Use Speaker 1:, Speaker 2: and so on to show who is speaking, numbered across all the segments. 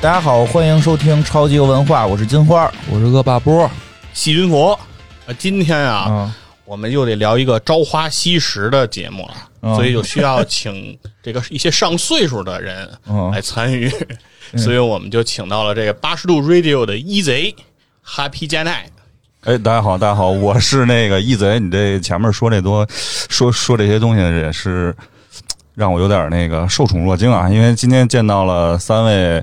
Speaker 1: 大家好，欢迎收听超级文化，我是金花。
Speaker 2: 我是恶霸波，
Speaker 3: 细菌佛。呃今天啊，
Speaker 1: 嗯，
Speaker 3: 我们又得聊一个朝花夕拾的节目了，
Speaker 1: 嗯
Speaker 3: 所以就需要请这个一些上岁数的人
Speaker 1: 嗯
Speaker 4: 哎
Speaker 3: 来参与，所以我们就请到了这个八十度 Radio 的 E 一贼哈皮加奈。
Speaker 4: 哎，大家好，大家好，我是那个义贼。你这前面说这多说说这些东西也是让我有点那个受宠若惊啊，因为今天见到了三位，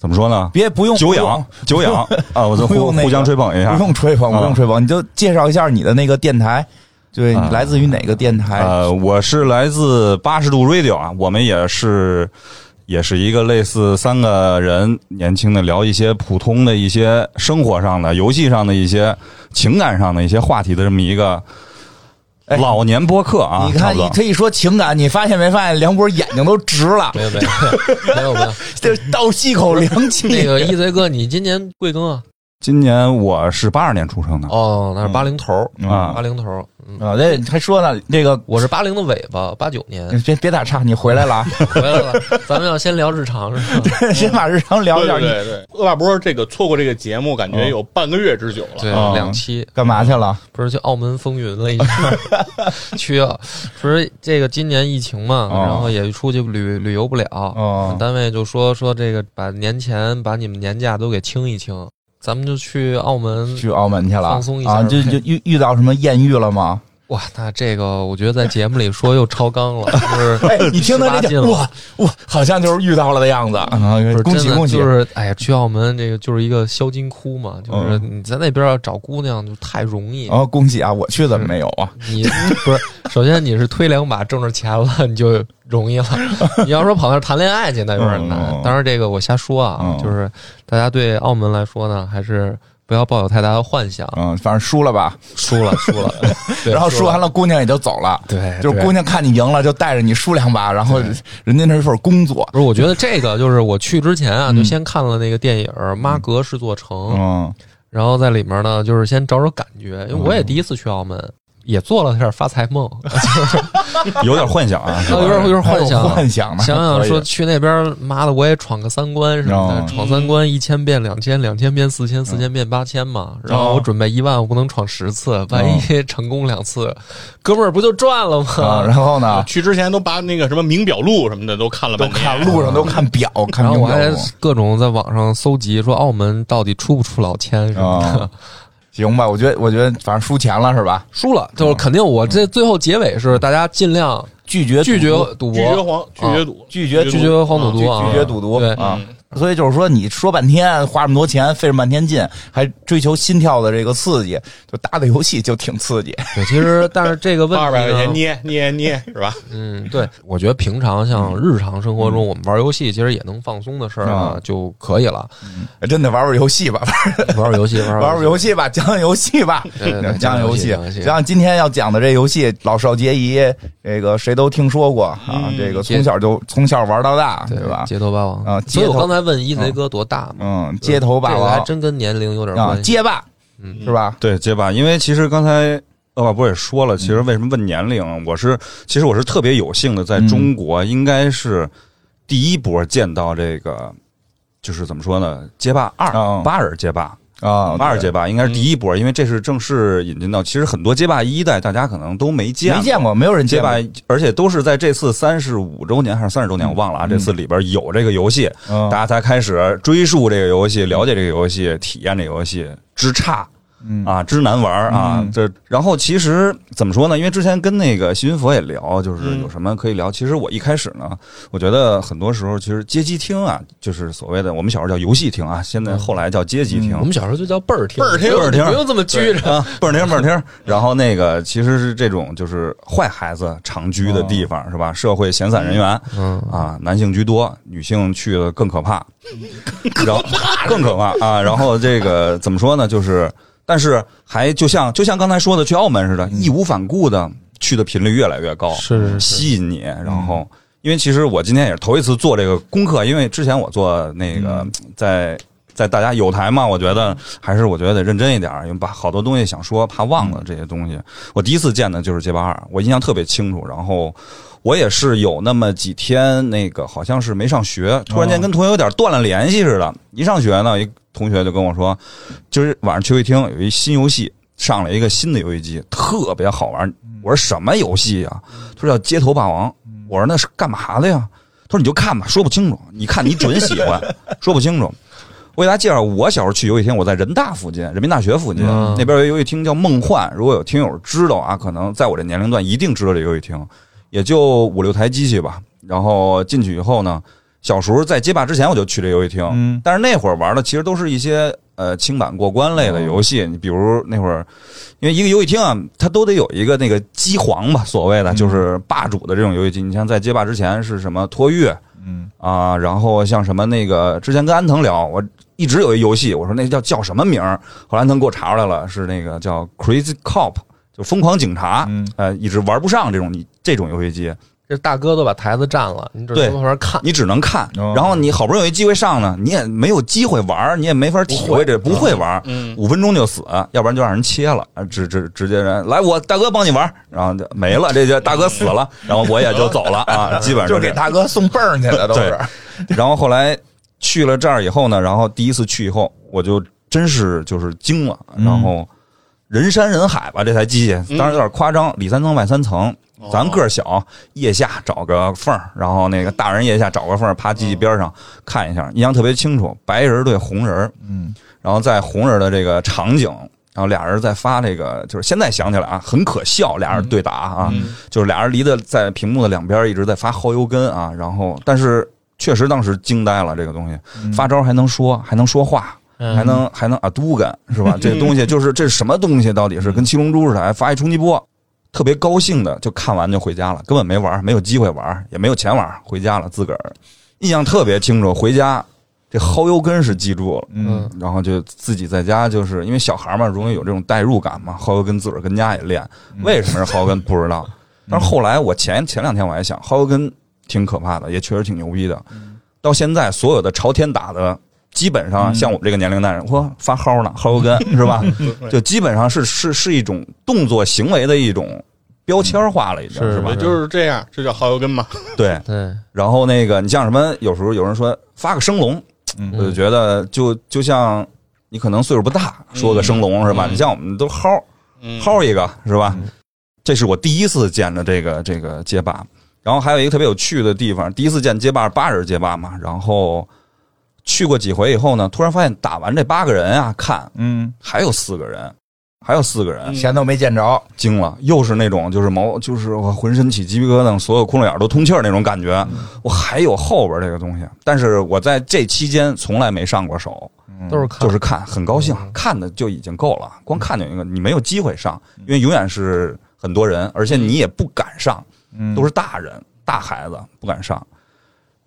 Speaker 4: 怎么说呢？
Speaker 1: 别不用
Speaker 4: 久仰，久仰啊！我就
Speaker 1: 不
Speaker 4: 互
Speaker 1: 用那个
Speaker 4: 互相吹捧一下
Speaker 1: 不。用吹捧，
Speaker 4: 啊
Speaker 1: 不用吹捧，你就介绍一下你的那个电台，对
Speaker 4: 啊
Speaker 1: 你来自于哪个电台？
Speaker 4: 呃，我是来自八十度 Radio 啊，我们也是也是一个类似三个人年轻的聊一些普通的一些生活上的、游戏上的一些、情感上的一些话题的这么一个
Speaker 1: 哎
Speaker 4: 老年播客啊。
Speaker 1: 你
Speaker 4: 差
Speaker 1: 看，
Speaker 4: 不多
Speaker 1: 你这一说情感，你发现没发现梁博眼睛都直了，
Speaker 2: 没有没有没 有没有，
Speaker 1: 这倒吸口凉气。
Speaker 2: 那 个一贼哥，你今年贵庚啊？
Speaker 4: 今年我是八二年出生的
Speaker 2: 哦，那是八零头
Speaker 4: 啊
Speaker 2: 八零头，嗯，
Speaker 1: 啊，那还说呢，这个
Speaker 2: 我是八零的尾巴，八九年
Speaker 1: 别别打岔，你回来了 啊，
Speaker 2: 回来了。咱们要先聊日常是吧？
Speaker 1: 先把日常聊一
Speaker 3: 对
Speaker 1: 下。E 嗯
Speaker 3: 对对对，恶霸波这个错过这个节目，感觉有半个月之久了。
Speaker 2: 对，
Speaker 4: 哦
Speaker 2: 两期
Speaker 1: 你干嘛去了？
Speaker 2: 不是去澳门风云了一 下，去啊，不是这个今年疫情嘛，
Speaker 1: 哦
Speaker 2: 然后也出去旅旅游不了，
Speaker 1: 哦
Speaker 4: 嗯
Speaker 2: 单位就说说这个把年前把你们年假都给清一清，咱们就去澳门
Speaker 1: 去澳门去了，
Speaker 2: 放松一下
Speaker 1: 啊！就就遇遇到什么艳遇了吗？
Speaker 2: 哇，那这个我觉得在节目里说又超纲了，就是
Speaker 1: 哎，你听他这
Speaker 2: 18禁
Speaker 1: 讲，
Speaker 2: 了
Speaker 1: 哇哇，好像就是遇到了的 样子啊
Speaker 2: 不！是
Speaker 1: 恭喜
Speaker 2: 真的
Speaker 1: 恭喜！
Speaker 2: 就是哎呀，去澳门这个就是一个销金窟嘛，就是你在那边要找姑娘就太容易。
Speaker 1: 嗯哦，恭喜啊！我去怎么没有啊？
Speaker 2: 你不是，首先你是推两把挣着钱了，你就 容易了。你要说跑那儿谈恋爱去，那有点难。
Speaker 1: 哦
Speaker 4: 嗯
Speaker 2: 当然，这个我瞎说啊，
Speaker 4: 嗯
Speaker 2: 就是大家对澳门来说呢，还是不要抱有太大的幻想。
Speaker 1: 嗯，反正输了吧，
Speaker 2: 输了，输 了，对
Speaker 1: 然后输
Speaker 2: 输了
Speaker 1: 完了，姑娘也就走了。
Speaker 2: 对，
Speaker 1: 就是
Speaker 2: 对
Speaker 1: 姑娘看你赢了，就带着你输两把，然后人家那是份工作。
Speaker 2: 不是，我觉得这个就是我去之前啊，
Speaker 1: 嗯哦
Speaker 2: 就先看了那个电影《妈格是座城》，
Speaker 4: 嗯，
Speaker 2: 然后在里面呢，就是先找找感觉，因为我也第一次去澳门，也做了点发财梦，
Speaker 4: 有点幻想 啊，是吧
Speaker 2: 有点有点幻
Speaker 1: 还有
Speaker 2: 想。
Speaker 1: 幻想呢，啊
Speaker 2: 想想
Speaker 1: 可以
Speaker 2: 说去那边，妈的，我也闯个三关什么的，
Speaker 4: 哦
Speaker 2: 闯三关一千遍、两千、两千遍、四千、四千遍、八千
Speaker 1: 哦
Speaker 2: 嘛。然后我准备一万，我不能闯十次，万一成功两次，哥们儿不就赚了
Speaker 1: 啊，
Speaker 2: 吗？
Speaker 1: 然后呢，
Speaker 3: 去之前都把那个什么名表录什么的都看了
Speaker 1: 都
Speaker 3: 半天，
Speaker 1: 看路上都看表，看
Speaker 2: 然后
Speaker 1: 名
Speaker 2: 我还
Speaker 1: 表
Speaker 2: 各种在网上搜集，说澳门到底出不出老千什么
Speaker 1: 哦
Speaker 2: 的。
Speaker 4: 啊
Speaker 1: 行吧？我觉得，我觉得反正输钱了是吧？
Speaker 2: 输了，就是肯定。我这最后结尾是大家尽量
Speaker 1: 拒绝
Speaker 2: 拒绝赌博，
Speaker 3: 拒绝黄拒绝赌，
Speaker 1: 拒绝
Speaker 2: 拒绝黄赌毒啊，
Speaker 1: 拒绝赌毒
Speaker 2: 对
Speaker 1: 啊。所以就是说，你说半天，花这么多钱，费这么半天劲，还追求心跳的这个刺激，就打打游戏就挺刺激。
Speaker 2: 对，其实但是
Speaker 1: 哦
Speaker 2: 这个问题
Speaker 3: 二百块钱
Speaker 2: 呢，
Speaker 3: 捏捏捏是吧？
Speaker 2: 嗯，对，我觉得平常
Speaker 1: 嗯
Speaker 2: 像日常生活中我们玩游戏，其实也能放松的事儿呢
Speaker 4: 嗯
Speaker 2: 就可以了。
Speaker 1: 真的玩玩游戏吧，
Speaker 2: 玩玩游戏，
Speaker 1: 玩
Speaker 2: 玩
Speaker 1: 玩游戏吧， 讲讲游戏吧，
Speaker 2: 对对对
Speaker 1: 讲讲游戏，
Speaker 2: 讲讲游戏
Speaker 1: 讲讲今天要讲的这游戏《老少皆宜》，这个谁都听说过啊，这个从小就从小玩到大，对吧？
Speaker 2: 街头霸王
Speaker 1: 啊
Speaker 2: 所以
Speaker 1: 街
Speaker 2: 我
Speaker 1: 头
Speaker 2: 刚才问一贼哥多大嘛，
Speaker 1: 嗯，街头霸
Speaker 2: 这个还
Speaker 1: 王
Speaker 2: 真跟年龄有点
Speaker 1: 啊，
Speaker 2: 关系。嗯
Speaker 1: 街霸是吧？
Speaker 4: 对，结巴。因为其实刚才恶霸波也说
Speaker 1: 嗯
Speaker 4: 了，其实为什么问年龄，我是其实我是特别有幸的，在中国
Speaker 1: 嗯
Speaker 4: 应该是第一波见到这个，就是怎么说呢，街霸二
Speaker 1: 嗯，
Speaker 4: 巴尔街霸，
Speaker 1: 啊，
Speaker 4: 巴尔
Speaker 1: 对嗯
Speaker 4: 街霸应该是第一波，因为这是正式引进到，其实很多街霸一代大家可能都没见
Speaker 1: 没
Speaker 4: 过。
Speaker 1: 见过，没有人
Speaker 4: 街
Speaker 1: 见过
Speaker 4: 霸，而且都是在这次三十五周年还是三十周年，我忘了啊。这次里边有这个游戏，
Speaker 1: 嗯
Speaker 4: 大家才开始追溯这个游戏，了解这个游戏，体验这个游戏之差。啊，之难玩儿啊，
Speaker 1: 嗯
Speaker 4: 这然后其实怎么说呢？因为之前跟那个西云佛也聊，就是有什么可以聊。其实我一开始呢，我觉得很多时候其实街机厅啊，就是所谓的我们小时候叫游戏厅啊，现在后来叫街机厅。
Speaker 2: 我们小时候就叫倍儿听，
Speaker 3: 倍儿听
Speaker 2: 不用
Speaker 4: 倍儿听
Speaker 2: 不用这么拘着。
Speaker 4: 啊，倍儿听倍儿听。然后那个其实是这种就是坏孩子常居的地方、是吧？社会闲散人员，
Speaker 2: 嗯
Speaker 4: 啊，男性居多，女性去的更可 怕，然后更可怕啊。然后这个怎么说呢？就是，但是还就像就像刚才说的，去澳门似的，义无反顾的去的频率越来越高，
Speaker 2: 是是是嗯
Speaker 4: 吸引你，然后。
Speaker 2: 嗯
Speaker 4: 因为其实我今天也是头一次做这个功课，因为之前我做那个在在大家有台嘛，我觉得还是我觉得得认真一点儿，因为把好多东西想说，怕忘
Speaker 2: 嗯
Speaker 4: 了这些东西。我第一次见的就是街霸二，我印象特别清楚。然后我也是有那么几天，那个好像是没上学，突
Speaker 2: 哦
Speaker 4: 然间跟同学有点断了联系似的。一上学呢，一同学就跟我说，今儿晚上去会厅有一新游戏。上了一个新的游戏机，特别好玩。
Speaker 2: 嗯
Speaker 4: 我说什么游戏呀、他说叫《街头霸王》。我说那是干嘛的呀？他说你就看吧，说不清楚。你看你准喜欢，说不清楚。我给大家介绍，我小时候去游戏厅，我在人大附近，人民大学附近、
Speaker 2: 嗯
Speaker 4: 那边有一游戏厅叫梦幻。如果有听友知道啊，可能在我这年龄段一定知道这游戏厅，也就五六台机器吧。然后进去以后呢，小时候在街霸之前我就去这游戏厅，
Speaker 1: 嗯
Speaker 4: 但是那会儿玩的其实都是一些呃清版过关类的游戏。你比如那会儿，因为一个游戏厅啊，它都得有一个那个机皇吧，所谓的就是霸主的这种游戏机。你像在街霸之前是什么托月
Speaker 1: 嗯
Speaker 4: 啊，然后像什么那个之前跟安藤聊，我一直有一游戏，我说那叫叫什么名儿，后来安藤给我查出来了，是那个叫 Crazy Cop，就疯狂警察。
Speaker 1: 嗯，
Speaker 4: 呃，一直玩不上这种你这种游戏机，
Speaker 2: 这大哥都把台子占了，你只能
Speaker 4: 对
Speaker 2: 在旁边看。
Speaker 4: 你只能看，
Speaker 1: 哦
Speaker 4: 然后你好不容易有一机会上呢，你也没有机会玩儿，你也没法体会这，不会玩儿，
Speaker 3: 嗯，
Speaker 4: 五分钟就死，要不然就让人切了，啊直直直接人来我大哥帮你玩儿，然后就没了，这就大哥死了，然后我也就走了啊，基本上
Speaker 1: 就
Speaker 4: 就
Speaker 1: 给
Speaker 4: 这样。
Speaker 1: 大哥送泵儿去了，都是。
Speaker 4: 然后后来去了这儿以后呢，然后第一次去以后，我就真是就是惊了，
Speaker 1: 嗯
Speaker 4: 然后人山人海吧，这台机器，
Speaker 3: 嗯
Speaker 4: 当然有点夸张，里三层外三层，
Speaker 3: 哦
Speaker 4: 咱个儿小，腋下找个缝儿，然后那个大人腋下找个缝儿，趴机器边上看一下，印象特别清楚，白人对红人，
Speaker 1: 嗯，
Speaker 4: 然后在红人的这个场景，然后俩人在发这个，就是现在想起来啊，很可笑，俩人对打啊，
Speaker 3: 嗯
Speaker 4: 就是俩人离的在屏幕的两边一直在发后油根啊，然后但是确实当时惊呆了，这个东西发招还能说，还能说话。还能还能啊嘟哏是吧？这个东西就是这是什么东西？到底是跟七龙珠似的，还发一冲击波，特别高兴的就看完就回家了，根本没玩，没有机会玩，也没有钱玩，回家了自个儿印象特别清楚。回家这薅油根是记住了，
Speaker 1: 嗯，
Speaker 4: 然后就自己在家，就是因为小孩嘛，容易有这种代入感嘛，薅油根自个儿跟家也练。为什么是薅油根不知道，但是后来我前前两天我还想，薅油根挺可怕的，也确实挺牛逼的。到现在所有的朝天打的，基本上像我们这个年龄段人，我发薅呢，薅油根是吧？就基本上是是是一种动作行为的一种标签化了，已经
Speaker 2: 是
Speaker 4: 是吧
Speaker 3: 也？就是这样，这叫耗油根嘛。
Speaker 4: 对。
Speaker 2: 对，
Speaker 4: 然后那个你像什么，有时候有人说发个升龙，
Speaker 1: 嗯
Speaker 4: 我就觉得就就像你可能岁数不大，说个升龙是吧？
Speaker 3: 嗯
Speaker 4: 你像我们都薅
Speaker 3: 嗯，
Speaker 4: 薅一个是吧？这是我第一次见着这个这个街霸，然后还有一个特别有趣的地方，第一次见街霸八人街霸嘛，然后去过几回以后呢，突然发现打完这八个人啊，看
Speaker 1: 嗯，
Speaker 4: 还有四个人，还有四个人，
Speaker 3: 嗯
Speaker 1: 前头没见着，
Speaker 4: 惊了，又是那种就是毛，就是我浑身起鸡皮疙瘩，所有窟窿眼儿都通气儿那种感觉。
Speaker 3: 嗯
Speaker 4: 我还有后边这个东西，但是我在这期间从来没上过手，
Speaker 2: 都是看，
Speaker 4: 就是看，很高兴
Speaker 2: 嗯，
Speaker 4: 看的就已经够了。光看见一个，你没有机会上，因为永远是很多人，而且你也不敢上，
Speaker 1: 嗯
Speaker 4: 都是大人、大孩子不敢上。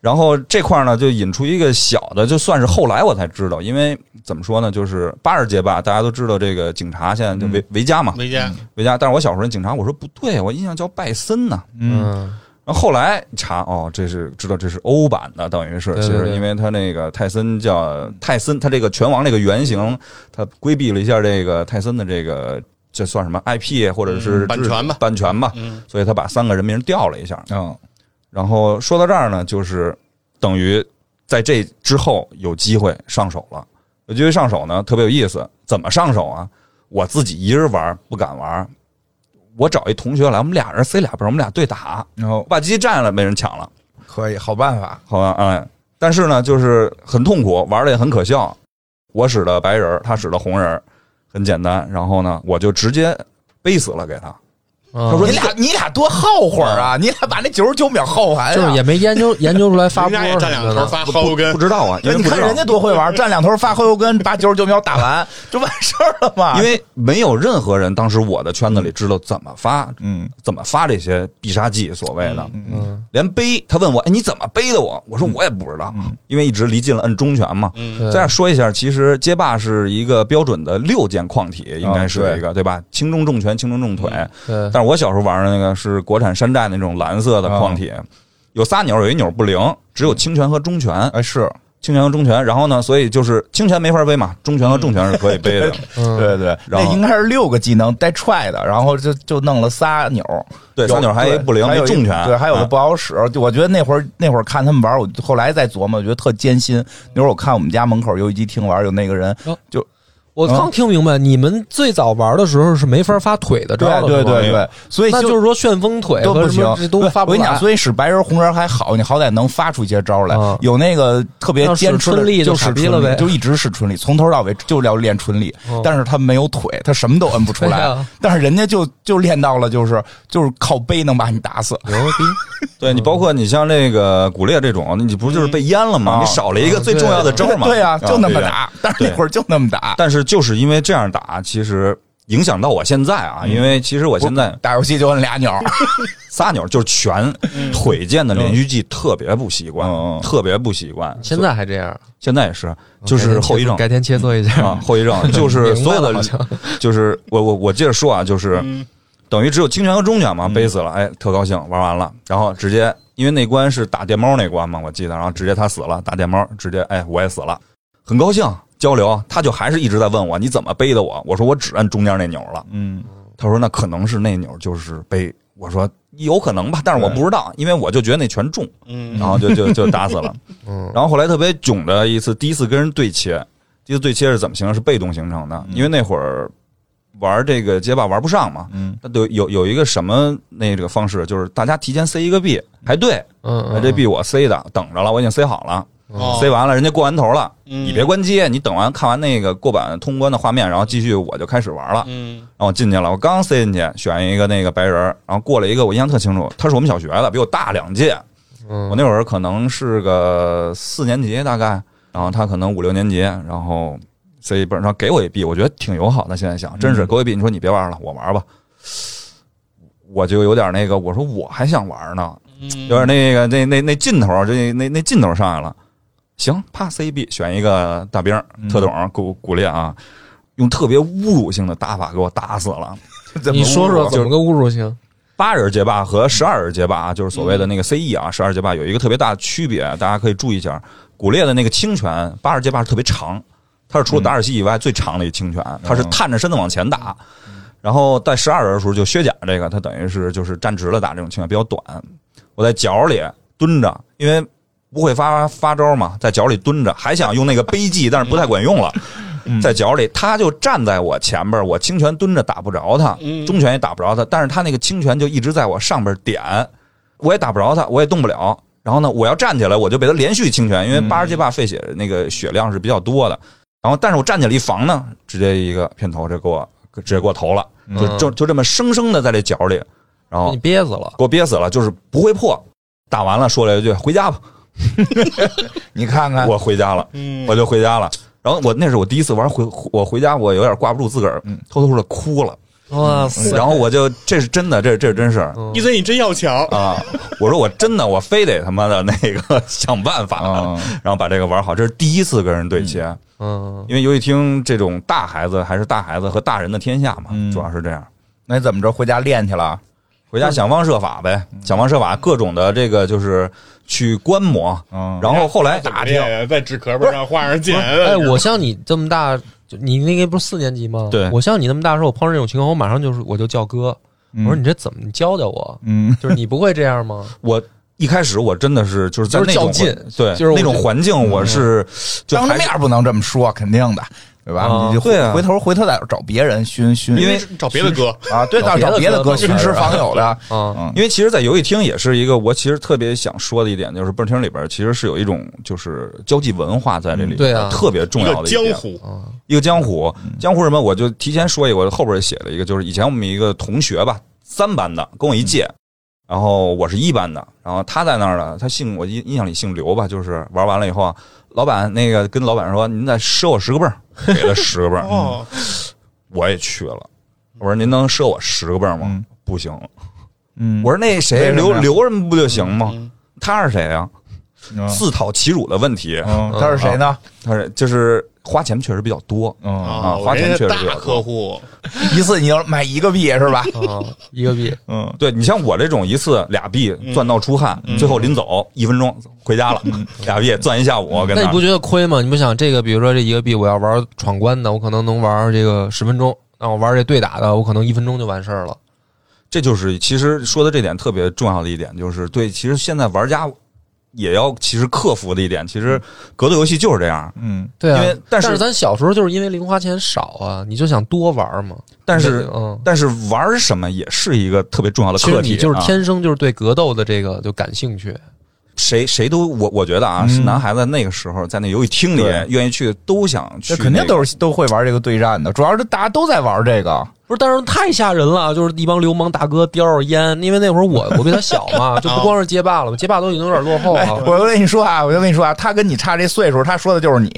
Speaker 4: 然后这块儿呢，就引出一个小的，就算是后来我才知道，因为怎么说呢，就是八十街霸，大家都知道这个警察现在就维维嘉嘛，
Speaker 3: 没见，
Speaker 4: 回家。但是我小时候那警察，我说不对，我印象叫拜森呢。
Speaker 1: 嗯
Speaker 4: 然后后来一查，哦，这是知道这是欧版的，等于是
Speaker 2: 对
Speaker 4: 其
Speaker 2: 对
Speaker 4: 实
Speaker 2: 对
Speaker 4: 因为他那个泰森叫泰森，他这个拳王这个原型，他规避了一下这个泰森的这个这算什么 IP 或者是
Speaker 3: 嗯版权吧
Speaker 4: 版权吧，
Speaker 3: 嗯
Speaker 4: 所以他把三个人名调了一下。
Speaker 1: 嗯
Speaker 4: 然后说到这儿呢，就是等于在这之后有机会上手了。有机会上手呢，特别有意思。怎么上手啊？我自己一人玩不敢玩，我找一同学来，我们俩人塞俩边，我们俩对打，
Speaker 1: 然
Speaker 4: 我
Speaker 1: 后
Speaker 4: 把机器占了，没人抢了，
Speaker 1: 可以，好办法，
Speaker 4: 好吧？哎，但是呢，就是很痛苦，玩的也很可笑。我使的白人儿，他使的红人儿，很简单。然后呢，我就直接背死了给 他。
Speaker 2: 嗯他
Speaker 4: 他说
Speaker 1: 你俩你俩多耗会儿啊！你俩把那九十九秒耗完啊
Speaker 2: 就是
Speaker 1: 呀。
Speaker 2: 也没研究研究出 来发
Speaker 3: 人
Speaker 2: 波
Speaker 3: 家也
Speaker 2: 什
Speaker 3: 占两
Speaker 2: 么
Speaker 3: 头
Speaker 2: 的，
Speaker 3: 发耗油根
Speaker 4: 不，知道啊，因为
Speaker 1: 你
Speaker 4: 不知道
Speaker 1: 看人家多会玩，站两头发后油根，把九十九秒打完就完事儿了嘛。
Speaker 4: 因为没有任何人当时我的圈子里知道怎么发，
Speaker 1: 嗯
Speaker 4: 怎么发这些必杀技，所谓的，
Speaker 2: 嗯，
Speaker 4: 连背，他问我，哎，你怎么背的我？我说我也不知道，
Speaker 1: 嗯
Speaker 4: 因为一直离近了摁中拳嘛。
Speaker 3: 嗯，
Speaker 2: 对
Speaker 4: 再说一下，其实街霸是一个标准的六件矿
Speaker 1: 啊
Speaker 4: 体，应该是一个、对吧？轻中重拳，轻中重腿。
Speaker 1: 嗯
Speaker 2: 对，
Speaker 4: 但是我小时候玩的那个是国产山寨
Speaker 1: 啊
Speaker 4: 那种蓝色的矿体，有仨钮，有一钮不灵，只有轻拳和中拳。
Speaker 1: 哎是
Speaker 4: 清泉和中拳，然后呢，所以就是清泉没法背嘛，中拳和重拳是可以 背的。
Speaker 1: 对对，
Speaker 4: 然
Speaker 1: 那
Speaker 4: 后
Speaker 1: 应该是六个技能带踹的，然后就就弄了仨钮儿，
Speaker 4: 对
Speaker 1: 有
Speaker 4: 仨钮儿还有一
Speaker 1: 对
Speaker 4: 不灵
Speaker 1: 还有
Speaker 4: 那重拳
Speaker 1: 对，还有
Speaker 4: 啊
Speaker 1: 的不好使。就我觉得那会儿那会儿看他们玩，我后来再琢磨，我觉得特艰辛。那会儿我看我们家门口游戏机厅玩，有那个人
Speaker 2: 哦
Speaker 1: 就
Speaker 2: 我
Speaker 1: 嗯
Speaker 2: 刚听明白，你们最早玩的时候是没法发腿的招
Speaker 1: 对
Speaker 2: 了，
Speaker 1: 对
Speaker 2: 是吧
Speaker 1: 对对，所以
Speaker 2: 哎那就是说旋风腿
Speaker 1: 都
Speaker 2: 和
Speaker 1: 不
Speaker 2: 什
Speaker 1: 行
Speaker 2: 么这，都
Speaker 1: 对
Speaker 2: 发不
Speaker 1: 我跟你
Speaker 2: 来
Speaker 1: 讲，。所以使白人红人还好，你好歹能发出一些招来
Speaker 2: 啊。
Speaker 1: 有那个特别
Speaker 2: 要使
Speaker 1: 坚持的
Speaker 2: 春丽就
Speaker 1: 就
Speaker 2: 傻
Speaker 1: 使
Speaker 2: 逼
Speaker 1: 春
Speaker 2: 了
Speaker 1: 丽
Speaker 2: 呗
Speaker 1: 就一直使春丽，从头到尾就要练春丽
Speaker 2: 哦。
Speaker 1: 但是他没有腿，他什么都摁不出
Speaker 2: 对
Speaker 1: 来
Speaker 2: 啊。
Speaker 1: 但是人家就就练到了，就是就是靠背能把你打死。
Speaker 2: 牛逼！
Speaker 4: 对你包括你像那个骨裂这种，你不就是被淹了吗？
Speaker 1: 嗯
Speaker 4: 你少了一个最重要的招嘛。
Speaker 1: 对啊，就那么
Speaker 4: 对
Speaker 1: 打。 但是那
Speaker 4: 对
Speaker 1: 会儿就那么打。
Speaker 4: 但是就是因为这样打，其实影响到我现在啊，
Speaker 1: 嗯
Speaker 4: 因为其实我现在
Speaker 1: 打游戏就摁俩 钮儿，
Speaker 4: 仨钮就是拳、腿剑的连续技特别不习惯，
Speaker 1: 嗯嗯嗯
Speaker 4: 特别不习惯。
Speaker 2: 现在还这样，
Speaker 4: 现在也是，就是后遗症
Speaker 2: 改天切磋一
Speaker 4: 啊
Speaker 2: 下，。
Speaker 4: 后遗 症就是
Speaker 2: 明
Speaker 4: 所
Speaker 2: 白
Speaker 4: 有
Speaker 2: 了好
Speaker 4: 的
Speaker 2: 像
Speaker 4: 就是我我我接着说啊，就是
Speaker 3: 嗯
Speaker 4: 等于只有清泉和中拳嘛，
Speaker 2: 嗯
Speaker 4: 背死了，哎，特高兴，玩完了，然后直接因为那关是打电猫那关嘛，我记得，然后直接他死了，打电猫，直接哎我也死了，很高兴交流，他就还是一直在问我你怎么背的我，我说我只按中间那钮了，
Speaker 1: 嗯，
Speaker 4: 他说那可能是那钮就是背，我说有可能吧，但是我不知道，因为我就觉得那拳重，
Speaker 3: 嗯
Speaker 4: 然后就就就打死了。
Speaker 2: 嗯，
Speaker 4: 然后后来特别囧的一次，第一次跟人对切，第一次对切是怎么形成？是被动形成的，因为那会儿玩这个街霸玩不上嘛，
Speaker 1: 嗯，
Speaker 4: 那有有有一个什么那这个方式，就是大家提前塞一个币排队，
Speaker 2: 嗯
Speaker 4: 哎
Speaker 2: 嗯，
Speaker 4: 这币我塞的，等着了，我已经塞好了，
Speaker 3: 哦
Speaker 4: 塞完了，人家过完头了，
Speaker 3: 嗯
Speaker 4: 你别关机，你等完看完那个过版通关的画面，然后继续我就开始玩了。
Speaker 3: 嗯
Speaker 4: 然后我进去了，我刚塞进去，选一个那个白人儿，然后过了一个，我印象特清楚，他是我们小学的，比我大两届。
Speaker 2: 嗯
Speaker 1: 哎
Speaker 4: 我那会儿可能是个四年级大概，然后他可能五六年级，然后塞一本，然后给我一币，我觉得挺友好的。现在想，真是给我一币，你说你别玩了，我玩吧。我就有点那个，我说我还想玩呢，有点那个那那那劲头儿，这那那劲头儿上来了。行，啪塞一币，选一个大兵儿特种骨骨裂啊，用特别侮辱性的打法给我打死了。
Speaker 1: 怎么啊
Speaker 2: 你说说
Speaker 1: 侮辱
Speaker 2: 怎么个侮辱性？
Speaker 4: 八人街霸和十二人街霸啊，就是所谓的那个 CE 啊，十二街霸有一个特别大的区别，大家可以注意一下。骨裂的那个清拳，八人街霸是特别长，它是除了达尔西以外最长的一个清拳，它是探着身子往前打。然后在十二人的时候，就削甲这个，它等于是就是站直了打这种清拳比较短。我在脚里蹲着，因为不会发发招嘛，在脚里蹲着，还想用那个背技，但是不太管用了。在脚里，他就站在我前边儿，我轻拳蹲着打不着他，
Speaker 3: 嗯
Speaker 4: 中拳也打不着他，但是他那个轻拳就一直在我上边儿点，我也打不着他，我也动不了。然后呢，我要站起来，我就被他连续轻拳，因为八十街霸费血那个血量是比较多的。然后，但是我站起来一防呢，直接一个片头就给我直接给我投了，就就就这么生生的在这脚里，然
Speaker 1: 哦
Speaker 4: 后
Speaker 2: 你憋死了，
Speaker 4: 给我憋死了，就是不会破。打完了说了一句“回家吧
Speaker 1: 你看”，看
Speaker 4: 我回家了。
Speaker 3: 嗯
Speaker 4: 我就回家了。然后我那是我第一次玩回，我回家我有点挂不住自个儿，偷偷的哭了。
Speaker 2: 哇塞！
Speaker 4: 然后我就这是真的，这这是真事儿
Speaker 3: 一贼你真要强
Speaker 4: 啊！我说我真的，我非得他妈的那个想办法，
Speaker 1: 啊
Speaker 4: 然后把这个玩好。这是第一次跟人对切，
Speaker 2: 嗯，
Speaker 4: 因为游戏厅这种大孩子还是大孩子和大人的天下嘛，
Speaker 1: 嗯
Speaker 4: 主要是这样。
Speaker 1: 那你怎么着？回家练去了？嗯
Speaker 4: 回家想方设法呗，想方设法各种的这个就是去观摩，
Speaker 1: 嗯
Speaker 4: 然后后来打听，
Speaker 3: 听，在纸壳儿上画上剑。
Speaker 2: 哎，我像你这么大，就你那个不是四年级吗？
Speaker 4: 对
Speaker 2: 我像你那么大时候，我碰上这种情况，我马上就是我就叫哥，我说你这怎么你教教我？
Speaker 1: 嗯，
Speaker 2: 就是你不会这样吗？
Speaker 4: 我一开始我真的是就是在
Speaker 2: 就是
Speaker 4: 那种
Speaker 2: 较劲
Speaker 4: 环对，
Speaker 2: 就是我
Speaker 4: 那种
Speaker 2: 就
Speaker 4: 环境，
Speaker 1: 嗯
Speaker 4: 我是就
Speaker 1: 当着
Speaker 4: 还是
Speaker 1: 面不能这么说，肯定的，对吧？
Speaker 2: 啊
Speaker 1: 你就回
Speaker 4: 对啊
Speaker 1: 回头回头再找别人熏熏，
Speaker 4: 因为
Speaker 3: 找别的哥，
Speaker 1: 啊，对，找
Speaker 2: 找别的
Speaker 1: 找别的
Speaker 2: 歌
Speaker 1: 歌
Speaker 2: 手
Speaker 1: 寻师访友的，
Speaker 2: 啊，
Speaker 1: 嗯，
Speaker 4: 因为其实，在游戏厅也是一个我其实特别想说的一点，就是蹦厅里边其实是有一种就是交际文化在这里边，
Speaker 2: 嗯对啊
Speaker 4: 特别重
Speaker 3: 一
Speaker 4: 要
Speaker 3: 个
Speaker 4: 的一
Speaker 3: 江
Speaker 4: 点
Speaker 1: 嗯
Speaker 3: 湖，嗯
Speaker 4: 一个江湖，江湖什么？我就提前说一个，我后边也写了一个，就是以前我们一个同学吧，三班的，跟我一
Speaker 3: 嗯
Speaker 4: 届，然后我是一班的，然后他在那儿呢，他姓我印印象里姓刘吧，就是玩完了以后啊，老板那个跟老板说，您再赊我十个泵儿，给了十个泵儿，
Speaker 3: 哦，
Speaker 4: 我也去了，我说您能赊我十个泵儿吗？
Speaker 1: 嗯
Speaker 4: 不行，
Speaker 1: 嗯
Speaker 4: 我说那谁
Speaker 1: 为什么
Speaker 4: 刘
Speaker 1: 呀
Speaker 4: 刘什么不就行吗？
Speaker 3: 嗯
Speaker 4: 他是谁呀、啊
Speaker 1: 嗯
Speaker 4: 自讨其辱的问题。
Speaker 2: 啊
Speaker 1: 嗯，他是谁呢？
Speaker 4: 他是就是花钱确实比较多，
Speaker 1: 嗯，
Speaker 4: 啊花钱
Speaker 3: 人家
Speaker 4: 确实比
Speaker 3: 大
Speaker 4: 较多
Speaker 3: 客户，
Speaker 1: 一次你要买一个币是吧？
Speaker 2: 啊，一个币，
Speaker 1: 嗯，
Speaker 4: 对你像我这种一次俩币赚到出汗，最后临走一分钟回家了， 俩币赚一下午，跟
Speaker 2: 那
Speaker 4: 那
Speaker 2: 你
Speaker 4: 儿
Speaker 2: 不觉得亏吗？你不想这个，比如说这一个币，我要玩闯关的，我可能能玩这个十分钟；那我玩这对打的，我可能一分钟就完事儿了。
Speaker 4: 这就是其实说的这点特别重要的一点，就是对，其实现在玩家也要其实克服的一点，其实格斗游戏就是这样，
Speaker 1: 嗯，
Speaker 2: 对啊，
Speaker 4: 因为但
Speaker 2: 但
Speaker 4: 是
Speaker 2: 咱小时候就是因为零花钱少啊，你就想多玩嘛。
Speaker 4: 但是
Speaker 2: 嗯，
Speaker 4: 但是玩什么也是一个特别重要的
Speaker 2: 其实
Speaker 4: 课题，
Speaker 2: 你就是
Speaker 4: 啊
Speaker 2: 天生就是对格斗的这个就感兴趣。
Speaker 4: 谁谁都我我觉得啊，
Speaker 1: 嗯
Speaker 4: 是男孩子那个时候在那游戏厅里
Speaker 1: 对
Speaker 4: 愿意去都想
Speaker 1: 这
Speaker 4: 去那个，
Speaker 1: 肯定都是都会玩这个对战的，主要是大家都在玩这个，
Speaker 2: 不是，但是太吓人了，就是一帮流氓大哥叼着烟，因为那会儿我我比他小 嘛，就不光是街霸了，街霸都已经有点落后
Speaker 1: 哎，
Speaker 2: 了。
Speaker 1: 我跟你说啊，我就跟你说啊，他跟你差这岁数，他说的就是你。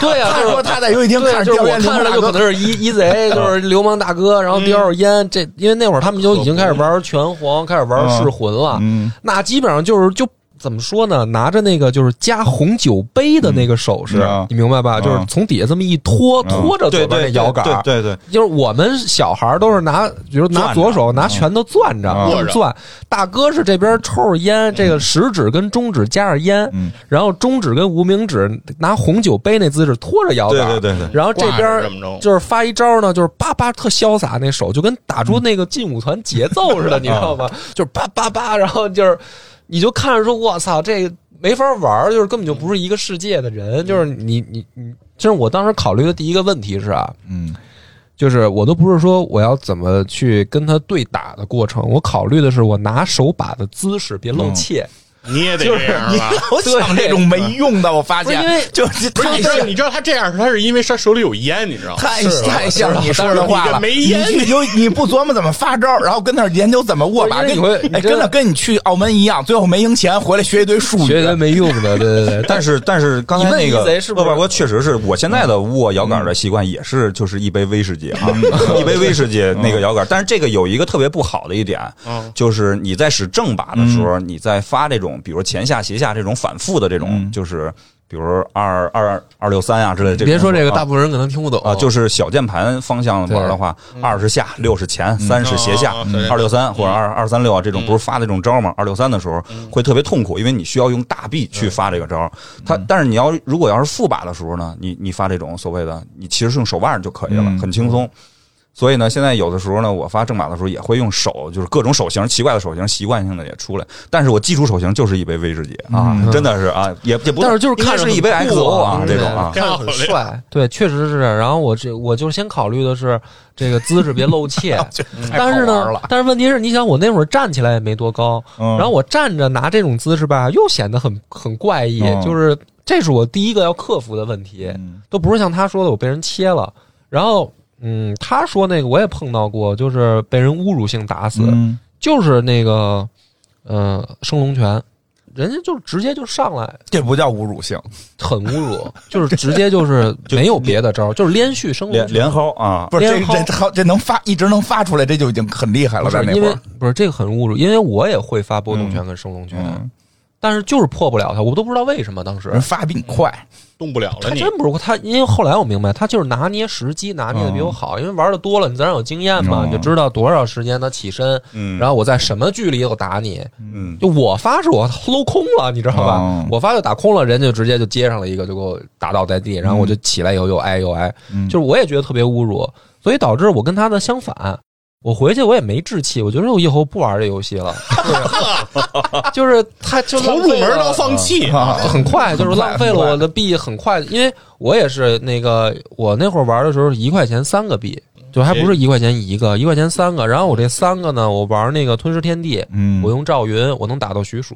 Speaker 2: 对啊，
Speaker 1: 他
Speaker 2: 就是
Speaker 1: 说他在游戏厅
Speaker 2: 对，
Speaker 1: 看
Speaker 2: 就是
Speaker 1: 着
Speaker 2: 我
Speaker 1: 电
Speaker 2: 看
Speaker 1: 视
Speaker 2: 着
Speaker 1: 大
Speaker 2: 就可
Speaker 1: 哥，
Speaker 2: 能是一 一贼，就是流氓大哥，
Speaker 1: 嗯
Speaker 2: 然后叼着烟。这因为那会儿他们就已经开始玩拳皇，开始玩噬魂了。
Speaker 1: 嗯，
Speaker 2: 那基本上就是就怎么说呢？拿着那个就是加红酒杯的那个手势，
Speaker 1: 嗯啊
Speaker 2: 你明白吧？
Speaker 1: 嗯
Speaker 2: 就是从底下这么一拖，拖着
Speaker 4: 嗯对
Speaker 2: 左边那
Speaker 4: 对
Speaker 2: 摇杆。
Speaker 4: 对对对，
Speaker 2: 就是我们小孩儿都是拿，比如拿
Speaker 4: 攥着
Speaker 2: 左手拿拳头攥着，
Speaker 1: 嗯
Speaker 2: 这么攥。大哥是这边抽着烟，这个食指跟中指夹着烟
Speaker 1: 嗯，
Speaker 2: 然后中指跟无名指拿红酒杯那姿势拖着摇
Speaker 4: 对
Speaker 2: 杆，
Speaker 4: 对对对。
Speaker 2: 然后这边
Speaker 3: 挂着
Speaker 2: 儿
Speaker 3: 这么着
Speaker 2: 就是发一招呢，就是叭叭特潇洒，那手就跟打出那个劲舞团节奏似 的，你知道吗？就是叭叭叭，然后就是你就看着说，我操，这个没法玩儿，就是根本就不是一个世界的人，就是你你你，就是我当时考虑的第一个问题是啊，
Speaker 1: 嗯，
Speaker 2: 就是我都不是说我要怎么去跟他对打的过程，我考虑的是我拿手把的姿势别露怯，
Speaker 3: 你也得这样吧？
Speaker 1: 我想这种没用的，我发
Speaker 2: 啊不是
Speaker 1: 现
Speaker 2: 因为
Speaker 1: 就是
Speaker 3: 不是，
Speaker 1: 太
Speaker 3: 你知道，
Speaker 1: 像
Speaker 3: 你知道他这样，他是因为他手里有烟，你知
Speaker 2: 哦
Speaker 3: 道吗？
Speaker 1: 太
Speaker 2: 啊
Speaker 1: 太像你说的话
Speaker 3: 你
Speaker 1: 了。
Speaker 3: 这没烟
Speaker 1: 你去游你不琢磨怎么发招，然后跟那儿研究怎么握把，
Speaker 2: 不是
Speaker 1: 跟
Speaker 2: 因为你会
Speaker 1: 哎
Speaker 2: 你真的
Speaker 1: 跟着跟你去澳门一样，最后没赢钱回来学一堆术
Speaker 2: 学的
Speaker 1: 语。
Speaker 2: 没用的，对对对。
Speaker 4: 但是但是刚才
Speaker 2: 你问
Speaker 4: 那
Speaker 2: 一
Speaker 4: 个
Speaker 2: 贼是不是嗯
Speaker 4: 不确实是我现在的握摇杆的习惯也是就是一杯威士忌啊，
Speaker 2: 嗯
Speaker 4: 一杯威士忌那个摇杆。但是这个有一个特别不好的一点，
Speaker 3: 嗯
Speaker 4: 就是你在使正把的时候，你在发这种比如前下斜下这种反复的这
Speaker 2: 嗯
Speaker 4: 种，就是比如二二二六三啊之类的这种。
Speaker 2: 别说这个，
Speaker 4: 啊
Speaker 2: 大部分人可能听不懂
Speaker 4: 啊，就是小键盘方向玩的话，
Speaker 1: 嗯
Speaker 4: 二十下、六十前、
Speaker 2: 嗯
Speaker 4: 三十斜下
Speaker 3: 哦哦哦、
Speaker 4: 二六三或者
Speaker 1: 嗯
Speaker 4: 二二三六啊，这种不是发那种招吗？二六三的时候会特别痛苦，因为你需要用大臂去发这个招。
Speaker 1: 嗯
Speaker 4: 它但是你要如果要是副把的时候呢，你你发这种所谓的，你其实是用手腕就可以了，
Speaker 1: 嗯
Speaker 4: 很轻松。所以呢，现在有的时候呢，我发正把的时候也会用手，就是各种手型，奇怪的手型，习惯性的也出来。但是我基础手型就是一杯威士忌啊，
Speaker 1: 嗯
Speaker 4: 真的是啊，也也不，
Speaker 2: 但是就是看着
Speaker 4: 应该是一杯
Speaker 2: 很酷
Speaker 4: XO 啊，
Speaker 2: 对
Speaker 4: 这种啊，
Speaker 2: 看着很帅，对，确实是。然后我这我就是先考虑的是这个姿势别露怯，
Speaker 1: 太好
Speaker 2: 但是
Speaker 1: 玩
Speaker 2: 呢
Speaker 1: 了，
Speaker 2: 但是问题是，你想我那会儿站起来也没多高，
Speaker 1: 嗯
Speaker 2: 然后我站着拿这种姿势吧，又显得很很怪异，
Speaker 1: 嗯
Speaker 2: 就是这是我第一个要克服的问题，都不是像他说的我被人切了，然后。嗯，他说那个我也碰到过，就是被人侮辱性打死，
Speaker 1: 嗯
Speaker 2: 就是那个，呃，升龙拳，人家就直接就上来，
Speaker 1: 这不叫侮辱性，
Speaker 2: 很侮辱，就是直接就是没有别的招儿，就是连续升
Speaker 4: 连
Speaker 2: 龙拳。
Speaker 4: 连薅啊，
Speaker 1: 不是这
Speaker 2: 连薅
Speaker 1: 这这这能发一直能发出来，这就已经很厉害
Speaker 2: 不
Speaker 1: 了，在
Speaker 2: 是
Speaker 1: 那
Speaker 2: 因
Speaker 1: 会
Speaker 2: 为
Speaker 1: 儿。
Speaker 2: 不是这个很侮辱，因为我也会发波动拳跟升龙拳，
Speaker 1: 嗯，
Speaker 2: 但是就是破不了他，我都不知道为什么当时
Speaker 1: 人。发比你快，
Speaker 3: 动不了
Speaker 2: 他
Speaker 3: 了你
Speaker 2: 真。不是他，因为后来我明白，他就是拿捏时机拿捏的比我好，因为玩的多了，你自然有经验嘛，
Speaker 1: 嗯
Speaker 2: 你就知道多少时间他起身，
Speaker 4: 嗯
Speaker 2: 然后我在什么距离我打你，
Speaker 4: 嗯。
Speaker 2: 就我发是我搂空了，你知道吧？
Speaker 1: 哦
Speaker 2: 我发就打空了，人就直接就接上了一个，就给我打倒在地，然后我就起来以后又挨又挨，
Speaker 1: 嗯
Speaker 2: 就是我也觉得特别侮辱，所以导致我跟他的相反。我回去我也没志气，我觉得我以后不玩这游戏了，就是他就
Speaker 3: 从
Speaker 2: 浪
Speaker 3: 入
Speaker 2: 费
Speaker 3: 门
Speaker 2: 了
Speaker 3: 到放弃，
Speaker 1: 啊
Speaker 2: 就很快，就是浪费了我的币，很快，因为我也是那个我那会儿玩的时候一块钱三个币，就还不是一块钱一个，一块钱三个，然后我这三个呢，我玩那个吞噬天地，
Speaker 1: 嗯
Speaker 2: 我用赵云，我能打到许褚。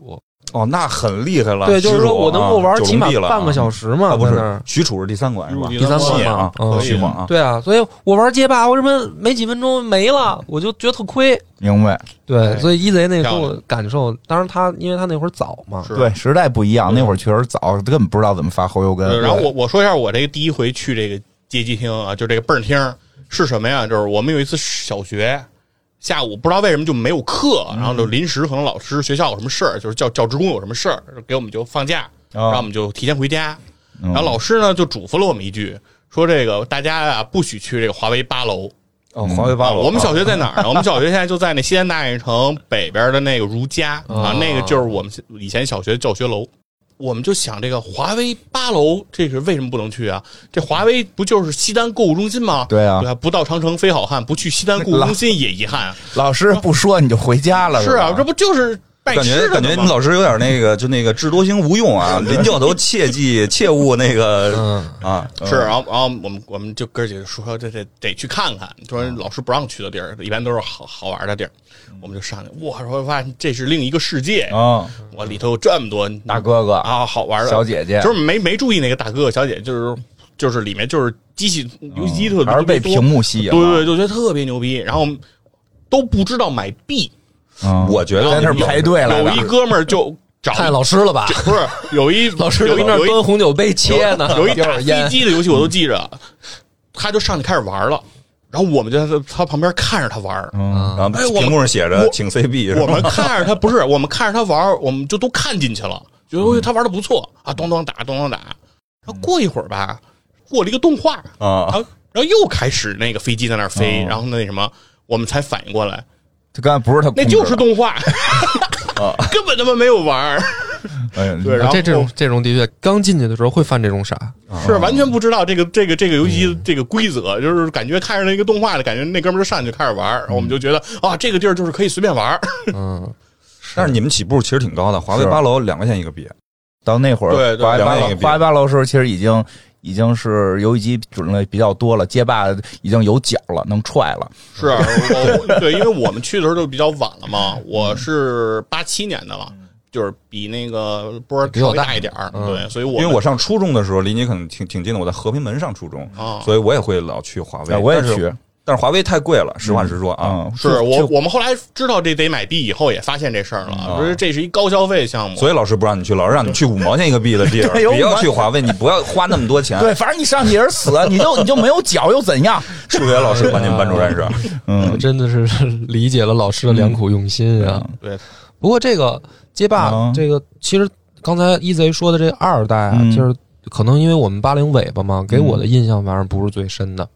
Speaker 4: 哦，那很厉害了。
Speaker 2: 对，就是说我能
Speaker 4: 啊
Speaker 2: 够玩起码半个
Speaker 4: 时
Speaker 2: 小时
Speaker 4: 啊
Speaker 2: 嘛，
Speaker 4: 啊不
Speaker 2: 在那
Speaker 4: 是
Speaker 2: 儿。
Speaker 4: 许褚是第三关是吧？
Speaker 3: 入
Speaker 2: 第
Speaker 3: 关
Speaker 2: 三关
Speaker 4: 信
Speaker 2: 嘛
Speaker 4: 啊，，
Speaker 2: 嗯
Speaker 3: 可以
Speaker 4: 虚晃啊。
Speaker 2: 对啊，所以我玩街霸，为什么没几分钟没了，我就觉得特亏。哎
Speaker 1: 明白？
Speaker 2: 对
Speaker 3: 对，
Speaker 2: 所以一贼那个
Speaker 3: 漂
Speaker 2: 给
Speaker 3: 亮
Speaker 2: 我感受，当然他因为他那会儿早嘛，
Speaker 3: 是
Speaker 1: 对，时代不一样，
Speaker 3: 对
Speaker 1: 那会儿确实早，根本不知道怎么发后右
Speaker 3: 呃
Speaker 1: 跟。
Speaker 3: 然后我我说一下我这个第一回去这个街机厅啊，就这个蹦儿厅是什么呀？就是我们有一次小学下午不知道为什么就没有课，
Speaker 1: 嗯
Speaker 3: 然后就临时可能老师学校有什么事儿，就是教教职工有什么事儿，给我们就放假，
Speaker 1: 啊嗯
Speaker 3: 然后我们就提前回家。然后老师呢就嘱咐了我们一句，说这个大家啊不许去这个华为八楼。
Speaker 1: 嗯
Speaker 4: 哦，华为八
Speaker 3: 啊
Speaker 4: 楼，
Speaker 3: 我们小学在哪 儿啊？我们小学现在就在那西安大悦城北边的那个如家啊
Speaker 2: 哦，
Speaker 3: 那个就是我们以前小学教学楼。我们就想这个华为八楼，这是为什么不能去啊？这华为不就是西单购物中心吗？
Speaker 1: 对啊
Speaker 3: 不到长城非好汉，不去西单购物中心也遗憾 啊。
Speaker 1: 老师不说你就回家了，
Speaker 3: 是
Speaker 1: 吧
Speaker 3: 啊，这不就是拜
Speaker 4: 感
Speaker 1: 哎
Speaker 4: 觉
Speaker 3: 师的
Speaker 4: 感觉
Speaker 3: 吗
Speaker 4: 你老师有点那个，就那个智多星无 用啊！林教头切记切勿那个
Speaker 2: 嗯，
Speaker 4: 啊，
Speaker 3: 是，然后然后我们我们就哥几个说这这得去看看，说
Speaker 4: 嗯
Speaker 3: 老师不让去的地儿，一般都是好好玩的地儿，我们就上去，哇，说发现这是另一个世界，
Speaker 1: 啊，
Speaker 3: 哇，里头有这么多
Speaker 1: 大哥哥，
Speaker 3: 啊，好玩的
Speaker 1: 小姐姐
Speaker 3: 就是没没注意那个大哥哥小姐，就是就是里面就是机器游戏机特别
Speaker 1: 嗯还是被屏幕吸引
Speaker 3: 对
Speaker 1: 了，
Speaker 3: 对对，就觉得特别牛逼，然后都不知道买币，
Speaker 1: 嗯
Speaker 4: 我觉
Speaker 1: 在
Speaker 4: 得
Speaker 1: 那儿排队来
Speaker 3: 有
Speaker 1: 了
Speaker 3: 一，哥们儿就找
Speaker 2: 太老师了吧？
Speaker 3: 不是 有一
Speaker 2: 老师
Speaker 3: 有
Speaker 2: 在
Speaker 3: 一
Speaker 2: 那
Speaker 3: 有
Speaker 2: 儿
Speaker 3: 一
Speaker 2: 端红酒杯切呢，
Speaker 3: 有一
Speaker 2: 叼
Speaker 3: 打
Speaker 2: 着
Speaker 3: 飞
Speaker 2: 烟，
Speaker 3: 机的游戏我都记着，他就上去开始玩了，然后我们就在他他旁边看着他玩。
Speaker 2: 啊
Speaker 4: 然
Speaker 2: 嗯
Speaker 4: 后
Speaker 3: 哎我
Speaker 4: 啊屏幕上写着
Speaker 3: 我
Speaker 4: “请 CB” 是 吧
Speaker 3: 我们看着他不是，我们看着他玩，我们就都看进去了，觉得哎他玩的不错啊，
Speaker 2: 嗯
Speaker 3: 咚咚打，咚咚打。然后过一会儿吧，过了一个动画，然
Speaker 4: 啊
Speaker 3: 后然后又开始那个飞机在那儿飞，
Speaker 1: 哦
Speaker 3: 然后那什么，我们才反应过来，
Speaker 1: 他刚才不是他控制
Speaker 3: 那
Speaker 1: 的，
Speaker 3: 就是动 画，
Speaker 4: 啊，
Speaker 3: 根本他妈没有玩儿，
Speaker 1: 哎呀
Speaker 3: 对，然后
Speaker 2: 嗯啊这这种啊这种的确，刚进去的时候会犯这种傻，
Speaker 3: 是完全不知道这个这个这个游
Speaker 2: 嗯
Speaker 3: 戏这个规则，就是感觉看着那个动画的感觉，那哥们儿就上去就开始玩儿，然后我们就觉得啊，这个地儿就是可以随便玩儿。
Speaker 2: 嗯，
Speaker 4: 但是你们起步其实挺高的，华为
Speaker 1: 是
Speaker 4: 八楼两块钱一个币，
Speaker 1: 到那会儿，
Speaker 3: 对对
Speaker 1: 八
Speaker 4: 两
Speaker 1: 八
Speaker 4: 万一
Speaker 1: 楼
Speaker 4: 个币
Speaker 1: 八八楼的时候，其实已经已经是游戏机种类比较多了，街霸已经有脚了，能踹了。
Speaker 3: 是我对，因为我们去的时候就比较晚了嘛，我是八七年的嘛，就是比那个波儿
Speaker 2: 比
Speaker 3: 稍
Speaker 2: 我
Speaker 3: 微
Speaker 2: 大
Speaker 3: 大一点儿，
Speaker 2: 嗯
Speaker 3: 对，所以我
Speaker 4: 因为
Speaker 3: 们
Speaker 4: 我上初中的时候离你可能挺挺近的，我在和平门上初中，
Speaker 3: 啊
Speaker 4: 所以我也会老去华为，
Speaker 2: 啊
Speaker 1: 哎我也
Speaker 4: 但是
Speaker 1: 去，
Speaker 4: 但是华为太贵了，实话实说啊，
Speaker 1: 嗯，
Speaker 3: 是我我们后来知道这得买币以后，也发现这事儿了，就是这是一高消费项目。
Speaker 4: 嗯所以老师不让你去，老师让你去五毛钱一个币的地儿，
Speaker 1: 对有
Speaker 4: 不
Speaker 1: 五
Speaker 4: 要
Speaker 1: 毛
Speaker 4: 去华为，你不要花那么多钱。
Speaker 1: 对，反正你上去也是死，啊你就你就没有脚又怎样？
Speaker 4: 数学老师管你们班主任是，
Speaker 1: 嗯
Speaker 2: 我真的是理解了老师的良苦用心啊。
Speaker 3: 对，
Speaker 2: 不过这个街霸，
Speaker 1: 嗯
Speaker 2: 这个其实刚才一贼说的这二代啊，
Speaker 1: 嗯
Speaker 2: 就是可能因为我们八零尾巴嘛，给我的印象反正不是最深的。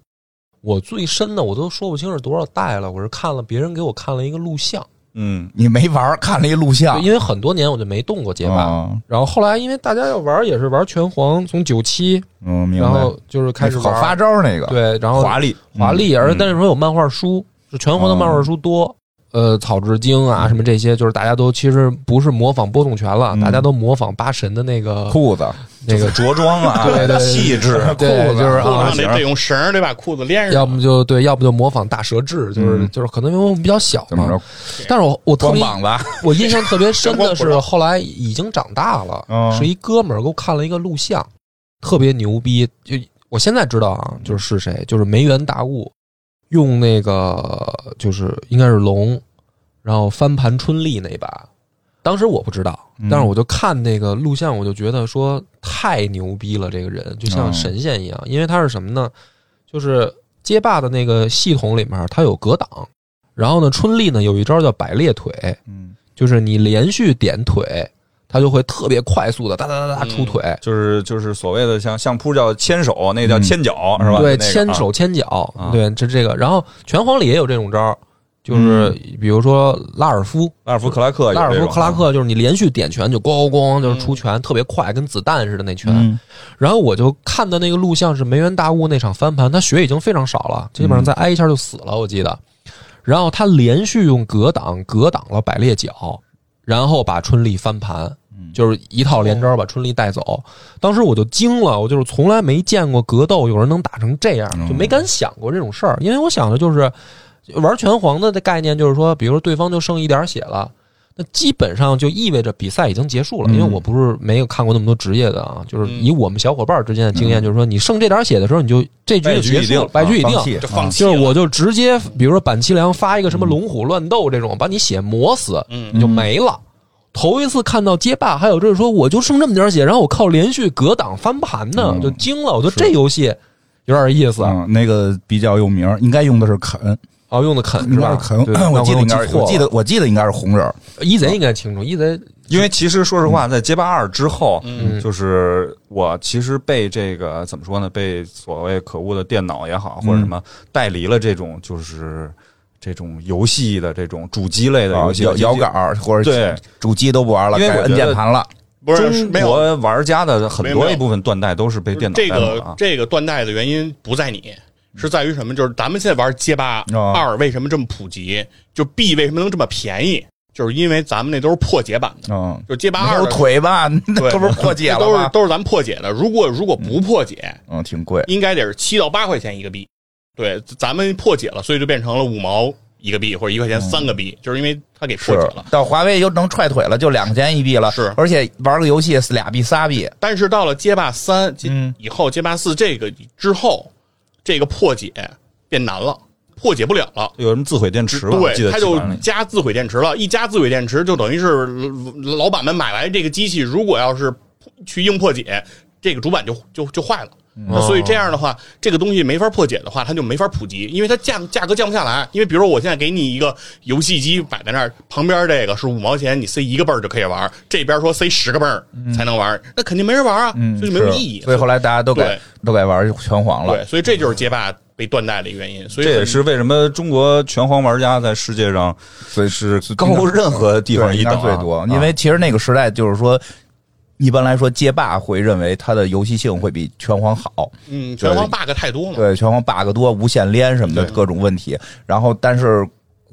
Speaker 2: 我最深的我都说不清是多少代了，我是看了别人给我看了一个录像，
Speaker 4: 嗯，
Speaker 1: 你没玩儿，看了一录像
Speaker 2: 对，因为很多年我就没动过街霸。
Speaker 1: 啊
Speaker 2: 然后后来因为大家要玩也是玩拳皇，从九七，
Speaker 1: 嗯，明
Speaker 2: 然
Speaker 1: 白。
Speaker 2: 后就是开始
Speaker 1: 好
Speaker 2: 玩
Speaker 1: 发招那个，嗯
Speaker 2: 对，然后
Speaker 4: 华丽，
Speaker 2: 华丽，而那时候有漫画书，就拳
Speaker 1: 哦
Speaker 2: 皇的漫画书多。呃，草之精啊，什么这些，就是大家都其实不是模仿波动拳了，
Speaker 1: 嗯
Speaker 2: 大家都模仿八神的那个
Speaker 1: 裤子
Speaker 2: 那个，
Speaker 4: 着装啊，
Speaker 2: 对对对
Speaker 4: 气质，
Speaker 2: 对，就是
Speaker 3: 裤
Speaker 2: 啊
Speaker 3: 子上，得得用绳儿得把裤子连
Speaker 2: 要
Speaker 3: 上。
Speaker 2: 么就对，要不就模仿大蛇志，就是
Speaker 1: 嗯
Speaker 2: 就是可能因为我们比较小
Speaker 1: 怎么
Speaker 2: 嘛
Speaker 1: 着，？
Speaker 2: 但是我我特
Speaker 1: 光
Speaker 2: 别
Speaker 1: 膀子，
Speaker 2: 我印象特别深的
Speaker 3: 光
Speaker 2: 是，
Speaker 3: 膀
Speaker 2: 后来已经长大了，
Speaker 1: 嗯
Speaker 2: 是一哥们儿给我看了一个录像，特别牛逼。就我现在知道啊，就是是谁，就是梅园达悟，用那个就是应该是龙，然后翻盘春丽那一把。当时我不知道，
Speaker 1: 嗯
Speaker 2: 但是我就看那个录像，我就觉得说太牛逼了，这个人就像
Speaker 1: 嗯
Speaker 2: 神仙一样。因为他是什么呢？就是街霸的那个系统里面，它有格挡，然后呢，春丽呢有一招叫百裂腿，
Speaker 1: 嗯，
Speaker 2: 就是你连续点腿，它就会特别快速的哒哒哒
Speaker 4: 嗯
Speaker 2: 哒出腿，
Speaker 4: 就是就是所谓的像相扑叫牵手，那个叫
Speaker 1: 嗯
Speaker 4: 牵脚是吧？那个
Speaker 2: 对，牵
Speaker 4: 啊
Speaker 2: 手牵脚，
Speaker 4: 啊
Speaker 2: 对，这这个。然后拳皇里也有这种招儿，就是比如说拉尔夫，
Speaker 4: 拉尔夫克拉嗯克有这
Speaker 2: 拉
Speaker 4: 种啊，嗯
Speaker 2: 尔夫克拉克就是你连续点拳就咣咣咣就是出拳，特别快，跟子弹似的那拳。
Speaker 1: 嗯
Speaker 2: 然后我就看的那个录像是梅园大悟那场翻盘，他血已经非常少了，基
Speaker 4: 嗯
Speaker 2: 本上再挨一下就死了，我记得。然后他连续用格挡格挡了百裂角，然后把春丽翻盘，就是一套连招把春丽带走。当时我就惊了，我就是从来没见过格斗有人能打成这样，就没敢想过这种事儿，因为我想的就是玩拳皇的概念就是说，比如说对方就剩一点血了。那基本上就意味着比赛已经结束了，
Speaker 1: 嗯
Speaker 2: 因为我不是没有看过那么多职业的啊，就是
Speaker 3: 嗯
Speaker 2: 以我们小伙伴之间的经验，就是说你剩这点血的时候，你就这局
Speaker 4: 败
Speaker 2: 就
Speaker 4: 局
Speaker 2: 结
Speaker 4: 已
Speaker 2: 束了，
Speaker 4: 定
Speaker 2: 败局已
Speaker 1: 啊放
Speaker 2: 定，
Speaker 1: 弃
Speaker 3: 就放弃
Speaker 2: 就
Speaker 3: 了，
Speaker 2: 是我就直接，比如说板崎良发一个什么龙虎乱斗这种，把你血磨死，
Speaker 3: 嗯
Speaker 2: 你就没了。头一次看到街霸，还有就是说，我就剩这么点血，然后我靠连续格挡翻盘呢，
Speaker 1: 嗯
Speaker 2: 就惊了。我觉得这游戏有点意思，啊
Speaker 1: 嗯，那个比较有名儿，应该用的是肯，
Speaker 2: 哦，用的肯
Speaker 1: 应
Speaker 2: 是
Speaker 1: 该是
Speaker 2: 吧？
Speaker 1: 肯
Speaker 2: 对，
Speaker 1: 我记得应该
Speaker 2: 那可能我记
Speaker 1: 是，我
Speaker 2: 错
Speaker 1: 记
Speaker 2: 了
Speaker 1: 得我记得应该是红人儿，
Speaker 2: ？E 一贼应该清楚，一贼
Speaker 4: 因为其实说实话，
Speaker 1: 嗯
Speaker 4: 在街霸二之后，
Speaker 3: 嗯
Speaker 4: 就是我其实被这个怎么说呢？被所谓可恶的电脑也好，或者什么
Speaker 1: 嗯
Speaker 4: 带离了这种就是这种游戏的这种主机类的
Speaker 1: 啊
Speaker 4: 游戏
Speaker 1: 摇摇杆。儿或者
Speaker 4: 对
Speaker 1: 主机都不玩了，
Speaker 4: 因为
Speaker 1: 改
Speaker 4: 我
Speaker 1: 摁
Speaker 4: 觉得
Speaker 1: 键盘了。
Speaker 3: 不是
Speaker 4: 中
Speaker 3: 没有
Speaker 4: 国玩家的很
Speaker 3: 没有
Speaker 4: 多
Speaker 3: 没有
Speaker 4: 一部分断代都是被电脑带
Speaker 3: 这
Speaker 4: 动的
Speaker 3: 个
Speaker 4: 啊。嗯
Speaker 3: 这个断代的原因不在你，是在于什么？就是咱们现在玩街霸
Speaker 4: 啊
Speaker 1: 哦
Speaker 3: 二为什么这么普及？就 B 为什么能这么便宜？就是因为咱们那都是破解版的，
Speaker 1: 嗯，
Speaker 3: 就街霸
Speaker 1: 没
Speaker 3: 二
Speaker 1: 有
Speaker 3: 的
Speaker 1: 腿吧？那
Speaker 3: 对
Speaker 1: 可不是破解了
Speaker 3: 这 都是
Speaker 1: 吗？
Speaker 3: 都是咱们破解的。如果如果不破解，
Speaker 1: 嗯，挺贵。
Speaker 3: 应该得是七到八块钱一个币。对，咱们破解了，所以就变成了五毛一个币或者一块钱三个币，就是因为它给破
Speaker 1: 是
Speaker 3: 解了。
Speaker 1: 到华为又能踹腿了，就两块钱一币了。
Speaker 3: 是
Speaker 1: 而且玩个游戏是俩币仨币，
Speaker 3: 但是到了街霸三街
Speaker 1: 嗯
Speaker 3: 以后，街霸四这个之后，这个破解变难了，破解不了了。
Speaker 4: 有什么自毁电池吧？我记
Speaker 3: 对，
Speaker 4: 得
Speaker 3: 它
Speaker 4: 基
Speaker 3: 就
Speaker 4: 本上那
Speaker 3: 加自毁电池了，一加自毁电池就等于是老老板们买来这个机器，如果要是去硬破解，这个主板就就就坏了。
Speaker 4: 嗯
Speaker 3: 那所以这样的话，这个东西没法破解的话，它就没法普及，因为它价价格降不下来。因为比如说我现在给你一个游戏机摆在那儿，旁边这个是五毛钱，你塞一个泵儿就可以玩，这边说塞十个泵儿
Speaker 4: 嗯
Speaker 3: 才能玩，那肯定没人玩啊，
Speaker 1: 嗯，
Speaker 3: 所以就没有
Speaker 1: 是
Speaker 3: 意义。
Speaker 1: 所以后来大家都改都改玩拳皇了
Speaker 3: 对，。所以这就是街霸被断代的原因。所以
Speaker 4: 这也是为什么中国拳皇玩家在世界上
Speaker 1: 所以
Speaker 4: 是高任何地方
Speaker 1: 对
Speaker 4: 一
Speaker 1: 应该
Speaker 4: 等啊
Speaker 1: 最多
Speaker 4: 啊，
Speaker 1: 因为其实那个时代就是说。一般来说，街霸会认为它的游戏性会比拳皇好，
Speaker 3: 嗯，拳皇 bug 太多了。
Speaker 1: 对，拳皇 bug 多、无限连什么的
Speaker 3: 对
Speaker 1: 各种问题。然后，但是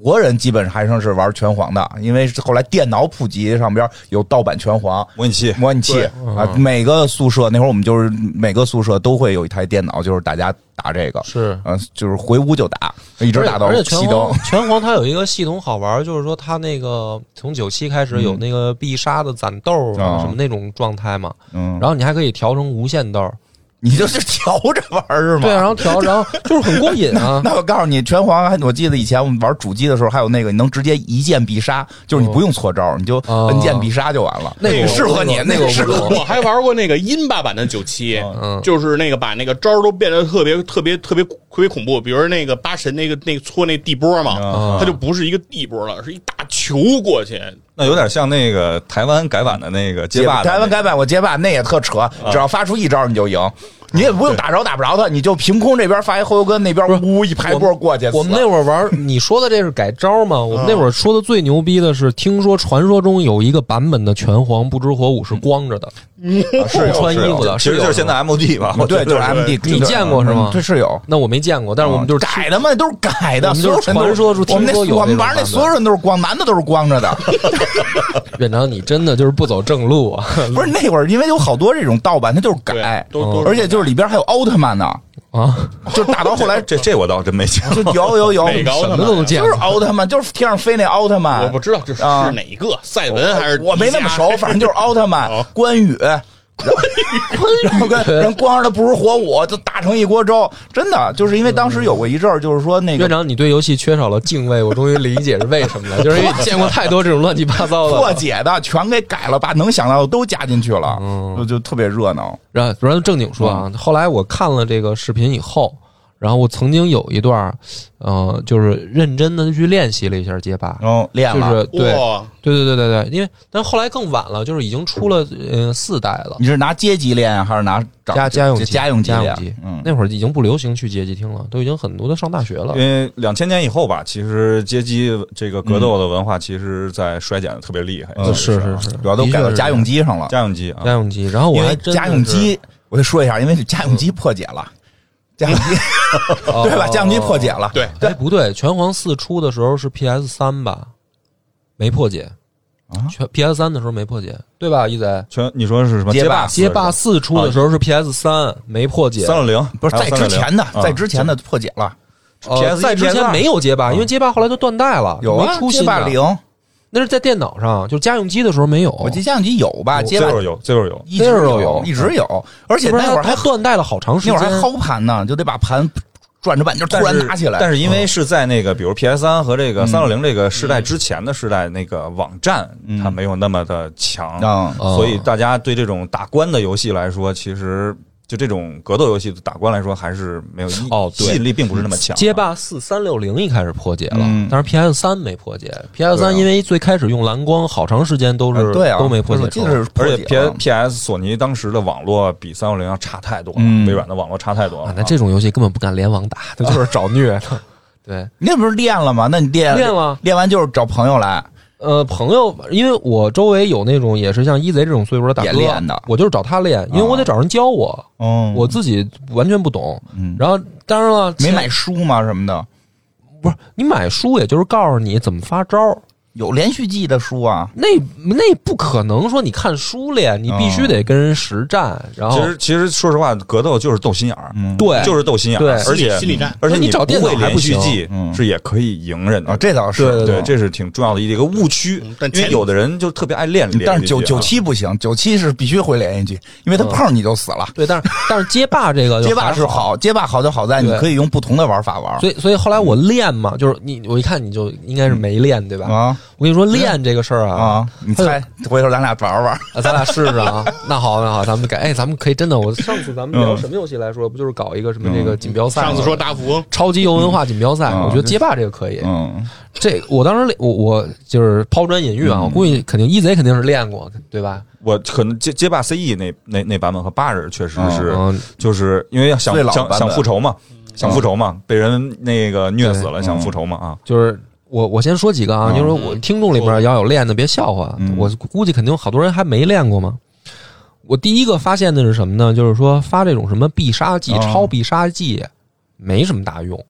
Speaker 1: 国人基本还是玩拳皇的，因为是后来电脑普及上边有盗版拳皇，
Speaker 4: 模拟器。
Speaker 1: 模拟器
Speaker 3: 对
Speaker 1: 啊，
Speaker 2: 嗯
Speaker 1: 每个宿舍那会儿我们就是每个宿舍都会有一台电脑，就是大家打这个，
Speaker 2: 是
Speaker 1: 嗯、就是回屋就打，一直打到
Speaker 2: 而且
Speaker 1: 熄
Speaker 2: 拳
Speaker 1: 灯
Speaker 2: 皇。拳皇它有一个系统好玩，就是说它那个从九七开始有那个必杀的攒豆
Speaker 1: 嗯啊
Speaker 2: 啊什么那种状态嘛，
Speaker 1: 嗯，
Speaker 2: 然后你还可以调成无限豆，
Speaker 1: 你就是调着玩儿是吗？。
Speaker 2: 对，啊然后调，然后就是很过瘾啊
Speaker 1: 那我告诉你，拳皇还我记得以前我们玩主机的时候，还有那个你能直接一键必杀，就是你不用错招，你就
Speaker 2: 哦
Speaker 1: 摁键必杀就完了。
Speaker 2: 那个
Speaker 1: 个
Speaker 2: 我
Speaker 1: 适合你，
Speaker 2: 那个
Speaker 1: 个
Speaker 2: 我
Speaker 1: 适合
Speaker 3: 我还玩过那个音霸版的九七，
Speaker 2: 嗯
Speaker 3: 就是那个把那个招儿都变得特别特别特别特别恐怖，比如那个八神那个那个搓那地波
Speaker 1: 嗯
Speaker 3: 嘛，它就不是一个地波了，是一大球过去。
Speaker 4: 那有点像那个台湾改版的那个街霸的那个，
Speaker 1: 台湾改版我街霸那也特
Speaker 2: 啊
Speaker 1: 扯，只要发出一招你就赢，你也不用打着打不着他，你就凭空这边发一后油跟，那边呜一排波过去。
Speaker 2: 我们那会儿玩，你说的这是改招吗？我们那
Speaker 1: 嗯
Speaker 2: 会儿说的最牛逼的是，听说传说中有一个版本的拳皇不知火舞是光着的，
Speaker 1: 那是有嗯
Speaker 2: 穿
Speaker 1: 是有
Speaker 2: 衣服的
Speaker 4: 其实
Speaker 2: 是
Speaker 4: 就是
Speaker 2: 有啊
Speaker 4: 嗯
Speaker 2: 的
Speaker 4: 现在 MOD 吧，我
Speaker 1: 对，
Speaker 4: 觉得
Speaker 1: 就是 M D，
Speaker 2: 你见过是吗
Speaker 1: 这是有，
Speaker 2: 那我没见过，但是我们就是
Speaker 1: 啊改的嘛，都是改的，
Speaker 2: 我们
Speaker 1: 所
Speaker 2: 就
Speaker 1: 有
Speaker 2: 是
Speaker 1: 人都
Speaker 2: 传说中
Speaker 1: 我们那
Speaker 2: 听说有
Speaker 1: 我们玩那
Speaker 2: 那种版本
Speaker 1: 所有人都是光，男的都是光着 的。
Speaker 2: 院长，你真的就是不走正路啊！
Speaker 1: 不是那会儿，因为有好多这种盗版，它就是改
Speaker 3: 对，都都是
Speaker 1: 而且就是里边还有奥特曼呢，
Speaker 2: 啊，
Speaker 1: 就打到后来
Speaker 4: 这这我倒真没见
Speaker 1: 就
Speaker 4: 过。
Speaker 1: 有有有，
Speaker 3: 哪个奥特
Speaker 2: 什么
Speaker 3: 曼
Speaker 2: 都能见
Speaker 1: 就是奥特曼，就是天上飞那奥特曼。
Speaker 3: 我不知道这是
Speaker 1: 啊
Speaker 3: 是哪一个，赛文还是
Speaker 1: 我没那么熟，反正就是奥特曼
Speaker 3: 哦、
Speaker 1: 关 羽。 然后跟人光着的不是火舞，就打成一锅粥。真的，就是因为当时有过一阵儿，就是说那
Speaker 2: 院
Speaker 1: 个
Speaker 2: 长，你对游戏缺少了敬畏，我终于理解是为什么了，就是因为见过太多这种乱七八糟
Speaker 1: 破
Speaker 2: 的。
Speaker 1: 解的全给改了，把能想到的都加进去了，
Speaker 2: 嗯
Speaker 1: 就就特别热闹。
Speaker 2: 然后，然后正经说啊，
Speaker 1: 嗯
Speaker 2: 后来我看了这个视频以后，然后我曾经有一段儿，呃，就是认真的去练习了一下街霸，
Speaker 1: 然后哦练
Speaker 2: 就
Speaker 1: 了，
Speaker 2: 是对，
Speaker 3: 哇，
Speaker 2: 对对对对对，因为但后来更晚了，就是已经出了呃四代了。
Speaker 1: 你是拿街机练还是拿
Speaker 2: 家家用机，
Speaker 1: 家用
Speaker 2: 机，家用
Speaker 1: 练？嗯，
Speaker 2: 那会儿已经不流行去街机厅了，都已经很多都上大学了
Speaker 4: 因。为两千年以后吧，其实街机这个格斗的文化，其实在衰减的特别厉害。
Speaker 1: 嗯
Speaker 2: 是
Speaker 4: 啊
Speaker 2: 是是，
Speaker 1: 主要都改到
Speaker 2: 的确是
Speaker 1: 家用机上了。
Speaker 4: 家用机
Speaker 2: 家
Speaker 4: 啊，
Speaker 2: 用机。然后
Speaker 1: 嗯
Speaker 2: 我
Speaker 1: 因
Speaker 2: 还
Speaker 1: 为
Speaker 2: 真的
Speaker 1: 家用
Speaker 2: 是，
Speaker 1: 机， 我就说一下，因为家用机破解了，家用机 对
Speaker 2: 对
Speaker 1: 吧？家用机破解。了，
Speaker 3: 对
Speaker 2: 哦哎，不对，拳皇四出的时候是 PS 三吧？没破解
Speaker 1: 啊
Speaker 2: 全 PS 三的时候没破解，对吧？一仔，
Speaker 4: 全你说是什么？
Speaker 1: 街霸
Speaker 4: 霸
Speaker 2: 街霸四出的时候是 PS 三没破解，
Speaker 4: 三六零啊
Speaker 1: 不是在之前的，在之前
Speaker 4: 的
Speaker 1: 的破解了，
Speaker 2: 呃
Speaker 4: PS1
Speaker 2: 在之前
Speaker 4: PS2
Speaker 2: 没有街霸，因为街霸后来都断代了，
Speaker 1: 啊有
Speaker 2: 没
Speaker 1: 啊，
Speaker 2: 出
Speaker 1: 街
Speaker 2: 新
Speaker 1: 霸
Speaker 2: 的。
Speaker 1: 零，
Speaker 2: 那是在电脑上，就是家用机的时候没有。
Speaker 1: 我记得家用机有吧？街霸
Speaker 4: Zero 有 Zero 有，
Speaker 1: 一直
Speaker 2: Zero 有
Speaker 1: 一直有，而且
Speaker 2: 是不是
Speaker 1: 那会儿还
Speaker 2: 它断代了好长时
Speaker 1: 那
Speaker 2: 间，
Speaker 1: 会儿还薅盘呢，就得把盘转着半截，突然拿起来。嗯
Speaker 4: 但是因为是在那个比如 PS 三和这个三六零这个时代之前的时代，那个网站
Speaker 1: 嗯
Speaker 4: 它没有那么的强，
Speaker 1: 啊，
Speaker 2: 哦
Speaker 4: 所以大家对这种打关的游戏来说，其实就这种格斗游戏打官来说，还是没有意
Speaker 2: 哦对
Speaker 4: 吸引力并不是那么
Speaker 1: 啊
Speaker 4: 强。
Speaker 2: 街霸四三六零一开始破解了，
Speaker 4: 嗯
Speaker 2: 但是 PS 三没破解。PS 三因为最开始用蓝光，好长时间都是、
Speaker 1: 哎对啊，
Speaker 2: 都没破
Speaker 1: 我
Speaker 2: 解
Speaker 1: 记
Speaker 2: 成。
Speaker 1: 得是破
Speaker 4: 而且
Speaker 1: 解
Speaker 4: P
Speaker 1: 了
Speaker 4: P S 索尼当时的网络比三六零要差太多了，
Speaker 1: 嗯
Speaker 4: 微软的网络差太多了。
Speaker 2: 啊，那这种游戏根本不敢联网打，它就是找虐的。对，
Speaker 1: 你那不是练了吗？那你练
Speaker 2: 练了
Speaker 1: 练完就是找朋友来，
Speaker 2: 呃，朋友，因为我周围有那种也是像一 E 贼这种岁数的大
Speaker 1: 也
Speaker 2: 哥
Speaker 1: 练的啊
Speaker 2: 我就是找他练，因为我得找人教我，
Speaker 1: 嗯
Speaker 2: 我自己完全不懂。
Speaker 1: 嗯
Speaker 2: 然后当然了，
Speaker 1: 没
Speaker 2: 前
Speaker 1: 买书吗？什么的，
Speaker 2: 不是你买书，也就是告诉你怎么发招儿。
Speaker 1: 有连续剧的书啊。
Speaker 2: 那那不可能说你看书练，你必须得跟人实战。然后
Speaker 4: 其实其实说实话，格斗就是斗心眼儿，
Speaker 1: 嗯，
Speaker 2: 哦对，
Speaker 4: 就是斗心眼
Speaker 2: 对
Speaker 4: 儿，而且
Speaker 3: 心理战
Speaker 4: 而且
Speaker 2: 你找
Speaker 4: 不
Speaker 2: 电脑
Speaker 4: 会
Speaker 2: 还
Speaker 4: 连
Speaker 2: 不
Speaker 4: 续
Speaker 2: 行
Speaker 4: 技
Speaker 1: 嗯
Speaker 4: 是也可以赢人
Speaker 1: 啊，
Speaker 4: 的。
Speaker 1: 这倒是
Speaker 2: 对
Speaker 4: 对，这是挺重要的一个误区
Speaker 3: 嗯，但
Speaker 4: 因为
Speaker 3: 前
Speaker 4: 有的人就特别爱练连
Speaker 1: 但
Speaker 4: 续
Speaker 1: 是九
Speaker 4: 剧啊
Speaker 1: 九七不行，九七是必须会连一句，因为他碰你就死了。
Speaker 2: 对，但是但是街霸这个就
Speaker 1: 街霸
Speaker 2: 还
Speaker 1: 是好，街霸好就好在你
Speaker 2: 对
Speaker 1: 可以用不同的玩法玩
Speaker 2: 所以所以后来我练嘛，就是你我一看你就应该是没练对吧？
Speaker 1: 啊
Speaker 2: 我跟你说练这个事儿啊，
Speaker 1: 啊！你猜，回头咱俩玩玩。
Speaker 2: 啊咱俩试 试啊。那好那好，咱们改哎，咱们可以真的，我上次
Speaker 1: 嗯
Speaker 2: 咱们聊什么游戏来说，不就是搞一个什么这个锦标赛吗？
Speaker 3: 上次说大富翁，
Speaker 2: 超级游文化锦标赛，
Speaker 1: 嗯
Speaker 2: 我觉得街霸这个可以。
Speaker 1: 嗯，
Speaker 2: 这我当时练我我就是抛砖引玉啊，我估计肯定一贼肯定是练过，对吧？
Speaker 4: 我可能街街霸 CE 那那那版本和八人确实是，
Speaker 2: 嗯，
Speaker 4: 就是因为要想
Speaker 1: 最老的
Speaker 4: 想
Speaker 1: 版本
Speaker 4: 想复仇嘛，
Speaker 3: 嗯
Speaker 4: 想复仇嘛，被人那个虐死了，
Speaker 1: 对
Speaker 4: 想复仇嘛啊。
Speaker 2: 就是我我先说几个啊，
Speaker 1: 嗯
Speaker 2: 就是我听众里边要有练的，别笑话，
Speaker 1: 嗯
Speaker 2: 我估计肯定有好多人还没练过嘛。我第一个发现的是什么呢？就是说发这种什么必杀技、
Speaker 1: 嗯
Speaker 2: 超必杀技，没什么大用，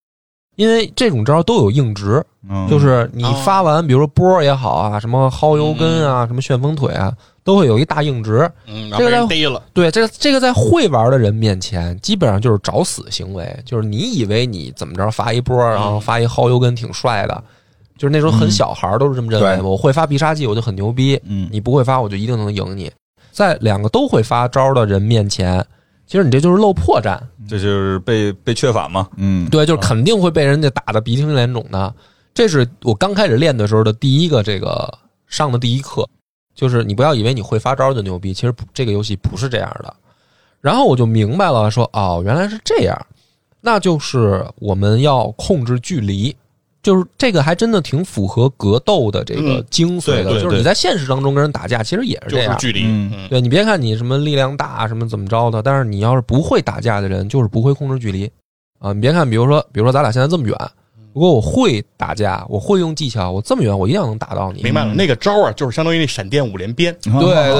Speaker 2: 因为这种招都有硬值，
Speaker 1: 嗯嗯
Speaker 2: 就是你
Speaker 3: 哦
Speaker 2: 发完，比如说波儿也好啊，什么薅油根啊，什么旋风腿啊，都会有一大硬值。
Speaker 3: 嗯，然后被人逮了，
Speaker 2: 对，这个这个在会玩的人面前，基本上就是找死行为，就是你以为你怎么着发一波，然
Speaker 1: 嗯
Speaker 2: 后发一薅油根挺帅的，就是那时候很小孩儿都是这么认为
Speaker 1: 对
Speaker 2: 的。我会发必杀技，我就很牛逼；
Speaker 1: 嗯
Speaker 2: 你不会发，我就一定能赢你。在两个都会发招的人面前，其实你这就是露破绽，
Speaker 4: 这就是被被确反嘛，
Speaker 1: 嗯，
Speaker 2: 对，就是肯定会被人家打的鼻青脸肿的。这是我刚开始练的时候的第一个这个上的第一课，就是你不要以为你会发招就牛逼，其实不这个游戏不是这样的。然后我就明白了说，哦，原来是这样，那就是我们要控制距离，就是这个还真的挺符合格斗的这个
Speaker 3: 嗯
Speaker 2: 精髓的，
Speaker 4: 对对
Speaker 2: 就是你在现实当中跟人打架，其实也是
Speaker 3: 就
Speaker 2: 这
Speaker 3: 是
Speaker 2: 样，
Speaker 3: 距离，
Speaker 1: 嗯
Speaker 3: 嗯，
Speaker 2: 对你别看你什么力量大啊什么怎么着的，但是你要是不会打架的人，就是不会控制距离啊。你别看，比如说，比如说咱俩现在这么远，
Speaker 3: 嗯
Speaker 2: 如果我会打架，我会用技巧，我这么远我一样能打到你。
Speaker 3: 明白了，
Speaker 1: 嗯
Speaker 3: 那个招啊，就是相当于那闪电五连鞭。
Speaker 2: 对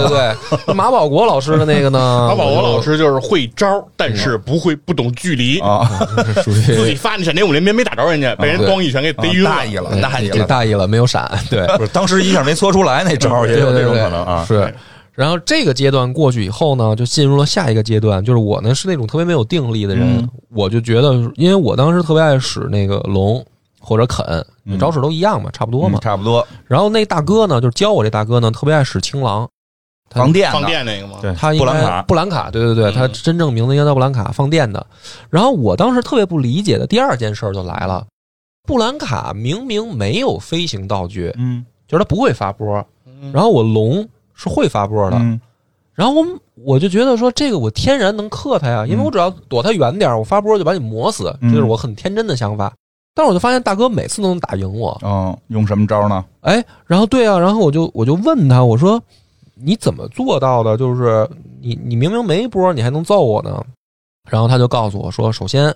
Speaker 2: 对 对，马保国老师的那个呢？
Speaker 3: 马保国老
Speaker 2: 我就
Speaker 3: 师就是会招，但是不会不懂距离，
Speaker 1: 啊，
Speaker 2: 是 属
Speaker 3: 自
Speaker 2: 于
Speaker 3: 己发那闪电五连鞭没打着人家，被人
Speaker 2: 对
Speaker 3: 咣一拳给逮晕
Speaker 1: 啊大意
Speaker 3: 了。
Speaker 1: 了，
Speaker 3: 嗯
Speaker 1: 大意
Speaker 2: 哎这
Speaker 1: 了。
Speaker 2: 大意了，没有闪，对。
Speaker 4: 不是当时一下没搓出来那招儿，也有这种可能啊。
Speaker 2: 对对对是。然后这个阶段过去以后呢，就进入了下一个阶段，就是我呢是那种特别没有定力的人，
Speaker 1: 嗯
Speaker 2: 我就觉得，因为我当时特别爱使那个龙或者肯，
Speaker 1: 嗯
Speaker 2: 招式都一样嘛，差不多嘛
Speaker 1: 嗯。差不多，
Speaker 2: 然后那大哥呢，就是教我这大哥呢，特别爱使青狼，他
Speaker 1: 放电呢
Speaker 3: 放，电那个吗？
Speaker 4: 对，
Speaker 2: 他应
Speaker 4: 哎布
Speaker 2: 该
Speaker 4: 兰卡，
Speaker 2: 布兰卡，对对对，
Speaker 3: 嗯
Speaker 2: 他真正名字应该叫布兰卡，放电的。然后我当时特别不理解的第二件事儿就来了，布兰卡明明没有飞行道具，
Speaker 1: 嗯，
Speaker 2: 就是他不会发波，
Speaker 3: 嗯
Speaker 2: 然后我龙是会发波的，
Speaker 1: 嗯
Speaker 2: 然后我我就觉得说这个我天然能克他呀，因为我只要躲他远点儿，我发波就把你磨死，这
Speaker 1: 嗯
Speaker 2: 是我很天真的想法。但是我就发现大哥每次都能打赢我，
Speaker 1: 哦，用什么招呢？
Speaker 2: 哎，然后对啊，然后我就我就问他，我说你怎么做到的？就是你你明明没波，你还能揍我呢？然后他就告诉我说，首先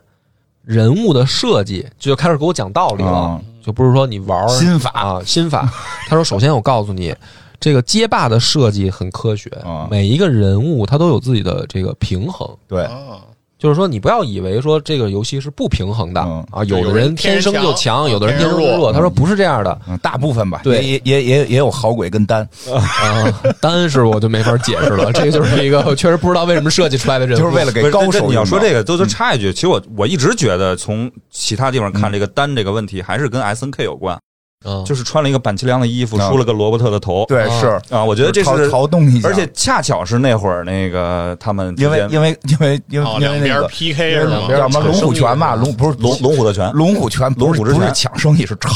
Speaker 2: 人物的设计就开始给我讲道理了，
Speaker 1: 啊，
Speaker 2: 就不是说你玩儿
Speaker 1: 心法，
Speaker 2: 啊，心法。他说，首先我告诉你，这个街霸的设计很科学
Speaker 1: 啊，
Speaker 2: 每一个人物他都有自己的这个平衡。
Speaker 1: 对，
Speaker 3: 啊，
Speaker 2: 就是说，你不要以为说这个游戏是不平衡的
Speaker 1: 嗯
Speaker 2: 啊，
Speaker 3: 就
Speaker 2: 有
Speaker 3: 有
Speaker 2: 的
Speaker 3: 人
Speaker 2: 人天
Speaker 3: 天
Speaker 2: 生
Speaker 3: 生
Speaker 2: 就
Speaker 3: 强
Speaker 2: 强，有的人
Speaker 3: 有
Speaker 2: 天
Speaker 3: 的人
Speaker 2: 生就弱。
Speaker 3: 弱
Speaker 2: 他说不是这样的，
Speaker 1: 嗯大部分吧，
Speaker 2: 对
Speaker 1: 也也也也有好鬼跟单，
Speaker 2: 啊， 单是我就没法解释了，这个就是 一个我确实不知道为什么设计出来的人物，
Speaker 1: 就是为了给
Speaker 4: 不是
Speaker 1: 高
Speaker 4: 这这
Speaker 1: 手。嗯
Speaker 4: 你要说
Speaker 1: 个，
Speaker 4: 这个，都都插一句，其实我我一直觉得从其他地方
Speaker 1: 嗯
Speaker 4: 看这个单这个问题，还是跟 S N K 有关，
Speaker 2: 嗯
Speaker 4: 就是穿了一个板崎良的衣服，
Speaker 1: 嗯
Speaker 4: 梳了个萝卜特的头。
Speaker 1: 哦对
Speaker 2: 啊
Speaker 1: 是，
Speaker 4: 啊，我觉得这
Speaker 1: 就是嘲嘲弄一下，
Speaker 4: 而且恰巧是那会儿那个他们之
Speaker 1: 因为
Speaker 4: 间
Speaker 1: 因为因为因为
Speaker 3: 哦，
Speaker 1: 因
Speaker 3: 两
Speaker 1: 为那
Speaker 3: 边
Speaker 1: 个
Speaker 3: PK 是
Speaker 2: 两
Speaker 3: 吗
Speaker 2: 边？
Speaker 1: 叫什么龙虎拳
Speaker 3: 啊
Speaker 1: 吧，龙不是
Speaker 4: 龙龙虎的拳
Speaker 1: 龙虎拳，不是
Speaker 4: 龙虎之
Speaker 1: 不是
Speaker 4: 拳
Speaker 1: 抢生意，是抄，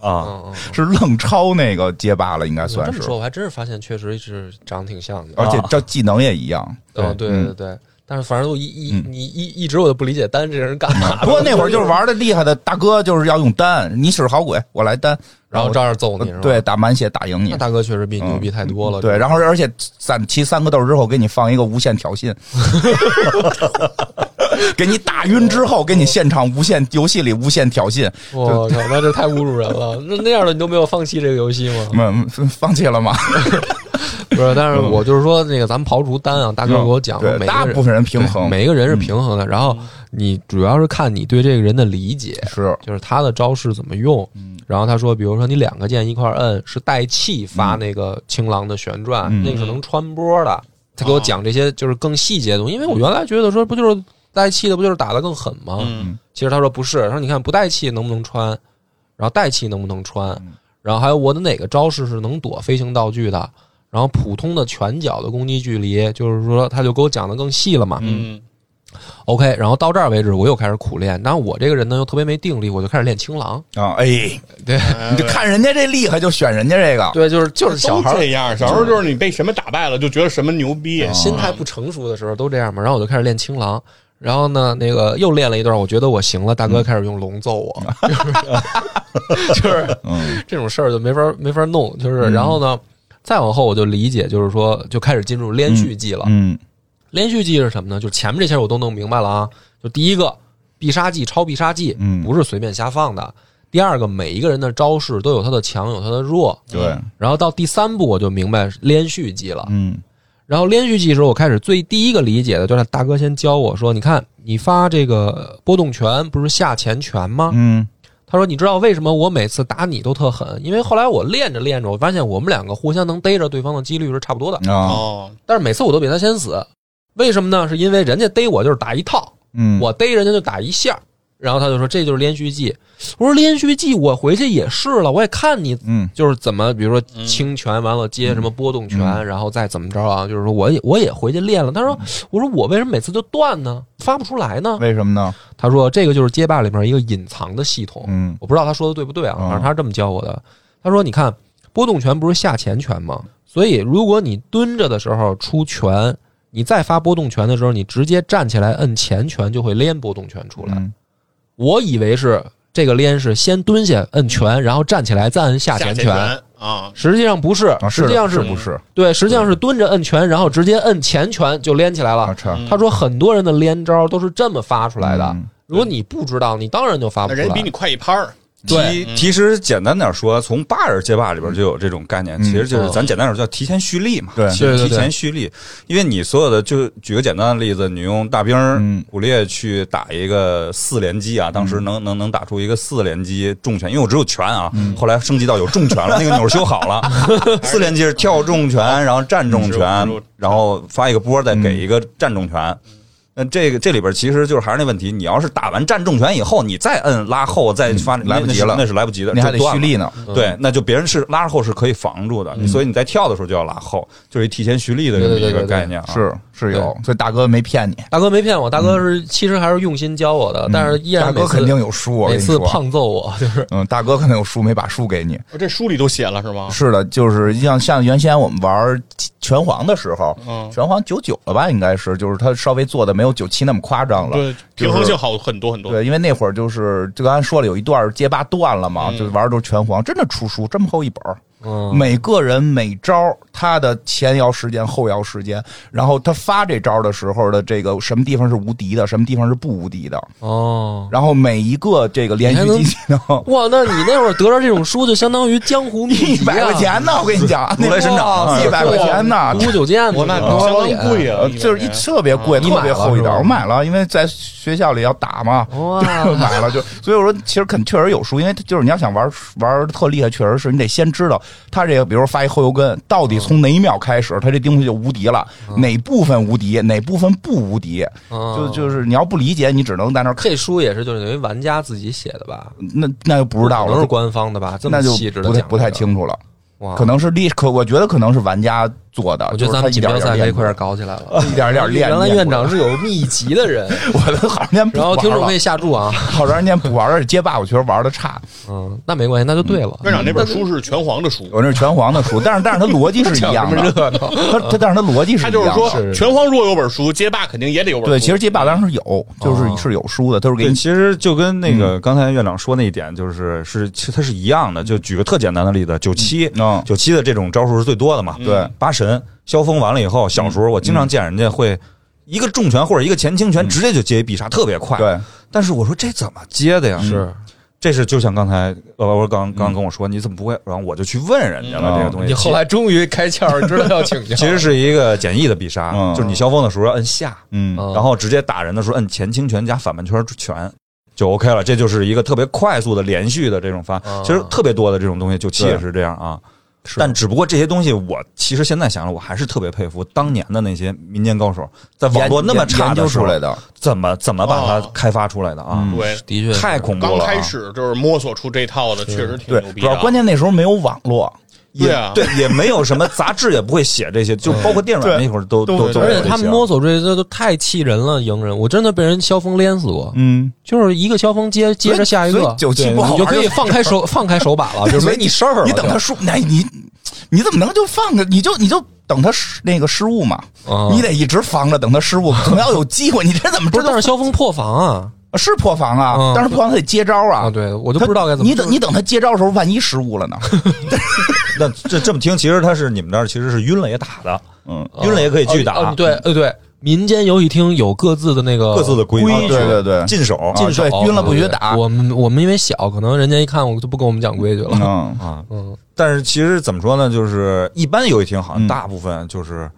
Speaker 4: 啊，
Speaker 2: 嗯嗯，
Speaker 1: 是愣抄那个街霸了，应该
Speaker 2: 嗯
Speaker 1: 算
Speaker 2: 这
Speaker 1: 是
Speaker 2: 么，说，我还真是发现确实是长挺像的，
Speaker 1: 而且这技能也一样，
Speaker 2: 嗯，对
Speaker 1: 嗯
Speaker 2: 对对。但是反正我一一你一一直我就不理解单这人干嘛的。
Speaker 1: 不过那会儿就是玩的厉害的大哥，就是要用单，你使好鬼，我来单，
Speaker 2: 然后照样揍你是吧？
Speaker 1: 呃对，打满血打赢你
Speaker 2: 那。大哥确实比你牛逼太多了。
Speaker 1: 嗯对，然后而且攒齐三个豆之后，给你放一个无限挑 衅，给你打晕之后，给你现场无限游戏里无限挑衅，
Speaker 2: 我靠，那这太侮辱人了！那那样的你都没有放弃这个游戏吗？
Speaker 1: 嗯，放弃了吗？
Speaker 2: 不是，但是我就是说，那个咱们刨除单啊，大哥给我讲过，
Speaker 1: 对，
Speaker 2: 每
Speaker 1: 大
Speaker 2: 个
Speaker 1: 部
Speaker 2: 人
Speaker 1: 分人平衡
Speaker 2: 每个人是平衡的。然后你主要是看你对这个人的理解，
Speaker 1: 是
Speaker 2: 就是嗯他的招式怎么用。然后他说，比如说你两个键一块儿摁，是带气发那个青狼的旋转，
Speaker 1: 嗯
Speaker 2: 那个是能穿波的。他给我讲这些就是更细节的东西，因为我原来觉得说不就是带气的不就是打得更狠吗？
Speaker 3: 嗯
Speaker 2: 其实他说不是，他说你看不带气能不能穿，然后带气能不能穿，然后还有我的哪个招式是能躲飞行道具的，然后普通的拳脚的攻击距离，就是说他就给我讲的更细了嘛。
Speaker 3: 嗯
Speaker 2: OK，然后到这儿为止，我又开始苦练。然后我这个人呢又特别没定力，我就开始练青狼。
Speaker 1: 啊，哎，你
Speaker 2: 对
Speaker 1: 就看人家这厉害就选人家这个，
Speaker 2: 对，就是就是小
Speaker 3: 哎都
Speaker 2: 孩儿
Speaker 3: 这样，小时
Speaker 1: 嗯
Speaker 3: 候就是你被什么打败了，就觉得什么牛逼，
Speaker 1: 哦
Speaker 2: 心态不成熟的时候都这样嘛。然后我就开始练青狼。然后呢，那个又练了一段，我觉得我行了，大哥开始用龙揍 我，就是
Speaker 1: 嗯
Speaker 2: 这种事儿就没法没法弄，就是然后呢，再往后我就理解，就是说就开始进入连续技了。
Speaker 1: 嗯
Speaker 2: 连续技是什么呢？就是前面这些我都弄明白了啊。就第一个必杀技、超必杀技，
Speaker 1: 嗯
Speaker 2: 不是随便瞎放的。第二个，每一个人的招式都有他的强，有他的弱。
Speaker 1: 对，
Speaker 2: 然后到第三步，我就明白连续技了。
Speaker 1: 嗯
Speaker 2: 然后连续技的时候，我开始最第一个理解的就是大哥先教我说：“你看，你发这个波动拳不是下前拳吗？
Speaker 1: 嗯
Speaker 2: 他说：“你知道为什么我每次打你都特狠？因为后来我练着练着，我发现我们两个互相能逮着对方的几率是差不多的。
Speaker 1: 啊
Speaker 3: 哦，
Speaker 2: 但是每次我都比他先死，为什么呢？是因为人家逮我就是打一套，
Speaker 1: 嗯，
Speaker 2: 我逮人家就打一下。然后他就说这就是连续技。我说连续技，我回去也试了，我也看你
Speaker 1: 嗯
Speaker 2: 就是怎么，比如说轻拳完了接什么波动拳，
Speaker 1: 嗯
Speaker 2: 然后再怎么着啊？就是说我也我也回去练了。他说：我说我为什么每次就断呢？发不出来呢？
Speaker 1: 为什么呢？
Speaker 2: 他说这个就是街霸里面一个隐藏的系统。
Speaker 1: 嗯
Speaker 2: 我不知道他说的对不对啊，
Speaker 1: 嗯
Speaker 2: 反正他是这么教我的。他说：“你看，波动拳不是下前拳吗？所以如果你蹲着的时候出拳，你再发波动拳的时候，你直接站起来摁前拳，就会连波动拳出来。
Speaker 1: 嗯
Speaker 2: 我以为是这个连是先蹲下摁拳，然后站起来再摁下
Speaker 3: 下
Speaker 2: 前
Speaker 3: 前拳啊，
Speaker 2: 实际上不是，
Speaker 1: 啊，
Speaker 2: 实际上
Speaker 1: 是
Speaker 2: 是
Speaker 1: 的不是
Speaker 2: 对，实际上是蹲着摁拳，然后直接摁前拳就连起来了
Speaker 1: 啊？。是
Speaker 3: 嗯
Speaker 2: 他说很多人的连招都是这么发出来的
Speaker 1: 嗯。
Speaker 2: 如果你不知道，你当然就发不
Speaker 3: 那
Speaker 2: 出
Speaker 3: 人
Speaker 2: 来。
Speaker 3: 比你快一拍儿，
Speaker 2: 对嗯
Speaker 4: 其其实简单点说，从八人街霸里边就有这种概念，
Speaker 1: 嗯
Speaker 4: 其实就是咱简单点叫提前蓄力嘛，
Speaker 1: 对
Speaker 4: 其
Speaker 2: 对
Speaker 4: 实
Speaker 2: 对
Speaker 4: 提
Speaker 2: 对
Speaker 4: 前蓄力，因为你所有的就举个简单的例子，你用大兵儿
Speaker 1: 嗯
Speaker 4: 古烈去打一个四连击啊，当时能能能打出一个四连击重拳，因为我只有拳啊，
Speaker 1: 嗯
Speaker 4: 后来升级到有重拳了，那个钮儿修好 了，四连击是跳重拳，然后站重
Speaker 3: 是
Speaker 4: 拳
Speaker 3: 我知道，
Speaker 4: 然后发一个波，再
Speaker 1: 嗯
Speaker 4: 给一个站重拳。那呃这个这里边其实就是还是那问题，你要是打完站重拳以后，你再摁拉后再发，
Speaker 1: 嗯来不及了
Speaker 4: 那是那是来不及的，
Speaker 1: 你还得
Speaker 4: 就断
Speaker 1: 蓄
Speaker 4: 了
Speaker 1: 力。嗯呢。
Speaker 4: 对，那就别人是拉后是可以防住的，所以你在跳的时候就要拉后，就是一提前蓄力的这么
Speaker 2: 对对对
Speaker 4: 一
Speaker 2: 对
Speaker 4: 个
Speaker 2: 对
Speaker 4: 概念啊。
Speaker 1: 是是有，所以大哥没骗你，
Speaker 2: 大哥没骗我，大哥是其实还是用心教我的，但是依
Speaker 1: 大
Speaker 2: 然每
Speaker 1: 哥
Speaker 2: 次
Speaker 1: 肯定有书，我跟
Speaker 2: 每
Speaker 1: 你
Speaker 2: 次
Speaker 1: 说，
Speaker 2: 胖揍我，就是
Speaker 1: 嗯，大哥肯定有书，没把书给你。
Speaker 3: 哦这书里都写了是吗？
Speaker 1: 是的，就是像像原先我们玩拳皇的时候，
Speaker 3: 嗯
Speaker 1: 拳皇九九了吧，应该是，就是他稍微做的没有九七那么夸张了。
Speaker 3: 对，
Speaker 1: 就是
Speaker 3: 平衡性好很多很多。
Speaker 1: 对，因为那会儿就是就刚才说了，有一段街霸断了嘛，就玩的都是拳皇，真的出书这么厚一本儿，
Speaker 2: 嗯，
Speaker 1: 每个人每招他的前摇时间、后摇时间，然后他发这招的时候的这个什么地方是无敌的，什么地方是不无敌的，
Speaker 2: 哦。
Speaker 1: 然后每一个这个连续
Speaker 2: 你还能
Speaker 1: 技能
Speaker 2: 哇，那你那会儿得着这种书，就相当于江湖秘籍
Speaker 1: 一
Speaker 2: 啊
Speaker 1: 百块，钱呢，我跟你讲，
Speaker 4: 如来神掌
Speaker 1: 一百块钱呢
Speaker 2: 五。谷九剑，
Speaker 3: 我那
Speaker 2: 这种
Speaker 3: 嗯相当贵啊
Speaker 1: 呃，就是一特别贵，
Speaker 2: 你
Speaker 1: 特
Speaker 2: 买
Speaker 1: 别
Speaker 2: 了
Speaker 1: 厚一
Speaker 2: 是
Speaker 1: 点，
Speaker 2: 吧啊
Speaker 1: 我买了，因为在学校里要打嘛，
Speaker 2: 哇，
Speaker 1: 买了就，所以我说其实肯确实有数，因为就是你要想玩玩特厉害，确实是你得先知道他这个，比如说发一后油跟，到底从哪一秒开始，他这东西就无敌了，
Speaker 2: 啊
Speaker 1: 哪部分无敌，哪部分不无敌，就
Speaker 2: 嗯
Speaker 1: 就是你要不理解，你只能在那儿看，
Speaker 2: 这书也是就是等于玩家自己写的吧？
Speaker 1: 那那就不知道
Speaker 2: 不是
Speaker 1: 了，
Speaker 2: 官方的吧？这么
Speaker 1: 那就
Speaker 2: 细致的
Speaker 1: 不太
Speaker 2: 讲，
Speaker 1: 不太。清楚了，
Speaker 2: 哇，
Speaker 1: 可能是历可我觉得可能是玩家做的。
Speaker 2: 啊我觉
Speaker 1: 就
Speaker 2: 得
Speaker 1: 是他
Speaker 2: 咱们
Speaker 1: 一
Speaker 2: 锦
Speaker 1: 点
Speaker 2: 标
Speaker 1: 儿
Speaker 2: 赛可以
Speaker 1: 练
Speaker 2: 快点
Speaker 1: 出
Speaker 2: 搞起来了。
Speaker 1: 来，一 点儿一点儿练。
Speaker 2: 原来
Speaker 1: 练
Speaker 2: 院
Speaker 1: 出来
Speaker 2: 长是有秘籍的人，
Speaker 1: 我都好长时间不
Speaker 2: 然 后
Speaker 1: 玩
Speaker 2: 听众
Speaker 1: 了
Speaker 2: 可以下注啊。
Speaker 1: 好长时间不玩了，而且街霸我觉得玩的差。
Speaker 2: 嗯，那没关系，那就对了。
Speaker 1: 嗯
Speaker 3: 院长那本书是拳皇的书，
Speaker 1: 我那是拳皇的书，但是但是它逻辑是一样
Speaker 2: 这么
Speaker 1: 的，
Speaker 2: 热闹，
Speaker 1: 它它但是它逻辑是
Speaker 3: 他
Speaker 1: 一
Speaker 3: 就是
Speaker 1: 样
Speaker 3: 说
Speaker 1: 的。
Speaker 2: 是
Speaker 3: 拳皇如果有本书，街霸肯定也得有本书。
Speaker 1: 对，其实街霸当时有，
Speaker 2: 哦
Speaker 1: 就是是有书的，都是给
Speaker 4: 对，
Speaker 1: 你嗯
Speaker 4: 其实就跟那个刚才院长说那一点，就是是其实它是一样的。就举个特简单的例子，九七
Speaker 1: 嗯
Speaker 4: 九七的这种招数是最多的嘛。
Speaker 1: 对嗯
Speaker 4: 八神萧峰完了以后，小时候我经常见人家会一个重拳或者一个前倾拳，直接就接一必杀，特别快。，
Speaker 1: 对
Speaker 4: 但是我说这怎么接的呀？
Speaker 2: 是
Speaker 4: 这是就像刚才呃，我刚刚跟我说你怎么不会，然后我就去问人家了
Speaker 1: 嗯
Speaker 4: 这个东西。
Speaker 2: 你后来终于开窍，知道要请教。
Speaker 4: 其实是一个简易的必杀，
Speaker 1: 嗯
Speaker 4: 就是你萧峰的时候摁下，
Speaker 1: 嗯
Speaker 2: 嗯，
Speaker 4: 然后直接打人的时候摁前轻拳加反半圈拳就 OK 了，这就是一个特别快速的连续的这种发，
Speaker 1: 嗯
Speaker 2: 啊
Speaker 4: 其实特别多的这种东西，九七
Speaker 1: 对
Speaker 4: 也是这样啊。但只不过这些东西，我其实现在想了，我还是特别佩服当年的那些民间高手，在网络那么差
Speaker 1: 研
Speaker 4: 的
Speaker 1: 究
Speaker 4: 时
Speaker 1: 出
Speaker 4: 候
Speaker 1: 来，的，
Speaker 4: 怎么怎么把它
Speaker 3: 哦
Speaker 4: 开发出来的啊？
Speaker 1: 嗯
Speaker 3: 对，
Speaker 2: 的确是
Speaker 4: 太恐怖
Speaker 3: 刚
Speaker 4: 了、啊！
Speaker 3: 开始就是摸索出这套的，确实挺
Speaker 1: 对
Speaker 3: 牛，逼
Speaker 1: 主
Speaker 3: 的
Speaker 1: 要
Speaker 3: 啊。
Speaker 1: 关键那时候没有网络，
Speaker 4: 也
Speaker 3: 对啊
Speaker 4: 对，也没有什么杂志也不会写这些，就包括电软那会儿都
Speaker 1: 对
Speaker 4: 都都
Speaker 1: 对
Speaker 4: 没
Speaker 2: 而
Speaker 4: 有
Speaker 2: 且
Speaker 4: 这
Speaker 2: 他们
Speaker 4: 些啊
Speaker 2: 摸索这些都太气人了，赢人！我真的被人萧峰连死过，
Speaker 1: 嗯，
Speaker 2: 就是一个萧峰接接着下一个，
Speaker 1: 九七
Speaker 4: 对
Speaker 1: 不好
Speaker 2: 你
Speaker 1: 玩
Speaker 2: 就可以放开手放开手把
Speaker 1: 啊
Speaker 2: 了，就是没你事儿了。
Speaker 1: 你等他输，哎，你你怎么能就放着？你就你就等他失那个失误嘛，
Speaker 2: 啊
Speaker 1: 你得一直防着，等他失误，总要有机会。你这怎么
Speaker 2: 不
Speaker 1: 知
Speaker 2: 是，
Speaker 1: 道
Speaker 2: 但是萧峰破防啊
Speaker 1: 是破防
Speaker 2: 嗯
Speaker 1: 啊？但是破防他得接招
Speaker 2: 啊！
Speaker 1: 啊，
Speaker 2: 对我就
Speaker 1: 他
Speaker 2: 不知道该怎么
Speaker 1: 你等你等他接招的时候，万一失误了呢？
Speaker 4: 那这这么听，其实他是你们那儿其实是晕了也打的，
Speaker 1: 嗯，
Speaker 4: 晕了也可以去打，
Speaker 2: 哦哦对，呃对，民间游戏厅有各自的那个
Speaker 4: 各自的规矩，
Speaker 1: 规矩对对啊对
Speaker 4: 进手啊
Speaker 1: 进手
Speaker 2: 哦
Speaker 1: 晕了不许
Speaker 2: 对
Speaker 1: 打。
Speaker 2: 我们我们因为小，可能人家一看我就不跟我们讲规矩了。
Speaker 1: 嗯，
Speaker 4: 啊。
Speaker 2: 嗯，
Speaker 4: 但是其实怎么说呢，就是一般游戏厅好像
Speaker 1: 嗯
Speaker 4: 大部分就是，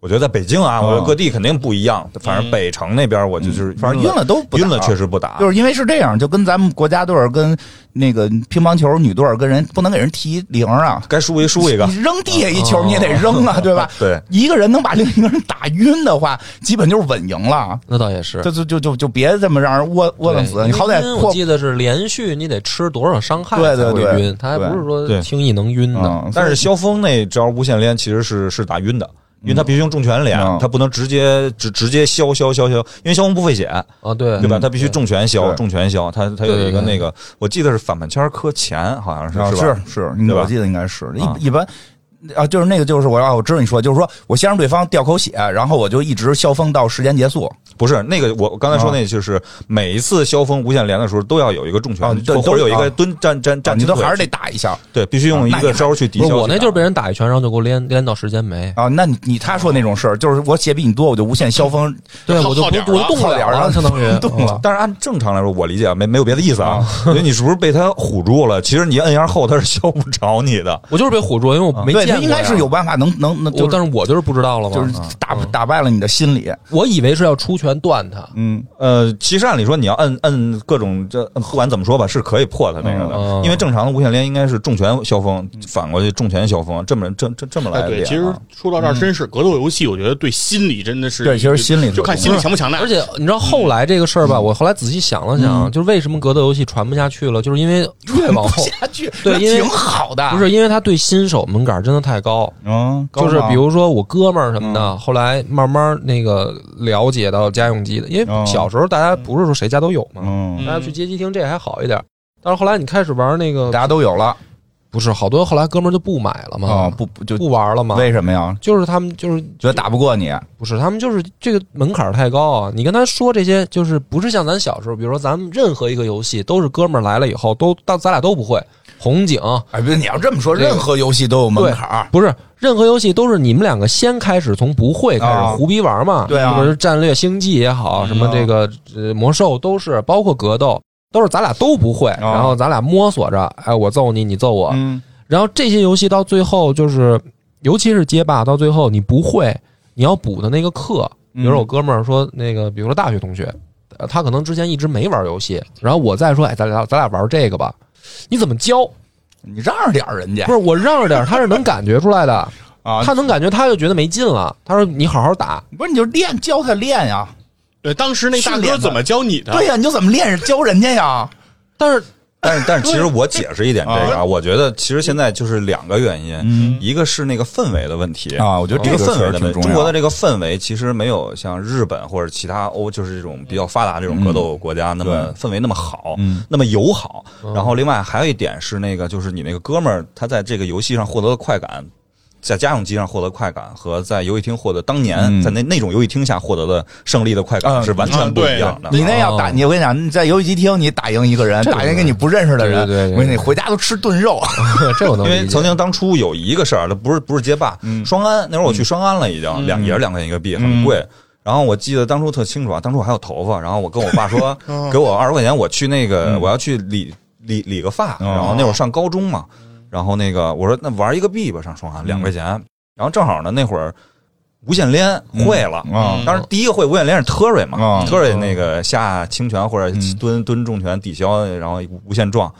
Speaker 4: 我觉得在北京啊，
Speaker 1: 嗯
Speaker 4: 我觉得各地肯定不一样，反正
Speaker 3: 嗯
Speaker 4: 北城那边我就就是，
Speaker 1: 反正晕了都不打
Speaker 4: 晕了确实不打，
Speaker 1: 就是因为是这样，就跟咱们国家队儿跟那个乒乓球女队儿跟人不能给人提零啊，
Speaker 4: 该输一 输一个
Speaker 1: 你，扔地下一球你也得扔啊，对吧？
Speaker 4: 对，
Speaker 1: 一个人能把另一个人打晕的话，基本就是稳赢了。
Speaker 2: 那倒也是
Speaker 1: 就。就就就就别这么让人窝窝囊死，
Speaker 2: 对
Speaker 1: 你好歹
Speaker 2: 因为我
Speaker 1: 破
Speaker 2: 记得是连续你得吃多少伤害
Speaker 1: 对
Speaker 2: 才
Speaker 1: 对
Speaker 2: 会
Speaker 1: 对
Speaker 2: 晕，他还不是
Speaker 4: 对
Speaker 2: 说轻易能晕的。
Speaker 1: 嗯
Speaker 4: 但是萧峰那招无限连其实是是打晕的。因为他必须用重拳连，
Speaker 1: 嗯
Speaker 4: 他不能直接直直接削削削削，因为萧峰不费血，
Speaker 2: 啊，对
Speaker 4: 对吧？他必须重拳削，
Speaker 1: 嗯对
Speaker 4: 重拳削。他他有一
Speaker 2: 对
Speaker 4: 个
Speaker 2: 对
Speaker 4: 那个，我记得是反半圈磕前，好像
Speaker 1: 啊
Speaker 4: 是吧？
Speaker 1: 是是，
Speaker 4: 对吧
Speaker 1: 我记得应该是
Speaker 4: 啊
Speaker 1: 一一般。啊，就是那个，就是我要我知道你说，就是说我先让对方掉口血，然后我就一直消风到时间结束，
Speaker 4: 不是那个，我刚才说
Speaker 1: 啊
Speaker 4: 那就是每一次萧峰无限连的时候都要有一个重拳
Speaker 1: 啊，对
Speaker 4: 或或者有一
Speaker 1: 都
Speaker 4: 个
Speaker 1: 啊
Speaker 4: 蹲站站
Speaker 1: 但
Speaker 4: 站
Speaker 1: 你
Speaker 4: 起
Speaker 1: 都
Speaker 4: 腿，
Speaker 1: 还是得打一下
Speaker 4: 对，必须用一
Speaker 1: 啊那
Speaker 4: 个
Speaker 1: 你
Speaker 4: 招去抵
Speaker 2: 不
Speaker 4: 消
Speaker 2: 是
Speaker 4: 去打。
Speaker 2: 我那就是被人打一拳，然后就给我连连到时间没，
Speaker 1: 啊。那你你他说那种事儿，就是我血比你多，我就无限消风。
Speaker 2: 对
Speaker 3: 耗
Speaker 2: 我就
Speaker 3: 耗
Speaker 2: 不
Speaker 3: 点儿
Speaker 2: 我就
Speaker 3: 了
Speaker 2: 动不
Speaker 1: 耗点
Speaker 2: 了
Speaker 1: 儿
Speaker 2: 了，
Speaker 1: 了
Speaker 2: 相当于
Speaker 1: 动了
Speaker 4: 但是按正常来说，我理解啊没没有别的意思啊，
Speaker 1: 哦
Speaker 4: 因为你是不是被他唬住了？其实你摁一下后，他是削不着你的。
Speaker 2: 我就是被唬住，因为我没
Speaker 1: 嗯对，
Speaker 2: 见
Speaker 1: 他
Speaker 2: 过呀
Speaker 1: 应该是有，办法能能能，
Speaker 2: 我
Speaker 1: 就
Speaker 2: 但
Speaker 1: 是
Speaker 2: 是我就是不知道了嘛。
Speaker 1: 就是打打败了你的心理，
Speaker 2: 我以为是要出拳断他，
Speaker 1: 嗯，
Speaker 4: 呃，其实按理说你要摁摁各种这，不管怎么说吧，是可以破他那个
Speaker 1: 哦
Speaker 2: 嗯
Speaker 4: 的，因为正常的无限连应该是重拳削峰，反过去重拳削峰，这么这这这么
Speaker 3: 哎，
Speaker 4: 来练
Speaker 3: 对，
Speaker 4: 啊。
Speaker 3: 其实说到这儿，真是格斗游戏，我觉得对心理真的是
Speaker 1: 对其实心理
Speaker 3: 就看心理强不强大。
Speaker 2: 而且你知道后来这个事儿
Speaker 1: 嗯
Speaker 2: 吧，我后来仔细想了想，就是为什么格斗游戏传不下去了，就是因为越往后
Speaker 1: 下去
Speaker 2: 对
Speaker 1: 那
Speaker 2: 因为
Speaker 1: 挺好的，
Speaker 2: 不是因为他对新手门槛真的太高，
Speaker 1: 嗯，
Speaker 2: 就是
Speaker 1: 啊高吗嗯
Speaker 2: 比如说我哥们儿什么的，后来慢慢那个了解到家用机的，因为
Speaker 1: 哦
Speaker 2: 小时候大家不是说谁家都有嘛，
Speaker 1: 嗯，
Speaker 2: 大家去街机厅这还好一点。但是后来你开始玩那个
Speaker 1: 大，家都有了
Speaker 2: 不是好多后来哥们儿就不买了嘛，
Speaker 1: 啊，不不就
Speaker 2: 不玩了嘛，
Speaker 1: 为什么呀？
Speaker 2: 就是他们就是
Speaker 1: 觉得打不过你，
Speaker 2: 不是他们就是这个门槛儿太高啊！你跟他说这些，就是不是像咱小时候，比如说咱们任何一个游戏都是哥们儿来了以后都到咱俩都不会红警，
Speaker 1: 哎，不是你要这么说，
Speaker 2: 这个
Speaker 1: 任何游戏都有门
Speaker 2: 对
Speaker 1: 槛儿。
Speaker 2: 不是任何游戏都是你们两个先开始从不会开
Speaker 1: 啊
Speaker 2: 始胡逼玩嘛？
Speaker 1: 对啊嗯
Speaker 2: 或者是战略星际也好，什么这个呃魔兽都是，包括格斗都是咱俩都不会，然后咱俩摸索着，哎，我揍你，你揍我，
Speaker 1: 啊嗯，
Speaker 2: 然后这些游戏到最后就是，尤其是街霸，到最后你不会，你要补的那个课，比
Speaker 1: 嗯
Speaker 2: 如说我哥们儿说那个，比如说大学同学，呃他可能之前一直没玩游戏，然后我再说，哎，咱俩咱俩玩这个吧，你怎么教？
Speaker 1: 你让着点儿人家
Speaker 2: 不是我让着点儿，他是能感觉出来的，
Speaker 1: 啊，
Speaker 2: 他能感觉，他就觉得没劲了。他说你好好打，
Speaker 1: 不是你就练教他练呀，
Speaker 3: 对，当时那
Speaker 1: 训
Speaker 3: 大哥
Speaker 1: 练的
Speaker 3: 怎么教你的？
Speaker 1: 对呀，你就怎么练教人家呀？
Speaker 2: 但是
Speaker 4: 但是，但是，其实我解释一点这个啊，我觉得其实现在就是两个原因，
Speaker 1: 嗯
Speaker 4: 一个是那个氛围的问题
Speaker 1: 啊我觉得
Speaker 4: 这
Speaker 1: 这个
Speaker 4: 氛
Speaker 1: 确
Speaker 4: 围
Speaker 1: 实
Speaker 4: 的
Speaker 1: 挺
Speaker 4: 问题。
Speaker 1: 重要
Speaker 4: 中国的这个氛围其实没有像日本或者其他欧，就是这种比较发达这种格斗国家那么氛围那么好，
Speaker 1: 嗯
Speaker 4: 那么友好。然后，另外还有一点是那个，就是你那个哥们儿他在这个游戏上获得的快感。在家用机上获得快感和在游戏厅获得当年
Speaker 1: 嗯
Speaker 4: 在那那种游戏厅下获得的胜利的快感
Speaker 1: 嗯
Speaker 4: 是完全不一样的。
Speaker 1: 你那要打你，我跟你讲，你在游戏机厅你打赢一个人，
Speaker 2: 哦这个
Speaker 1: 打赢一个你不认识的人，
Speaker 2: 对对对对
Speaker 1: 我跟你回家都吃炖肉。
Speaker 2: 这我能
Speaker 4: 因
Speaker 2: 理
Speaker 4: 为曾
Speaker 2: 解。
Speaker 4: 经当初有一个事儿，它不是不是街霸，
Speaker 2: 嗯
Speaker 1: 嗯
Speaker 4: 双安那会儿我去双安了，已经两也是两块钱一个币，很贵。然后我记得当初特清楚啊，当初我还有头发，然后我跟我爸说，给我二十块钱，我去那个我要去理理理个发。然后那会儿上高中嘛，然后那个我说那玩一个币吧，上双安两块钱。然后正好呢那会儿无限连会了，
Speaker 2: 嗯
Speaker 1: 啊
Speaker 4: 当时第一个会无限连是 t u r 嘛
Speaker 1: 啊
Speaker 4: t u r 那个下轻拳或者
Speaker 1: 嗯
Speaker 4: 蹲蹲重拳抵消，然后无限撞。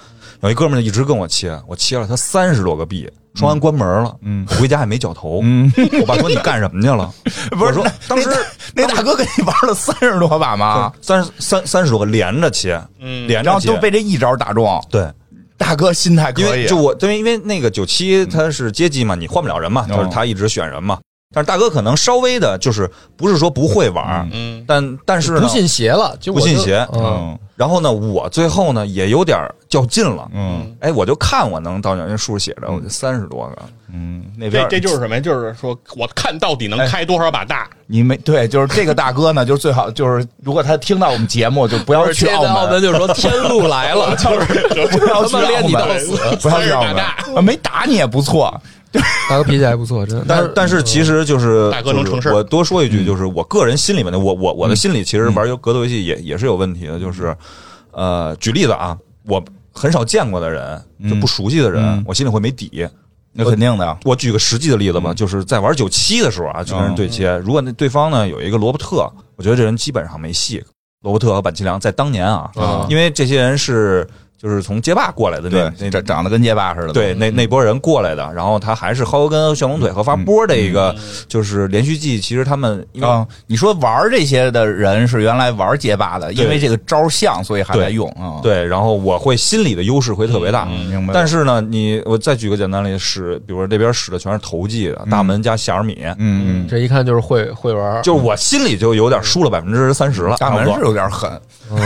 Speaker 4: 有一哥们儿就一直跟我切，我切了他三十多个币，双安关门了，
Speaker 1: 嗯
Speaker 4: 我回家也没绞头。
Speaker 1: 嗯，
Speaker 4: 我爸说你干什么去了？
Speaker 1: 不
Speaker 4: 我
Speaker 1: 是
Speaker 4: 说，当时啊
Speaker 1: 那大哥跟你玩了三十多把嘛，
Speaker 4: 三三三十多个连着切，
Speaker 3: 嗯
Speaker 4: 连
Speaker 1: 然
Speaker 4: 着
Speaker 1: 后
Speaker 4: 切，
Speaker 1: 都被这一招打中，
Speaker 4: 对。
Speaker 1: 大哥心态
Speaker 4: 因
Speaker 1: 可以啊
Speaker 4: 为就。我，因为因为那个九
Speaker 1: 嗯
Speaker 4: 七他是街机嘛，你换不了人嘛，
Speaker 1: 哦
Speaker 4: 就是他一直选人嘛。但是大哥可能稍微的，就是不是说不会玩儿，
Speaker 3: 嗯，
Speaker 4: 但但是呢
Speaker 2: 不信邪了，就我
Speaker 4: 不信
Speaker 2: 就
Speaker 4: 邪，
Speaker 2: 嗯，
Speaker 4: 然后呢，我最后呢也有点较劲了，
Speaker 1: 嗯
Speaker 4: 哎，我就看我能到哪，那数写着我就三十多个，
Speaker 1: 嗯，那边
Speaker 3: 这这就是什么呀？就是说我看到底能开多少把大，
Speaker 1: 你没对，就是这个大哥呢， 就是最好就是如果他听到我们节目，就不要
Speaker 2: 而
Speaker 1: 去
Speaker 2: 且
Speaker 1: 澳
Speaker 2: 在澳
Speaker 1: 门
Speaker 2: 门，就说天路来 了，就是
Speaker 1: 哎 不要去
Speaker 2: 他妈练
Speaker 1: 澳
Speaker 2: 你到
Speaker 1: 门，
Speaker 2: 死
Speaker 1: 不要去澳
Speaker 3: 三十
Speaker 1: 门
Speaker 3: 把
Speaker 1: 啊，没打你也不错。
Speaker 2: 大哥脾气还不错，真的。
Speaker 4: 但但是其实就是
Speaker 3: 大哥能成事儿
Speaker 4: 我多说一句，就是我个人心里面的，我我我的心里其实玩游格斗游戏也也是有问题的，就是呃，举例子啊，我很少见过的人，就不熟悉的人
Speaker 1: 嗯，
Speaker 4: 我心里会没底。
Speaker 1: 那肯定的呀，
Speaker 4: 我举个实际的例子
Speaker 1: 嗯
Speaker 4: 吧，就是在玩九七的时候啊，就跟人对
Speaker 1: 哦
Speaker 4: 切，如果那对方呢有一个罗伯特，我觉得这人基本上没戏。罗伯特和板崎良在当年啊，
Speaker 2: 啊
Speaker 4: 因为这些人是就是从街霸过来的那那
Speaker 1: 哦对，嗯长长得跟街霸似的，
Speaker 4: 对，那那波人过来的，然后他还是薅油根、旋龙
Speaker 1: 嗯
Speaker 4: 腿和发波的一个，就是连续技。其实他们因为、
Speaker 1: 啊，你说玩这些的人是原来玩街霸的，
Speaker 4: 对
Speaker 1: 因为这个招像，所以还在用啊。
Speaker 4: 对，然后我会心理的优势会特别大。
Speaker 1: 嗯，明白。
Speaker 4: 但
Speaker 1: 是，
Speaker 4: 是呢，你我再举个简单例子，使比如说这边使的全是投技的，大门加夏尔米，
Speaker 1: 嗯，
Speaker 2: 这一看就是会会玩儿，
Speaker 4: 就是我心里就有点输了百分之三十了。
Speaker 1: 嗯大门
Speaker 4: 差不
Speaker 1: 是
Speaker 4: 多
Speaker 1: 有点狠，
Speaker 2: 嗯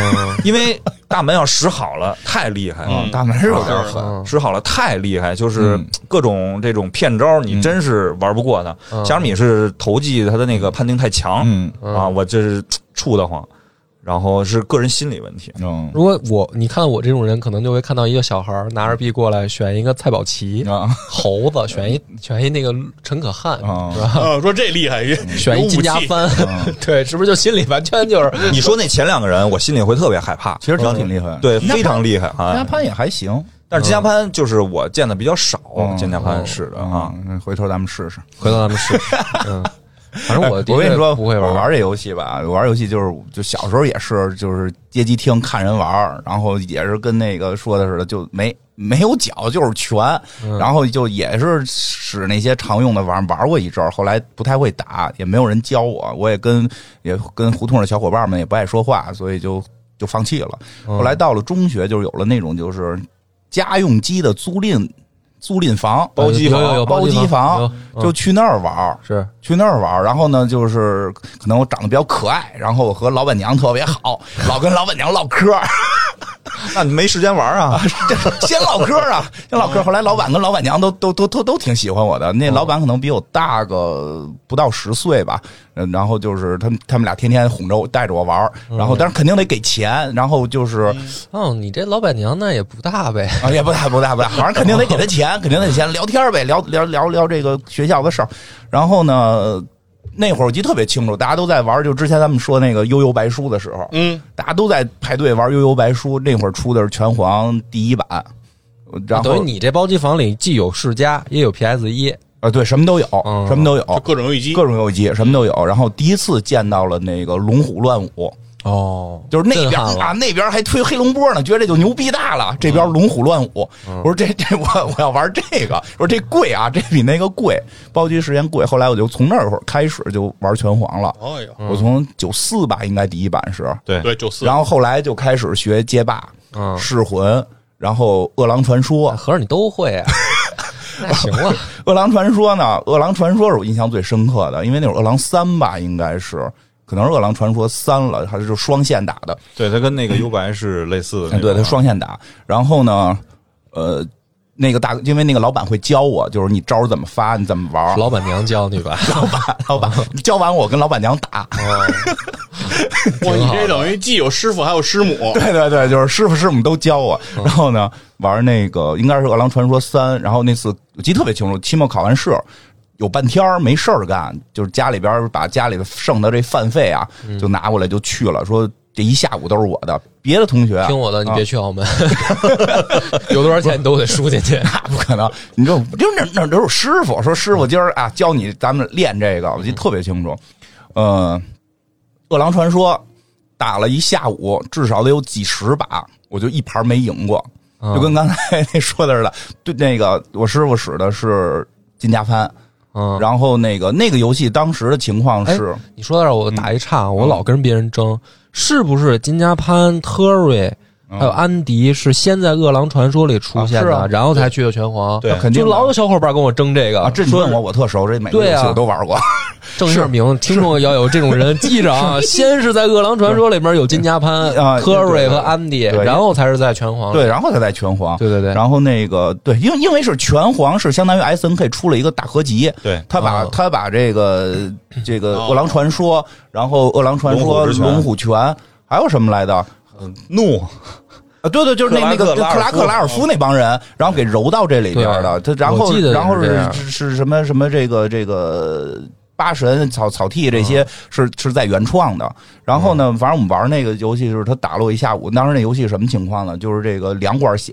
Speaker 4: 因为大门要使好了，太厉害了。
Speaker 3: 嗯
Speaker 1: 大门是有点狠。
Speaker 2: 嗯
Speaker 4: 使好了太厉害，就是
Speaker 1: 嗯
Speaker 4: 各种这种骗招，你真是玩不过他。
Speaker 2: 嗯
Speaker 4: 夏尔米是投技，他的那个判定太强，
Speaker 1: 嗯
Speaker 4: 啊，我这是怵得慌，然后是个人心理问题。
Speaker 1: 嗯
Speaker 2: 如果我你看我这种人，可能就会看到一个小孩儿拿着币过来，选一个蔡宝奇、
Speaker 4: 嗯
Speaker 1: 啊
Speaker 2: 猴子，选一选一那个陈可汗，
Speaker 4: 嗯
Speaker 1: 啊
Speaker 2: 是吧？
Speaker 3: 呃，说这厉害，有
Speaker 1: 嗯
Speaker 2: 选一
Speaker 3: 武
Speaker 2: 金家
Speaker 3: 器，
Speaker 2: 帆， 对，是不是就心里完全就是
Speaker 4: 你说那前两个人，我心里会特别害怕，
Speaker 1: 其实嗯挺挺厉害。，
Speaker 4: 对，非常厉害
Speaker 1: 加
Speaker 4: 啊。
Speaker 1: 潘也还行。
Speaker 4: 但是金家潘就是我见的比较少，
Speaker 1: 嗯
Speaker 4: 金家潘是的啊，
Speaker 1: 嗯，回头咱们试试。
Speaker 2: 回头咱们试试。 嗯，反正我
Speaker 4: 哎
Speaker 2: 的
Speaker 1: 我跟
Speaker 2: 确
Speaker 1: 你说，
Speaker 2: 不会
Speaker 1: 我
Speaker 2: 玩
Speaker 1: 玩
Speaker 2: 儿，
Speaker 1: 这游戏吧，我玩游戏就是就小时候也是，就是街机厅看人玩儿，然后也是跟那个说的似的，就没没有脚就是拳，
Speaker 2: 嗯
Speaker 1: 然后就也是使那些常用的玩儿玩过一阵儿，后来不太会打，也没有人教我，我也跟也跟胡同的小伙伴们也不爱说话，所以就就放弃了。
Speaker 2: 嗯
Speaker 1: 后来到了中学，就有了那种就是家用机的租赁租赁房。呃
Speaker 4: 包机
Speaker 2: 有
Speaker 4: 房
Speaker 2: 有有
Speaker 1: 包
Speaker 2: 机
Speaker 1: 机房
Speaker 2: 有
Speaker 1: 就
Speaker 2: 嗯
Speaker 1: 去那儿玩儿，
Speaker 2: 是
Speaker 1: 去那儿玩儿，然后呢，就是可能我长得比较可爱，然后我和老板娘特别好，老跟老板娘唠嗑儿，
Speaker 4: 那你没时间玩 啊。
Speaker 1: 先唠嗑儿啊，先唠嗑儿。后来老板跟老板娘都都都都都挺喜欢我的，那老板可能比我大个不到十岁吧，嗯然后就是他们他们俩天天哄着我，带着我玩儿，然后但是肯定得给钱，然后就是
Speaker 2: 哦，你这老板娘那也不大呗，
Speaker 1: 啊，也不大不大不大，反正肯定得给他钱，肯定得给钱聊天儿呗，聊聊聊聊这个学校的事儿。然后呢，那会儿我记得特别清楚，大家都在玩儿，就之前咱们说那个悠悠白书的时候，
Speaker 3: 嗯，
Speaker 1: 大家都在排队玩悠悠白书，那会儿出的是拳皇第一版，然后
Speaker 2: 啊 等于你这包机房里既有世嘉，也有 PS 一，
Speaker 1: 啊，对，什么都有，
Speaker 2: 嗯
Speaker 1: 什么都
Speaker 3: 就
Speaker 1: 有，
Speaker 3: 各种游戏机，
Speaker 1: 哦各种游戏什么都有。然后第一次见到了那个龙虎乱舞，
Speaker 2: 哦，
Speaker 1: 就是那边
Speaker 2: 震撼了嗯
Speaker 1: 啊，那边还推黑龙波呢，觉得这就牛逼大了。这边龙虎乱舞，我说这 这我我要玩这个，我说这贵啊，这比那个贵，包机时间贵。后来我就从那会儿开始就玩拳皇了，
Speaker 3: 哎呦，
Speaker 2: 嗯
Speaker 1: 我从九四吧，应该第一版是，
Speaker 4: 对
Speaker 3: 对，九四，
Speaker 1: 然后后来就开始学街霸、
Speaker 2: 嗯
Speaker 1: 噬魂，然后《饿狼传说》
Speaker 2: 合着你都会 啊？那行了，
Speaker 1: 《饿狼传说》呢，《饿狼传说》是我印象最深刻的，因为那会儿《饿狼三》吧，应该是，可能是《饿狼传说三》了，还是就双线打的，
Speaker 4: 对，它跟那个 U 白是类似的那
Speaker 1: 哎，
Speaker 4: 种
Speaker 1: 对
Speaker 4: 啊，
Speaker 1: 他双线打。然后呢，呃，那个大，因为那个老板会教我，就是你招儿怎么发，你怎么玩儿。
Speaker 2: 老板娘教你吧。
Speaker 1: 老板，老板教完我跟老板娘打， 哦
Speaker 3: 哇，
Speaker 2: 挺
Speaker 3: 你
Speaker 2: 好
Speaker 3: 这等于既有师傅还有师母，
Speaker 1: 对对对，就是师傅师母都教我。然后呢，玩那个应该是《饿狼传说三》，然后那次我记得特别清楚，期末考完试。有半天儿没事儿干，就是家里边儿把家里剩的这饭费啊，
Speaker 2: 嗯
Speaker 1: 就拿过来就去了。说这一下午都是我的，别的同学啊
Speaker 2: 听我的，你
Speaker 1: 啊
Speaker 2: 别去澳门， 有多少钱你都得输进 去。
Speaker 1: 那不可能，你就 就那那都是师傅说师傅今儿啊教你咱们练这个，我
Speaker 2: 嗯
Speaker 1: 记得特别清楚。呃，饿狼传说打了一下午，至少得有几十把，我就一盘没赢过，
Speaker 2: 嗯
Speaker 1: 就跟刚才那说的似的。对，那个我师傅使的是金家潘，
Speaker 2: 嗯，哎
Speaker 1: 然后那个那个游戏当时的情况是，
Speaker 2: 你说到这儿，我打一岔，啊
Speaker 1: 嗯
Speaker 2: 我老跟别人争，是不是金家潘、特瑞还有安迪是先在《饿狼传说》里出现
Speaker 1: 嗯啊是啊
Speaker 2: 的，然后才去的拳皇？
Speaker 4: 对
Speaker 1: 那肯定
Speaker 2: 就
Speaker 1: 的
Speaker 2: 老有小伙伴跟我争这
Speaker 1: 啊，
Speaker 2: 个，
Speaker 1: 这 你问我我特熟，这每个
Speaker 2: 对
Speaker 1: 游
Speaker 2: 啊
Speaker 1: 戏我都玩过。
Speaker 2: 郑月明，听众要有这种人，记着啊， 先是在《饿狼传说》里面有金家潘
Speaker 1: 啊、
Speaker 2: 科
Speaker 1: 对
Speaker 2: 瑞
Speaker 1: 对
Speaker 2: 和安迪，
Speaker 1: 对
Speaker 2: 然后才是在拳皇。
Speaker 1: 对，然后他在拳皇，
Speaker 2: 嗯对对对
Speaker 1: 然后那个对，因为因为是拳皇是相当于 S N K 出了一个大合集，
Speaker 4: 对嗯
Speaker 1: 他把、
Speaker 2: 哦
Speaker 1: 他把这 个这个
Speaker 3: 哦
Speaker 1: 饿狼传说，然后饿狼传
Speaker 4: 龙
Speaker 1: 说
Speaker 4: 虎之拳呃
Speaker 1: 龙虎拳，还有什么来的？
Speaker 4: 怒
Speaker 1: 啊，对对，就是那那
Speaker 4: 克
Speaker 1: 个
Speaker 4: 拉克
Speaker 1: 克拉克
Speaker 4: 拉
Speaker 1: 拉
Speaker 4: 尔
Speaker 1: 尔
Speaker 4: 夫
Speaker 1: 夫那帮人，然后给揉到这里边的。他
Speaker 2: 对
Speaker 1: 然后
Speaker 2: 我记得是
Speaker 1: 然后
Speaker 2: 这
Speaker 1: 是
Speaker 2: 样
Speaker 1: 是是什么什么这个这个八神草草剃这
Speaker 2: 嗯
Speaker 1: 些是是在原创的。然后呢，反正我们玩那个游戏就是他打了我一下午。当时那游戏什么情况呢？就是这个两管血。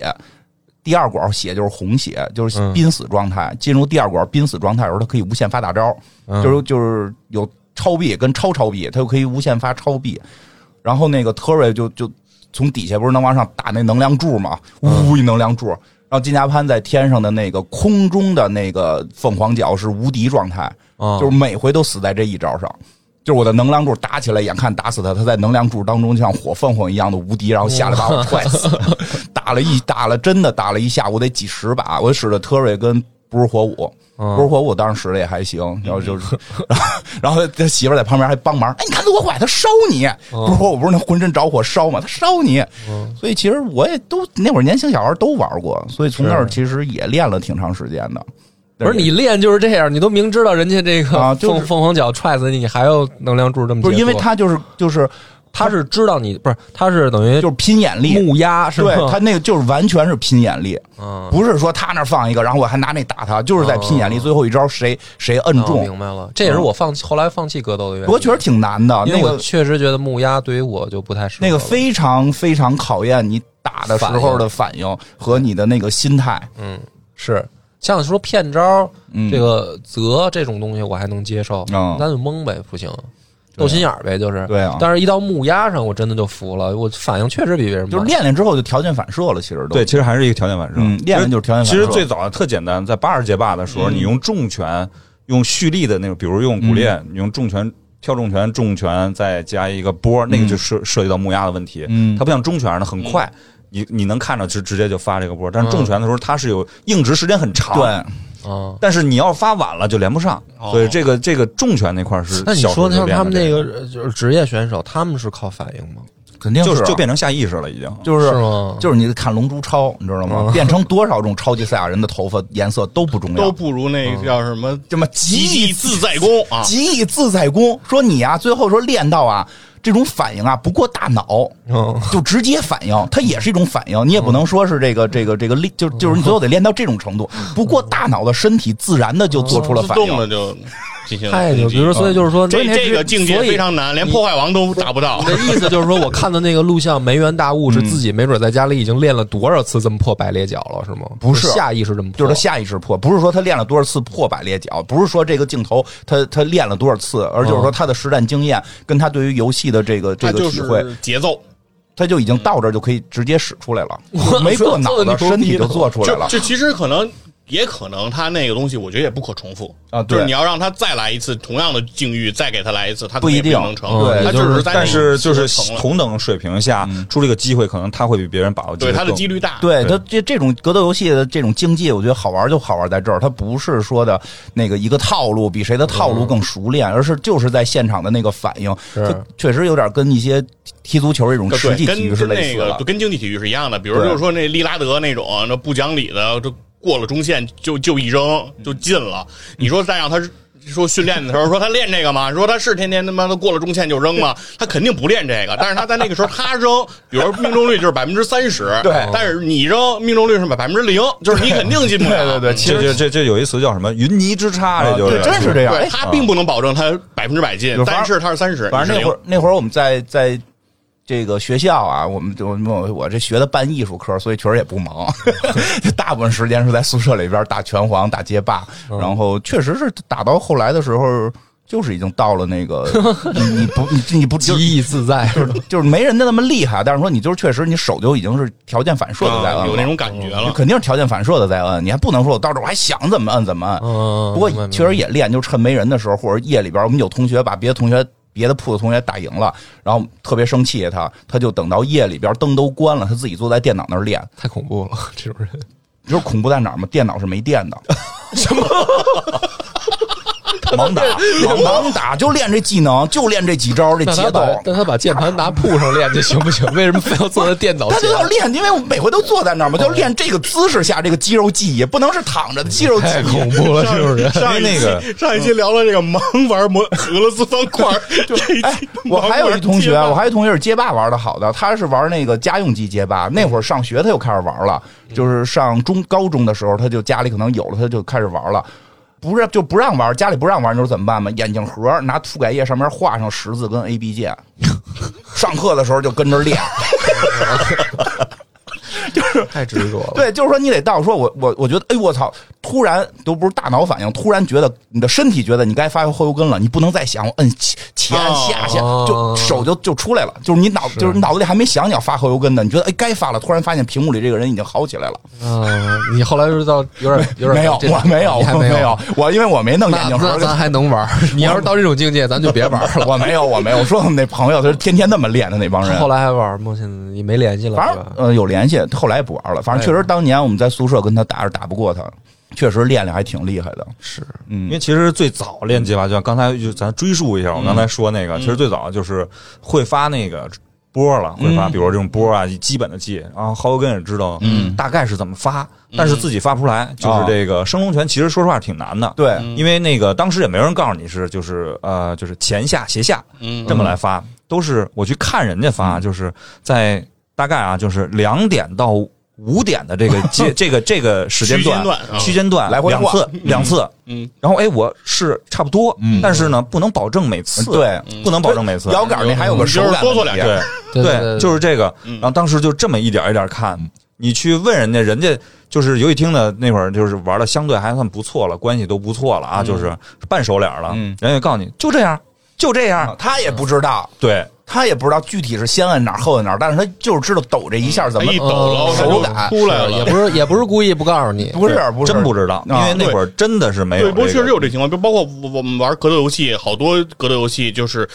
Speaker 1: 第二管血就是红血，就是
Speaker 2: 嗯
Speaker 1: 濒死状态。进入第二管濒死状态的时候，他可以无限发大招，就是就是有超币跟超超币，他就可以无限发超币。然后那个特瑞就就从底下不是能往上打那能量柱吗？呜一能量柱，然后金家潘在天上的那个空中的那个凤凰脚是无敌状态，
Speaker 2: 啊
Speaker 1: 就是每回都死在这一招上。就是我的能量柱打起来，眼看打死他，他在能量柱当中像火凤凰一样的无敌，然后下来把我踹 死。打了一打了，真的打了一下，午得几十把。我使的特瑞跟不是火舞，
Speaker 2: 嗯
Speaker 1: 不是火舞当时使的也还行，然后就是， 然后然后他媳妇儿在旁边还帮
Speaker 2: 嗯
Speaker 1: 忙，哎，你看他多坏，他烧你，不是火舞不是那浑身着火烧吗？他烧你，
Speaker 2: 嗯
Speaker 1: 所以其实我也都那会儿年轻小孩都玩过，所以从那儿其实也练了挺长时间的。
Speaker 2: 不是你练就是这样，你都明知道人家这个
Speaker 1: 啊
Speaker 2: 凤
Speaker 1: 就是
Speaker 2: 凤凰脚踹死你，你还要能量柱这么
Speaker 1: 不是
Speaker 2: 解
Speaker 1: 因为
Speaker 2: 作
Speaker 1: 他就是就是
Speaker 2: 他是知道你不是，他是等于
Speaker 1: 就是拼眼力，
Speaker 2: 木压是吗？
Speaker 1: 对他那个就是完全是拼眼力，
Speaker 2: 嗯
Speaker 1: 不是说他那儿放一个，然后我还拿那打他，就是在拼眼力，
Speaker 2: 哦
Speaker 1: 最后一招谁谁摁
Speaker 2: 那我
Speaker 1: 中。
Speaker 2: 哦啊明白了，这也是我放弃后来放弃格斗的原因。
Speaker 1: 我觉得挺难的，
Speaker 2: 因为
Speaker 1: 那
Speaker 2: 我
Speaker 1: 个
Speaker 2: 确实觉得木压对于我就不太适合
Speaker 1: 那
Speaker 2: 了。
Speaker 1: 个非常非常考验你打的时候的反应和你的那个心态。
Speaker 2: 是像说骗招、
Speaker 1: 嗯
Speaker 2: 这个责这种东西，我还能接受，
Speaker 1: 嗯
Speaker 2: 那就蒙呗，不行，斗心眼儿呗，就是。
Speaker 1: 对啊
Speaker 2: 但是，一到木压上，我真的就服了，我反应确实比别人慢
Speaker 1: 就是练练之后就条件反射了，其实都
Speaker 4: 对，其实还是一个条件反射。
Speaker 1: 嗯练的就是条件反
Speaker 4: 其
Speaker 1: 射
Speaker 4: 实最早特简单，在八十节霸的时候，你用重拳，用蓄力的那种，比如用骨裂，你用重拳、跳重拳、重拳，再加一个波，那个就涉涉及到木压的问题。
Speaker 1: 嗯
Speaker 4: 它不像中拳呢，很快，你你能看着就直接就发这个波，但是重拳的时候它是有硬直时间很长。。
Speaker 1: 对，
Speaker 2: 啊。
Speaker 4: 但是你要发晚了就连不上，
Speaker 3: 哦
Speaker 4: 所以这个这个重拳那块儿是
Speaker 2: 那你
Speaker 4: 小时候
Speaker 2: 说
Speaker 4: 就
Speaker 2: 像
Speaker 4: 练
Speaker 2: 他
Speaker 4: 的
Speaker 2: 们
Speaker 4: 这
Speaker 2: 那个呃就是职业选手，他们是靠反应吗？
Speaker 1: 肯定
Speaker 4: 就是就变成下意识了，已经。
Speaker 1: 就是
Speaker 2: 是吗
Speaker 1: 就是你看《龙珠超》，你知道
Speaker 2: 嗯
Speaker 1: 吗？变成多少种超级赛亚人的头发颜色都不重要，
Speaker 3: 都不如那个叫什么
Speaker 1: 什嗯么极地
Speaker 3: 极地自在功啊！
Speaker 1: 极意自在功，说你啊，最后说练到啊，这种反应啊不过大脑，
Speaker 2: 嗯，
Speaker 1: 就直接反应，它也是一种反应，你也不能说是
Speaker 3: 嗯
Speaker 1: 这个这个这个力，就就是你最后得练到这种程度。不过大脑的身体自然的就做出了
Speaker 3: 自
Speaker 1: 反
Speaker 3: 嗯哦动了
Speaker 1: 应，
Speaker 3: 就进行了
Speaker 2: 太牛
Speaker 3: 攻
Speaker 2: 逼
Speaker 3: 击
Speaker 2: 了！所以就是说，
Speaker 3: 这
Speaker 2: 那
Speaker 3: 这个境界非常难，连破坏王都达不到
Speaker 2: 你。的意思就是说，我看的那个录像《梅园大悟》是自己没准在家里已经练了多少次这么破百裂脚了，是吗？
Speaker 1: 不是
Speaker 2: 下意识这么
Speaker 1: 就
Speaker 2: 破，
Speaker 1: 是他下意识破，不是说他练了多少次破百裂脚，不是说这个镜头他他练了多少次，而就是说他的实战经验跟他对于游戏的这个这
Speaker 3: 它
Speaker 1: 个
Speaker 3: 就
Speaker 1: 体会，
Speaker 3: 是节奏，
Speaker 1: 他就已经到这儿就可以直接使出来了
Speaker 2: 哇，
Speaker 3: 嗯
Speaker 1: 没过脑
Speaker 2: 这么牛
Speaker 1: 子，
Speaker 2: 逼
Speaker 1: 身体就
Speaker 2: 呢
Speaker 1: 做出来
Speaker 3: 这
Speaker 1: 了。
Speaker 3: 这其实可能也可能他那个东西，我觉得也不可重复
Speaker 1: 啊对
Speaker 3: 就是你要让他再来一次同样的境遇，再给他来一次，他可
Speaker 1: 不
Speaker 3: 能
Speaker 1: 一
Speaker 3: 也
Speaker 1: 定
Speaker 3: 能成。
Speaker 1: 对
Speaker 3: 他
Speaker 1: 就
Speaker 3: 只
Speaker 1: 是
Speaker 3: 是在那
Speaker 4: 但
Speaker 3: 一
Speaker 4: 是
Speaker 3: 次
Speaker 4: 就是
Speaker 3: 成了，嗯
Speaker 4: 同等水平下出这个机会，可能他会比别人把握机
Speaker 3: 对
Speaker 4: 会
Speaker 3: 他的
Speaker 4: 更
Speaker 3: 几率大。
Speaker 1: 对
Speaker 4: 对
Speaker 1: 它这这种格斗游戏的这种竞技，我觉得好玩就好玩在这儿，它不是说的那个一个套路比谁的套路更熟练，而是就是在现场的那个反应，
Speaker 2: 是
Speaker 1: 它确实有点跟一些踢足球这种实
Speaker 3: 对，
Speaker 1: 际体育
Speaker 3: 跟
Speaker 1: 是
Speaker 3: 跟
Speaker 1: 类
Speaker 3: 那
Speaker 1: 似
Speaker 3: 个
Speaker 1: 的
Speaker 3: 就。跟竞技体育是一样的，比如
Speaker 1: 对
Speaker 3: 就是说那利拉德那种那不讲理的，就过了中线就就一扔
Speaker 1: 嗯
Speaker 3: 就进了。你说再让他说训练的时候说他练这个吗？说他是天天他妈的过了中线就扔吗？他肯定不练这个，但是他在那个时候他扔，比如命中率就是百分之三十，
Speaker 1: 对
Speaker 3: 但是你扔命中率是百分之零，就是你肯定进不了。
Speaker 1: 对对对
Speaker 4: 这这这这有一词叫什么“云泥之差”，这
Speaker 1: 啊
Speaker 4: 就
Speaker 1: 对，
Speaker 4: 是
Speaker 1: 真是这样。
Speaker 3: 对
Speaker 1: 哎，
Speaker 3: 他并不能保证他百分之百进
Speaker 1: 就，反
Speaker 3: 但是他是三十，
Speaker 1: 反正那
Speaker 3: 你是
Speaker 1: 会
Speaker 3: 零
Speaker 1: 儿那会儿我们在在这个学校啊，我们就我我这学的半艺术科，所以确实也不 忙，就大部分时间是在宿舍里边打拳皇、打街霸，
Speaker 3: 嗯
Speaker 1: 然后确实是打到后来的时候。就是已经到了那 个，你你不你你不就
Speaker 2: 极意自在，
Speaker 1: 就是就是没人家那么厉害，但是说你就是确实你手就已经是条件反射的在摁了，
Speaker 3: 啊
Speaker 1: 嗯
Speaker 3: 有那种感觉
Speaker 1: 你
Speaker 3: 了。
Speaker 1: 肯定是条件反射的在摁，你还不能说我到这儿我还想怎么摁怎么摁，
Speaker 2: 嗯，
Speaker 1: 不过确实也练，就趁没人的时候，或者夜里边，我们有同学把别的同学、别的铺的同学打赢了，然后特别生气他，他就等到夜里边灯都关了，他自己坐在电脑那儿练。
Speaker 2: 太恐怖了， 这种人，
Speaker 1: 你知道恐怖在哪儿吗？电脑是没电 的。什么？盲打，盲打就练这技能，就练这几招，这
Speaker 2: 那
Speaker 1: 节
Speaker 2: 他
Speaker 1: 奏
Speaker 2: 把。那他把键盘拿铺上练，这行 不行？为什么非要坐在电脑
Speaker 1: 他
Speaker 2: 前
Speaker 1: 就？要练，因为我每回都坐在那儿
Speaker 2: 哦
Speaker 1: 嘛，就练这个姿势下这个肌肉记忆，不能是躺着的肌肉记
Speaker 2: 太
Speaker 1: 忆。
Speaker 2: 恐怖 了，这种人。
Speaker 3: 上一
Speaker 4: 因为那
Speaker 3: 期上一期聊了这个盲玩摩俄罗斯方块，这一
Speaker 1: 哎
Speaker 3: 期，
Speaker 1: 我还有一同学，
Speaker 3: 盲玩街霸
Speaker 1: 我还有一同学是街霸玩的好的，他是玩那个家用机街霸。那会儿上学他就开始玩了，
Speaker 3: 嗯
Speaker 1: 就是上中高中的时候，他就家里可能有了，他就开始玩了。不是就不让玩，家里不让玩，你说怎么办吧？眼镜盒拿涂改液上面画上十字跟 A B 键， 上课的时候就跟着练。
Speaker 2: 太执着了。
Speaker 1: 对，就是说你得到说我，我我觉得，哎呦我操！突然都不是大脑反应，突然觉得你的身体觉得你该发后右跟了，你不能再想，我摁前前按下下，就
Speaker 2: 哦
Speaker 1: 手就就出来了，就是你脑就是你脑子里还没想你要发后右跟呢，你觉得哎该发了，突然发现屏幕里这个人已经好起来了，
Speaker 2: 嗯，你后来就是到有点有点
Speaker 1: 没有，
Speaker 2: 这种
Speaker 1: 我没有，
Speaker 2: 你还
Speaker 1: 我有，我因为我没弄 眼
Speaker 2: 那
Speaker 1: 镜盒
Speaker 2: 那
Speaker 1: 儿。
Speaker 2: 咱还能玩 儿？你要是到这种境界，咱就别玩 儿了。
Speaker 1: 我没有，我没有。我说我们那朋友，他是天天那么练的那帮人。
Speaker 2: 后来还玩吗？现在也没联系了，
Speaker 1: 反
Speaker 2: 是
Speaker 1: 正
Speaker 2: 吧？
Speaker 1: 呃有联系，他后来也不玩了。反
Speaker 2: 哎
Speaker 1: 正确实当年我们在宿舍跟他打是打不过他，确实练练还挺厉害的。
Speaker 2: 是
Speaker 1: 嗯
Speaker 4: 因为其实最早练街霸，就像刚才就咱追溯一下，我
Speaker 3: 嗯
Speaker 4: 刚才说那个，其实最早就是会发那个波了，会
Speaker 3: 嗯
Speaker 4: 发，比如这种波啊，基本的技，然后豪根也知道，嗯，大概是怎么发，
Speaker 3: 嗯
Speaker 4: 但是自己发不出来，
Speaker 3: 哦
Speaker 4: 就是这个升龙拳，其实说实话挺难的，
Speaker 1: 对，
Speaker 4: 因为那个当时也没人告诉你是就是呃就是前下斜下
Speaker 3: 嗯
Speaker 4: 这么来发，都是我去看人家发，就是在大概啊就是两点到五点的这个阶这个这个时间
Speaker 3: 区间段啊
Speaker 4: 段区间段
Speaker 1: 嗯来回
Speaker 4: 两
Speaker 1: 换
Speaker 4: 次两次，
Speaker 3: 嗯，
Speaker 4: 然后哎我是差不多，但是呢不能保证每次，
Speaker 1: 对，
Speaker 4: 不能保证每次。
Speaker 1: 摇杆那还有个手感
Speaker 3: 就是哆嗦
Speaker 1: 问
Speaker 3: 两
Speaker 1: 题，啊
Speaker 3: 下
Speaker 4: 对
Speaker 2: 对对对
Speaker 4: 就是这个。
Speaker 3: 嗯
Speaker 4: 然后当时就这么一点一点看，你去问人家，人家就是游戏厅的那会儿，就是玩的相对还算不错了，关系都不错了啊，就是半熟脸了。
Speaker 1: 嗯
Speaker 4: 人家告诉你就这样，就这样
Speaker 1: 啊。他也不知道，
Speaker 4: 对，
Speaker 1: 他也不知道具体是先摁哪儿后摁哪儿，但是他就是知道抖这一下怎么
Speaker 3: 嗯
Speaker 4: 哎
Speaker 3: 一抖了，
Speaker 1: 手感
Speaker 3: 出来
Speaker 2: 也
Speaker 3: 了。
Speaker 2: 不是也不是故意不告诉你，
Speaker 1: 不是不是
Speaker 4: 真不知道，因
Speaker 1: 啊
Speaker 4: 为那会儿真的是没有
Speaker 3: 对，
Speaker 4: 哎这
Speaker 3: 不
Speaker 4: 个。嗯
Speaker 3: 过确实有这情况，就包括我我们玩格斗游戏，好多格斗游戏就是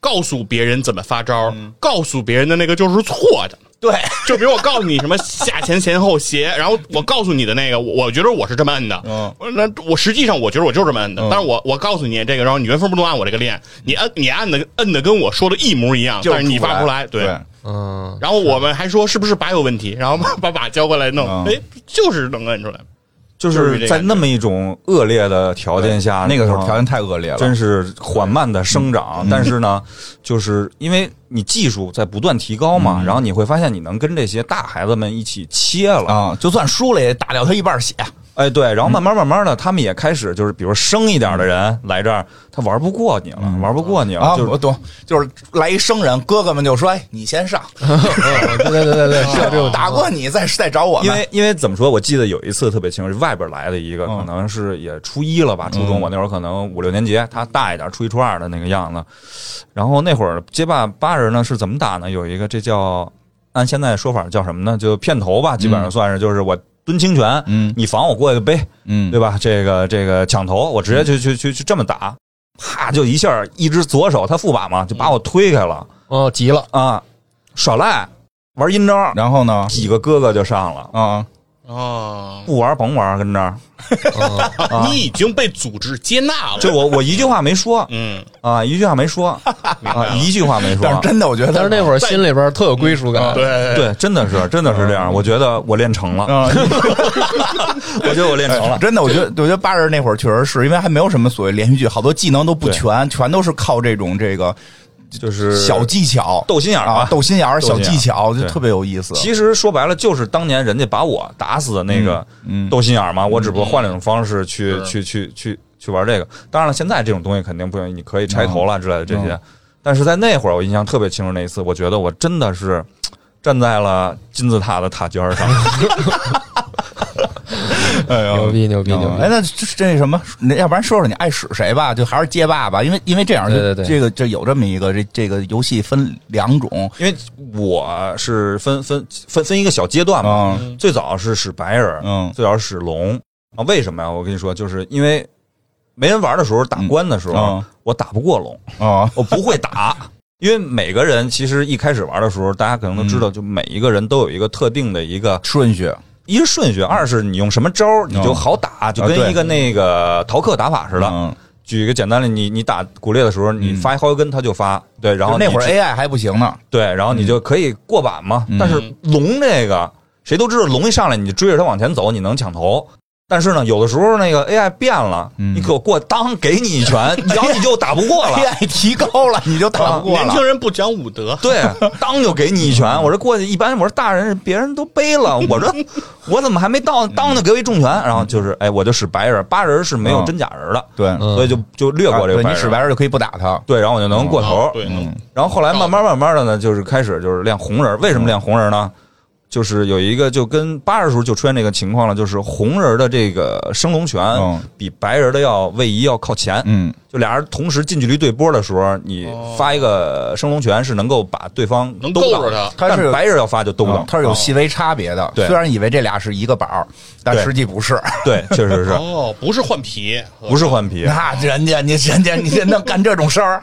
Speaker 3: 告诉别人怎么发招，告诉别人的那个就是错的。
Speaker 1: 对，
Speaker 3: 就比如我告诉你什么下前前后斜，然后我告诉你的那个，我我觉得我是这么摁的，
Speaker 1: 嗯
Speaker 3: 我说那我实际上我觉得我就是这么摁的，但是我我告诉你这个，然后你原封不动按我这个练，你按你按的摁的跟我说的一模一样，
Speaker 1: 就
Speaker 3: 但是你发不出来，
Speaker 1: 对，
Speaker 2: 嗯，
Speaker 3: 然后我们还说是不是把有问题，然后把把把交过来弄，
Speaker 1: 嗯
Speaker 3: 哎，就是能摁出来。
Speaker 4: 就
Speaker 3: 就是这
Speaker 4: 是
Speaker 3: 个
Speaker 4: 在那么一种恶劣的条件下，
Speaker 1: 那个时候
Speaker 4: 啊
Speaker 1: 条件太恶劣了，
Speaker 4: 真是缓慢的生长，但是呢，就是因为你技术在不断提高嘛，然后你会发现你能跟这些大孩子们一起切了，
Speaker 1: 啊，就算输了也打掉他一半血，
Speaker 4: 哎，对，然后慢慢慢慢的，他们也开始就是，比如生一点的人来这儿，他玩不过你了，玩不过你了，
Speaker 1: 啊，
Speaker 4: 就是
Speaker 1: 我懂，就是来一生人，哥哥们就说：“哎，你先 上，
Speaker 2: 嗯对对对对对，是有这种
Speaker 1: 啊打过你再再找我们。”
Speaker 4: 因为因为怎么说，我记得有一次特别清楚，外边来的一
Speaker 1: 嗯
Speaker 4: 个，可能是也初一了吧，初中，我那会儿可能五六年级，他大一点，初一初二的那个样子。然后那会儿街霸八人呢是怎么打呢？有一个这叫按现在说法叫什么呢？就片头吧，基本上算是就是我。抡清拳，
Speaker 1: 嗯
Speaker 4: 你防我过一个杯，
Speaker 1: 嗯，
Speaker 4: 对吧？这个这个抢头，我直接就去去去这么打，啪就一下，一只左手他副把嘛，
Speaker 1: 嗯
Speaker 4: 就把我推开了
Speaker 2: 哦，急了，
Speaker 4: 啊，耍赖玩阴招，
Speaker 1: 然后呢？
Speaker 4: 几个哥哥就上了，
Speaker 1: 啊，
Speaker 3: 啊，
Speaker 4: 不玩甭玩，跟这儿
Speaker 3: 你已经被组织接纳了。
Speaker 4: 就我我一句话没说
Speaker 3: 嗯，
Speaker 4: 啊，一句话没说啊，一句话没说，
Speaker 1: 但是真的，我觉得，
Speaker 2: 但是那会儿心里边特有归属
Speaker 1: 嗯
Speaker 2: 感。
Speaker 3: 对，对
Speaker 4: 对，真的是真的是这样，我觉得我练成了，
Speaker 1: 啊，
Speaker 4: 我觉得我练 成了。
Speaker 1: 真的，我觉得，我觉得八十那会儿确实是因为还没有什么所谓连续剧，好多技能都不全，全都是靠这种这个
Speaker 4: 就是
Speaker 1: 小技巧、
Speaker 4: 斗心眼儿吧
Speaker 1: 啊、斗心眼儿、
Speaker 4: 斗心
Speaker 1: 小
Speaker 4: 眼儿
Speaker 1: 技巧，就
Speaker 4: 对
Speaker 1: 特别有意思。嗯
Speaker 4: 其实说白了，就是当年人家把我打死的那个
Speaker 1: 嗯嗯
Speaker 4: 斗心眼儿嘛，我只不过换了一种方式去、
Speaker 3: 是
Speaker 4: 去去去去玩这个。当然了，现在这种东西肯定不行，你可以拆头
Speaker 1: 嗯
Speaker 4: 了之类的这些。但是在那会儿，我印象特别清楚，那一次，我觉得我真的是站在了金字塔的塔尖儿上。
Speaker 1: 哎呦
Speaker 2: 牛逼牛逼牛
Speaker 1: 嗯
Speaker 2: 逼
Speaker 1: 哎，那这这什么，那要不然说说你爱使谁吧？就还是街霸吧，因为因为这样，
Speaker 2: 对
Speaker 1: 就
Speaker 2: 对对
Speaker 1: 这个这有这么一个这这个游戏分两种，
Speaker 4: 因为我是分分分分一个小阶段嘛，
Speaker 1: 嗯
Speaker 4: 最早是使白人，
Speaker 1: 嗯
Speaker 4: 最早是使龙啊。为什么呀？我跟你说，就是因为没人玩的时候，打关的时候，
Speaker 1: 嗯嗯
Speaker 4: 我打不过龙，
Speaker 1: 哦，
Speaker 4: 我不会打。 因为每个人其实一开始玩的时候，大家可能都
Speaker 1: 嗯
Speaker 4: 知道，就每一个人都有一个特定的一个，
Speaker 1: 顺序，
Speaker 4: 一是顺序，二是你用什么招儿你就好打，就
Speaker 1: 嗯啊对
Speaker 4: 跟一个那个逃课打法似的。
Speaker 1: 嗯，
Speaker 4: 举一个简单的，你你打骨裂的时候，你发一薅油根，他就发，对，然后
Speaker 1: 就那
Speaker 4: 你
Speaker 1: 会儿
Speaker 4: 去
Speaker 1: AI 还不行 呢，
Speaker 4: 对，然后你就
Speaker 1: 嗯
Speaker 4: 可以过板嘛。但是龙这个，谁都知道，龙一上来你就追着他往前走，你能抢头。但是呢，有的时候那个 AI 变了，
Speaker 1: 嗯哎
Speaker 4: 你给我过，当给你一拳， 然后你就打不过了。
Speaker 1: ，AI 提高了你就打不过
Speaker 4: 啊
Speaker 3: 年轻
Speaker 1: 了，
Speaker 3: 人不讲武德，
Speaker 4: 对，当就给你一
Speaker 1: 嗯
Speaker 4: 拳。我这过去一般，我说大人别人都 背了，我这我怎么还没到？
Speaker 1: 嗯
Speaker 4: 当就给我一重拳，然后就是哎，我就使白人，八人是没有真假人的，
Speaker 1: 对，啊
Speaker 2: 嗯
Speaker 4: 所以就就略过这个
Speaker 1: 对
Speaker 4: 白
Speaker 1: 你
Speaker 4: 人。
Speaker 1: 使白人就哦可以不打他，
Speaker 4: 对，然后我就能过头。
Speaker 3: 啊对，能
Speaker 4: 然后后来慢慢慢慢的呢，就是开始就是练红人。为什么练红人
Speaker 1: 嗯
Speaker 4: 呢？就是有一个就跟八十时候就出现这个情况了，就是红人的这个升龙拳
Speaker 1: 嗯
Speaker 4: 比白人的要位移要靠前，
Speaker 1: 嗯，
Speaker 4: 就俩人同时近距离对波的时候，你发一个升龙拳是能够把对方
Speaker 3: 能
Speaker 4: 兜
Speaker 3: 够
Speaker 4: 到
Speaker 3: 着，他。
Speaker 1: 他是
Speaker 4: 但
Speaker 1: 有
Speaker 4: 白人要发就兜不到
Speaker 1: 嗯。它是有细微差别的，
Speaker 4: 对
Speaker 1: 虽然以为这俩是一个板儿，但
Speaker 4: 对
Speaker 1: 实际不是。
Speaker 4: 对，确实 是，
Speaker 3: 哦，不是换皮，
Speaker 4: 不是换皮。啊
Speaker 1: 那人家你人家你能干这种事儿，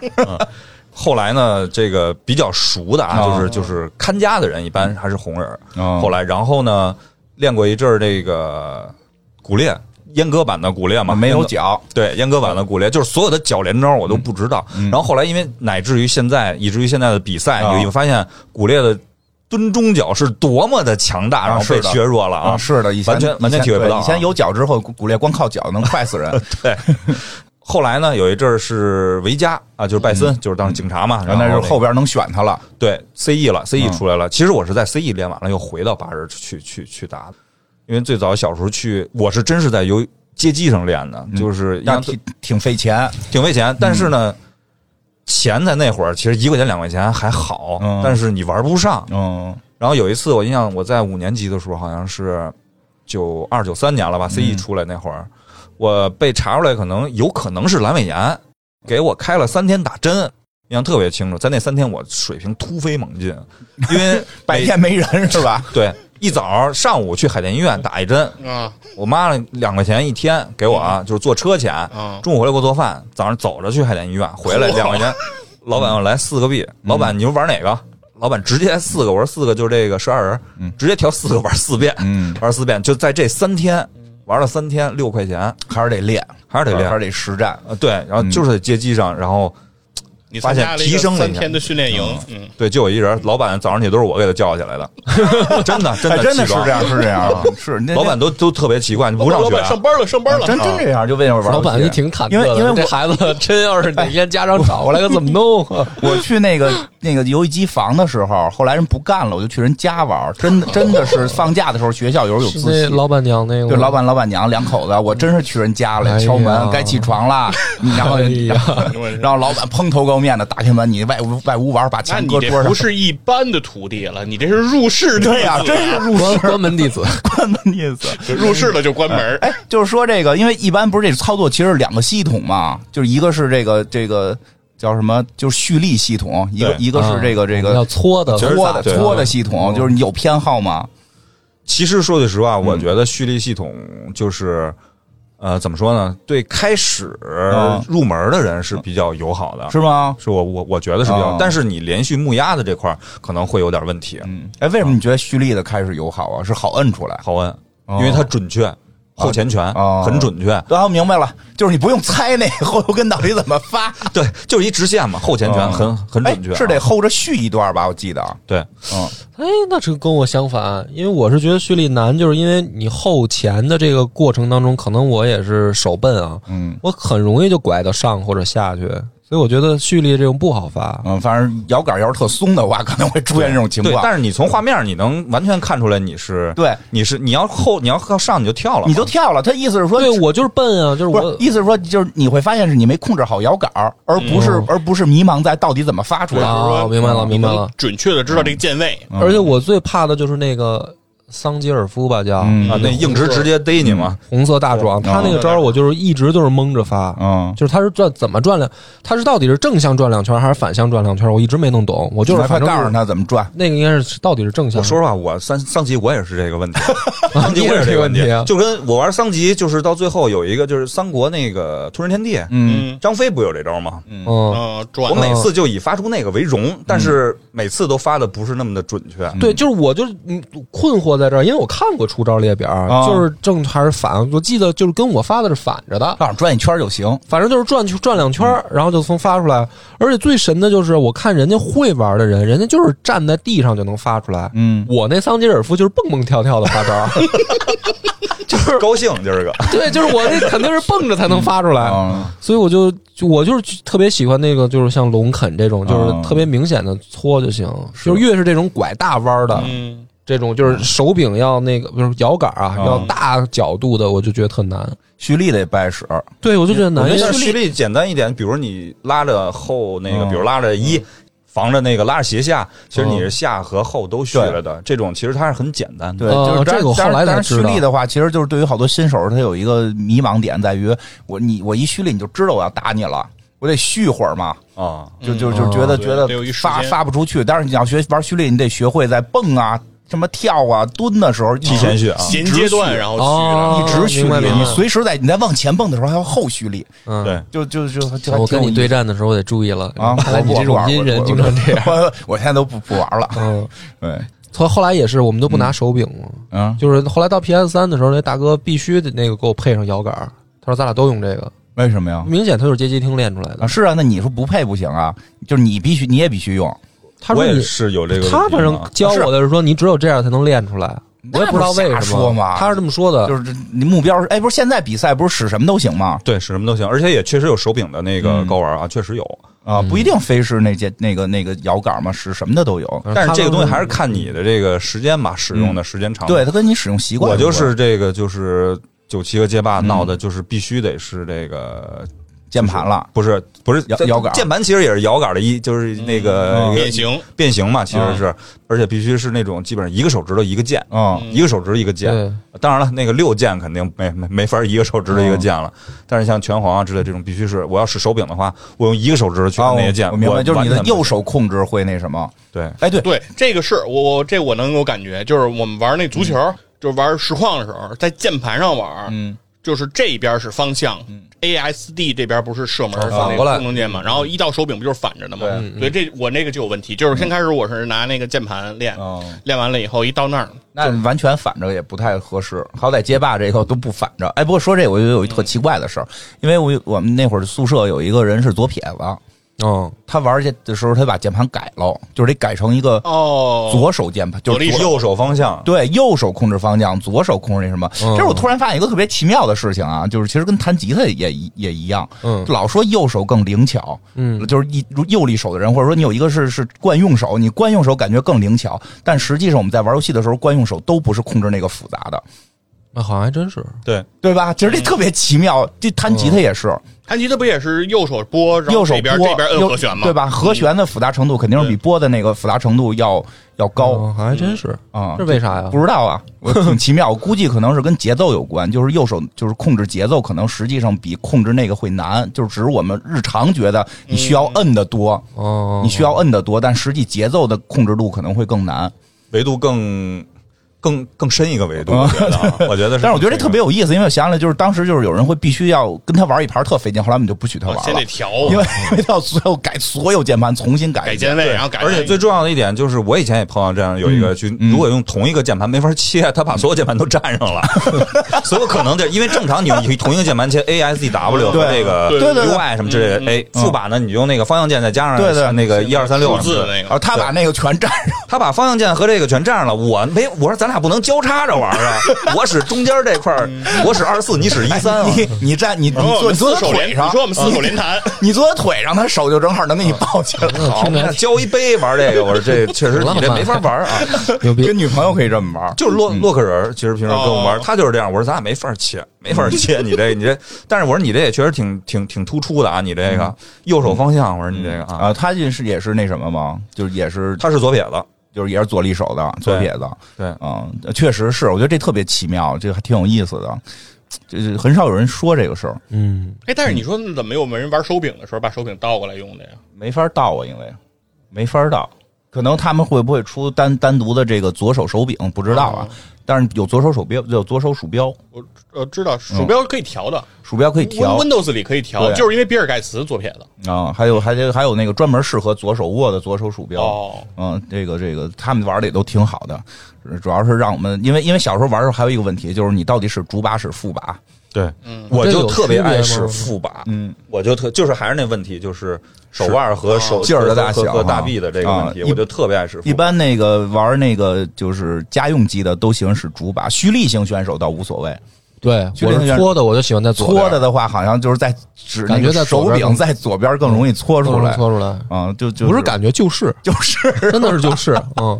Speaker 4: 后来呢，这个比较熟的啊，就是就是看家的人一般还是红人。
Speaker 1: 嗯哦
Speaker 4: 后来，然后呢，练过一阵儿这个骨裂，阉割版的骨裂嘛，
Speaker 1: 啊没有嗯
Speaker 4: 阉割。
Speaker 1: 脚，
Speaker 4: 对，阉割版的骨裂就是所有的脚连招我都不知道。
Speaker 1: 嗯
Speaker 4: 然后后来，因为乃至于现在，以至于现在的比赛，
Speaker 1: 啊
Speaker 4: 你会发现骨裂的蹲中脚是多么的强大，
Speaker 1: 啊
Speaker 4: 然后被
Speaker 1: 是的
Speaker 4: 削弱了啊！
Speaker 1: 啊，是的，以前
Speaker 4: 完全完全体会不到啊
Speaker 1: 以前有脚之后，骨骨裂光靠脚能踹 死人。
Speaker 4: 后来呢，有一阵儿是维加啊，就是拜森，就是当时警察嘛，
Speaker 1: 然
Speaker 4: 然后
Speaker 1: 后嗯那
Speaker 4: 那
Speaker 1: 就
Speaker 4: 个
Speaker 1: 是后边能选他了，
Speaker 4: 对 CE 了
Speaker 1: 嗯
Speaker 4: ，CE 出来了。其实我是在 CE 练完了，又回到八人去去去打的，因为最早小时候去，我是真是在游街机上练的，就是
Speaker 1: 嗯那
Speaker 4: 让
Speaker 1: 挺嗯挺费钱。
Speaker 4: 挺费钱，但是呢，钱在那会儿其实一块钱两块钱还好
Speaker 1: 嗯，
Speaker 4: 但是你玩不上。
Speaker 1: 嗯
Speaker 4: 然后有一次我印象我在五年级的时候，好像是九二九三年了
Speaker 1: 嗯
Speaker 4: 吧，CE 出来那会儿，我被查出来可能有可能是阑尾炎，给我开了三天打针。印象特别清楚，在那三天我水平突飞猛进，因为
Speaker 1: 白天没人是吧？
Speaker 4: 对，一早上午去海淀医院打一针，
Speaker 3: 啊
Speaker 4: 我妈两块钱一天给我啊，
Speaker 1: 嗯
Speaker 4: 就是坐车钱。
Speaker 3: 啊，
Speaker 4: 中午回来给我做饭，早上走着去海淀医院，回来
Speaker 3: 嚯
Speaker 4: 两 块钱，老板要来四个币，
Speaker 1: 嗯
Speaker 4: 老板你说玩哪个？老板直接四个，我说四个就是这个十二人，直接调四个玩四遍，
Speaker 1: 嗯，
Speaker 4: 玩四遍就在这三天玩了三天，六块钱
Speaker 1: 还是得练，
Speaker 4: 还是得
Speaker 1: 还是。
Speaker 4: 练
Speaker 1: 得实战。
Speaker 4: 呃，对，然后
Speaker 1: 嗯
Speaker 4: 就是在街机上，然后
Speaker 3: 你
Speaker 4: 发
Speaker 3: 参
Speaker 4: 现
Speaker 3: 加了
Speaker 4: 提
Speaker 3: 一个
Speaker 4: 升了一
Speaker 3: 三
Speaker 4: 下
Speaker 3: 天的训练营，嗯，
Speaker 4: 对，就我一人，老板早上起都是我给他叫起来的， 真的真
Speaker 1: 哎
Speaker 4: 的
Speaker 1: 真的是
Speaker 4: 起床
Speaker 1: 这样，是这样， 是那
Speaker 4: 老板都都特别奇怪，你不上
Speaker 3: 老
Speaker 4: 学
Speaker 3: 板
Speaker 4: 啊
Speaker 3: 上班了，上班了，
Speaker 1: 真真这样，就为了玩游戏。
Speaker 2: 老板你挺忐忑的，
Speaker 1: 因为因为
Speaker 2: 这
Speaker 1: 我
Speaker 2: 孩子真要是哪天家长找过来，可怎么弄啊？
Speaker 1: 我去那个 那个游戏机房的时候，后来人不干了，我就去人家玩，真的真的是放假的时候，学校有时 候有
Speaker 2: 是
Speaker 1: 自
Speaker 2: 那
Speaker 1: 习。
Speaker 2: 老板娘那个吗
Speaker 1: 就老板老板娘两口子，我真是去人家
Speaker 2: 哎
Speaker 1: 了，
Speaker 2: 呀
Speaker 1: 敲门，该起床啦，然后
Speaker 2: 哎呀
Speaker 1: 然后然后老板蓬头垢面的打开门，你外屋外屋玩，把
Speaker 3: 那
Speaker 1: 钱
Speaker 3: 你
Speaker 1: 搁
Speaker 3: 这
Speaker 1: 桌上
Speaker 3: 不。是一般的徒弟了，你这是入室弟子
Speaker 1: 对呀、真是入
Speaker 2: 关
Speaker 1: 室
Speaker 2: 关门 弟子，
Speaker 1: 关的意思。
Speaker 3: 入室了就关门。
Speaker 1: 哎，就是说这个，因为一般不是这操作其实是两个系统嘛，就是一个是这个这个叫什么，就是蓄力系统，一个
Speaker 4: 对
Speaker 1: 一个是这个这
Speaker 2: 啊要
Speaker 1: 个
Speaker 2: 搓的
Speaker 4: 其实
Speaker 1: 搓的
Speaker 4: 对
Speaker 1: 搓的系统，就是你有偏好吗？
Speaker 4: 其实说句实
Speaker 1: 嗯
Speaker 4: 话，我觉得蓄力系统就是，呃，怎么说呢？对开始
Speaker 1: 啊
Speaker 4: 入门的人是比较友好的，
Speaker 1: 是吗？
Speaker 4: 是我我我觉得是比较
Speaker 1: 啊，
Speaker 4: 但是你连续木鸭的这块儿可能会有点问题。
Speaker 1: 嗯，哎，为什么你觉得蓄力的开始友好啊？是好摁出来？
Speaker 4: 好问，因为它准确，
Speaker 1: 啊
Speaker 4: 后前拳
Speaker 1: 哦
Speaker 4: 很准确，
Speaker 1: 然后明白了，就是你不用猜那 个后油根到底怎么发，
Speaker 4: 对，就是一直线嘛，后前拳很很
Speaker 1: 哎
Speaker 4: 准确，
Speaker 1: 是得后着续一段吧？我记得，
Speaker 4: 对，
Speaker 1: 嗯，
Speaker 2: 哎，那这跟我相反，因为我是觉得蓄力难，就是因为你后前的这个过程当中，可能我也是手笨啊，
Speaker 1: 嗯
Speaker 2: 我很容易就拐到上或者下去，所以我觉得蓄力这种不好发。
Speaker 1: 嗯，反正摇杆要是特松的话，可能会出现这种情
Speaker 4: 对，
Speaker 1: 况。
Speaker 4: 但是你从画面你能完全看出来你是
Speaker 1: 对，
Speaker 4: 你是你要后你要靠上你就跳了嘛，
Speaker 1: 你都跳了，他意思是说，
Speaker 2: 对，我就是笨啊，就是
Speaker 1: 不
Speaker 2: 我
Speaker 1: 是，意思是说，就是你会发现是你没控制好摇杆儿，而不是、而不是迷茫在到底怎么发出来。
Speaker 2: 啊，
Speaker 3: 说
Speaker 2: 明白了，明白了
Speaker 3: 能。准确的知道这个键位。
Speaker 1: 嗯
Speaker 2: 而且我最怕的就是那个桑吉尔夫吧，叫、
Speaker 1: 嗯
Speaker 4: 啊，那硬直直接逮你嘛，
Speaker 2: 红色大壮，他那个招儿我就是一直就是蒙着发，
Speaker 1: 嗯，
Speaker 2: 就是他是转怎么转两，他是到底是正向转两圈还是反向转两圈，我一直没弄懂。我就是
Speaker 1: 来快
Speaker 2: 反正
Speaker 1: 告诉他怎么转。
Speaker 2: 那个应该是到底是正向，
Speaker 4: 我说实话，我三上级我也是这个问题，上级
Speaker 2: 你
Speaker 4: 我
Speaker 2: 也
Speaker 4: 也
Speaker 2: 是
Speaker 4: 是
Speaker 2: 这
Speaker 4: 这
Speaker 2: 个
Speaker 4: 个
Speaker 2: 问
Speaker 4: 问
Speaker 2: 题
Speaker 4: 题
Speaker 2: 啊。
Speaker 4: 就是跟我玩桑吉，就是到最后有一个就是三国那个突人天地，
Speaker 1: 嗯，
Speaker 4: 张飞不有这招吗？
Speaker 2: 嗯，
Speaker 3: 嗯，转
Speaker 4: 我每次就以发出那个为荣，但是每次都发的不是那么的准确。
Speaker 2: 对，就是我就是嗯困惑在这儿，因为我看过出招列表，就是正还是反，我记得就是跟我发的是反着的，
Speaker 1: 告诉转一圈就行。
Speaker 2: 反正就是转圈转两圈儿，然后就从发出来。而且最神的就是，我看人家会玩的人，人家就是站在地上就能发出来。
Speaker 1: 嗯，
Speaker 2: 我那桑吉尔夫就是蹦蹦跳跳的发招，就是
Speaker 4: 高兴今儿个，
Speaker 2: 对，就是我那肯定是蹦着才能发出来。
Speaker 1: 嗯
Speaker 2: 所以我就就我就是特别喜欢那个，就是像龙啃这种，就是特别明显的搓就行。就是越是这种拐大弯儿的
Speaker 3: 嗯，
Speaker 2: 这种，就是手柄要那个，就是摇杆啊，
Speaker 1: 嗯
Speaker 2: 要大角度的，我就觉得特难。
Speaker 1: 蓄力得掰使，
Speaker 2: 对，我就觉得难
Speaker 4: 我觉。
Speaker 2: 因
Speaker 4: 得
Speaker 2: 为
Speaker 4: 蓄力简单一点，比如你拉着后那个，
Speaker 1: 嗯
Speaker 4: 比如拉着一。防着那个拉着斜下，其实你
Speaker 2: 嗯
Speaker 4: 是下和后都蓄了的，这种其实它是很简单的。
Speaker 1: 对，
Speaker 2: 哦
Speaker 1: 就是
Speaker 2: 这个我
Speaker 1: 但
Speaker 2: 后来才
Speaker 1: 但是
Speaker 2: 知
Speaker 1: 蓄
Speaker 2: 道
Speaker 1: 力的话，其实就是对于好多新手，他有一个迷茫点在于，我你我一蓄力你就知道我要打你了，我得蓄会儿嘛，
Speaker 4: 啊，
Speaker 1: 就
Speaker 3: 嗯
Speaker 1: 就就觉得
Speaker 3: 对
Speaker 1: 觉得
Speaker 3: 得有一时
Speaker 1: 发
Speaker 3: 间
Speaker 1: 发不出去。但是你要学玩蓄力，你得学会在蹦啊、什么跳啊、蹲的时候
Speaker 4: 提前蓄啊，
Speaker 3: 衔接段，然后
Speaker 2: 哦
Speaker 3: 去
Speaker 1: 一直蓄
Speaker 2: 明白
Speaker 1: 力，
Speaker 2: 明白
Speaker 1: 你随时在你在往前蹦的时候还要后蓄力，
Speaker 2: 嗯，
Speaker 4: 对，
Speaker 1: 就就就就还
Speaker 2: 啊我
Speaker 1: 挺
Speaker 2: 跟
Speaker 1: 有
Speaker 2: 你
Speaker 1: 意
Speaker 2: 对
Speaker 1: 思
Speaker 2: 战的时候，我得注意了
Speaker 1: 啊！
Speaker 2: 看来
Speaker 1: 我
Speaker 2: 你
Speaker 1: 我
Speaker 2: 这种阴人经常这
Speaker 1: 样，
Speaker 2: 样。
Speaker 1: 我我现在都不不玩 了。
Speaker 2: 嗯，
Speaker 1: 对，
Speaker 2: 从后来也是，我们都不拿手柄了。
Speaker 1: 嗯，
Speaker 2: 就是后来到 PS 三的时候，那大哥必须得那个给我配上摇杆儿。他说咱俩都用这个，
Speaker 1: 为什么呀？
Speaker 2: 明显他就是街机厅练出来
Speaker 1: 啊，
Speaker 2: 的。
Speaker 1: 是啊，那你说不配不行啊，就是你必须你也必须用，
Speaker 2: 他
Speaker 4: 我
Speaker 2: 说
Speaker 4: 也
Speaker 2: 你，
Speaker 4: 是有这个问题的啊。
Speaker 2: 他反正教我的是说你只有这样才能练出来。我也不知道为
Speaker 1: 那不是
Speaker 2: 什
Speaker 1: 瞎说
Speaker 2: 么
Speaker 1: 嘛，
Speaker 2: 他是这么说的。
Speaker 1: 就是这你目标是哎，不是现在比赛不是使什么都行吗？
Speaker 4: 对，使什么都行，而且也确实有手柄的那个
Speaker 2: 嗯
Speaker 4: 高玩啊，确实有。
Speaker 1: 啊，不一定非是那些那个那个摇杆嘛，使什么的都有。
Speaker 2: 嗯
Speaker 4: 但是这个东西还是
Speaker 2: 他嗯
Speaker 4: 看你的这个时间吧，使用的时间长。
Speaker 1: 对，，它跟你使用习惯
Speaker 4: 我
Speaker 1: 有关。哦
Speaker 4: 就是这个就是九七和街霸闹的，就是必须得是这个
Speaker 1: 键盘了，
Speaker 4: 不是不是
Speaker 1: 摇
Speaker 4: 这
Speaker 1: 摇杆
Speaker 4: 键盘其实也是摇杆的一，就是那个
Speaker 1: 嗯
Speaker 4: 一个
Speaker 3: 变形，
Speaker 4: 变形嘛，其实是，而且必须是那种基本上一个手指头一个键。
Speaker 1: 嗯，
Speaker 4: 一个手指头一个键，
Speaker 2: 对
Speaker 4: 当然了，那个六键肯定没没没法一个手指头一个键了。但是像拳皇啊之类这种，必须是我要使手柄的话，我用一个手指头去
Speaker 1: 啊
Speaker 4: 按那些键。
Speaker 1: 我明白，就是你的
Speaker 4: 完全
Speaker 1: 右手控制会那什么。
Speaker 4: 对
Speaker 1: 哎，对，
Speaker 3: 对，这个是我我这我能有感觉，就是我们玩那足球，就是玩实况的时候，在键盘上玩，
Speaker 1: 嗯，
Speaker 3: 就是这边是方向，ASD 这边不是射
Speaker 1: 哦
Speaker 3: 门，
Speaker 2: 反过来
Speaker 3: 功能键嘛，然
Speaker 1: 嗯
Speaker 3: 后一到手柄不就是反着的嘛，所以这我那个就有问题，就是先开始我是拿那个键盘练
Speaker 1: 嗯哦，
Speaker 3: 练完了以后一到那儿，
Speaker 1: 那完全反着也不太合适。好歹街霸这个都不反着。哎，不过说这个我就有一特奇怪的事儿，因为我有我们那会儿宿舍有一个人是左撇子，
Speaker 2: 嗯，
Speaker 1: 他玩去的时候他把键盘改了，就是得改成一个
Speaker 3: 哦，
Speaker 1: 左手键盘，就是
Speaker 3: 左利
Speaker 1: 左
Speaker 3: 手
Speaker 4: 右手方向，
Speaker 1: 对，右手控制方向，左手控制那什么。
Speaker 2: 嗯
Speaker 1: 这是我突然发现一个特别奇妙的事情啊，就是其实跟弹吉他也一也一样，
Speaker 2: 嗯
Speaker 1: 老说右手更灵巧，
Speaker 2: 嗯，
Speaker 1: 就是一如右利手的人，或者说你有一个是是惯用手，你惯用手感觉更灵巧，但实际上我们在玩游戏的时候，惯用手都不是控制那个复杂的，
Speaker 2: 那好像还真是。
Speaker 4: 对，
Speaker 1: 对吧？其实
Speaker 3: 嗯
Speaker 1: 这特别奇妙，这弹吉他也是，
Speaker 3: 弹吉他不也是右手拨，然后
Speaker 1: 右手
Speaker 3: 嗯这边
Speaker 1: 拨
Speaker 3: 这边摁
Speaker 1: 右
Speaker 3: 和弦嘛，嗯
Speaker 1: 对吧？和弦的复杂程度肯定是比拨的那个复杂程度要要高
Speaker 2: 嗯好像还真是。
Speaker 1: 啊。
Speaker 2: 这为啥呀？
Speaker 1: 不知道啊，我挺奇妙，我估计可能是跟节奏有关，就是右手就是控制节奏，可能实际上比控制那个会难，就是只是我们日常觉得你需
Speaker 3: 嗯
Speaker 1: 要摁的多，
Speaker 2: 哦，
Speaker 1: 你需要摁的多，但实际节奏的控制度可能会更难。
Speaker 4: 维度更更更深一个维度，我觉得啊，我觉得是更深一个。
Speaker 1: 但是我觉得这特别有意思，因为我想起来，就是当时就是有人会必须要跟他玩一盘特费劲，后来我们就不许他玩了，
Speaker 3: 嗯先得调，
Speaker 1: 因为 因为他要所有改所有键盘重新改嗯
Speaker 3: 改
Speaker 1: 一遍
Speaker 3: 键位，然后改，
Speaker 4: 而且最重要的一点就是，我以前也碰到这样有一个去，如果用同一个键盘没法切，他把所有键盘都占 上了，所有可能的，因为正常你用同一个键盘切 A S D W 和
Speaker 1: 对
Speaker 4: 这个
Speaker 3: 对
Speaker 1: 对对
Speaker 4: U I 什么之类的，哎，
Speaker 1: 嗯
Speaker 4: 副把呢你用那个方向键再加上
Speaker 1: 对对
Speaker 4: 那个一二三六
Speaker 3: 数字那
Speaker 1: 然后
Speaker 3: 个，
Speaker 1: 他把那个全占 上，
Speaker 4: 他把方向键和这个全占上了，我没我说咱俩不能交叉着玩啊，我使中间这块儿，
Speaker 1: 嗯
Speaker 4: 我使二四，你使一三，啊
Speaker 1: 你你站你你
Speaker 3: 哎啊然后我
Speaker 1: 坐你坐
Speaker 3: 们哦
Speaker 1: 他
Speaker 3: 四手联，
Speaker 1: 腿
Speaker 3: 你
Speaker 1: 上，嗯
Speaker 3: 说我们四手嗯联弹，
Speaker 1: 你坐他腿上，他手就正好能给你抱起来，
Speaker 2: 听着
Speaker 4: 那交一杯玩这个，我 说这确实你这没法玩啊。
Speaker 2: 牛逼，
Speaker 1: 跟女朋友可以这么玩。
Speaker 4: 就是洛洛克人儿，其实平时跟我们玩，
Speaker 3: 哦
Speaker 4: 他就是这样。我说咱俩没法切，没
Speaker 1: 嗯
Speaker 4: 法切你这你这，但是我说你这也确实挺挺挺突出的啊，你这
Speaker 1: 嗯
Speaker 4: 个右手方向，我说你这个啊，
Speaker 1: 啊，他就是也是那什么嘛，就是也是
Speaker 4: 他是左撇子，
Speaker 1: 就是也是左利手的左撇子，
Speaker 4: 对
Speaker 1: 嗯，确实是，我觉得这特别奇妙，这还挺有意思的，就是很少有人说这个事儿，
Speaker 2: 嗯，
Speaker 3: 哎，但是你说怎么有人玩手柄的时候把手柄倒过来用的呀？
Speaker 1: 没法倒啊，因为没法倒，可能他们会不会出单单独的这个左手手柄不知道啊，但是有左手手标，有左手鼠标，
Speaker 3: 我呃知道鼠标可以调的，
Speaker 1: 鼠标嗯可以调
Speaker 3: Win- Windows 里可以调，
Speaker 1: 对
Speaker 3: 就是因为比尔盖茨左撇子。
Speaker 1: 啊，还有还有还有那个专门适合左手握的左手鼠标，
Speaker 3: 哦，
Speaker 1: 嗯，这个这个他们玩的也都挺好的，主要是让我们，因为因为小时候玩的时候还有一个问题，就是你到底是主把使副把，
Speaker 4: 对，我
Speaker 2: 这
Speaker 4: 就
Speaker 2: 有
Speaker 4: 特别
Speaker 2: 区别
Speaker 4: 爱
Speaker 2: 吗
Speaker 4: 使副把，
Speaker 1: 嗯，
Speaker 4: 我就特就是还是那问题，就是手腕和手
Speaker 1: 啊劲儿的大
Speaker 4: 和
Speaker 1: 小哈
Speaker 4: 和大臂的这个问题，
Speaker 1: 啊一
Speaker 4: 我就特别爱使副
Speaker 1: 一
Speaker 4: 把。
Speaker 1: 般那个玩那个就是家用机的都喜欢使主把，蓄力型选手倒无所谓，
Speaker 2: 对，
Speaker 1: 确
Speaker 2: 我
Speaker 1: 定一
Speaker 2: 是
Speaker 1: 下
Speaker 2: 搓的，我就喜欢在左边
Speaker 1: 搓的的话好像就是在指那
Speaker 2: 感觉
Speaker 1: 个
Speaker 2: 在左
Speaker 1: 手
Speaker 2: 边
Speaker 1: 柄
Speaker 2: 更
Speaker 1: 在左边更容易搓出来，
Speaker 2: 搓出来，
Speaker 1: 啊，就就
Speaker 2: 不是感觉就是，
Speaker 1: 就是
Speaker 2: 真的是 就是，嗯，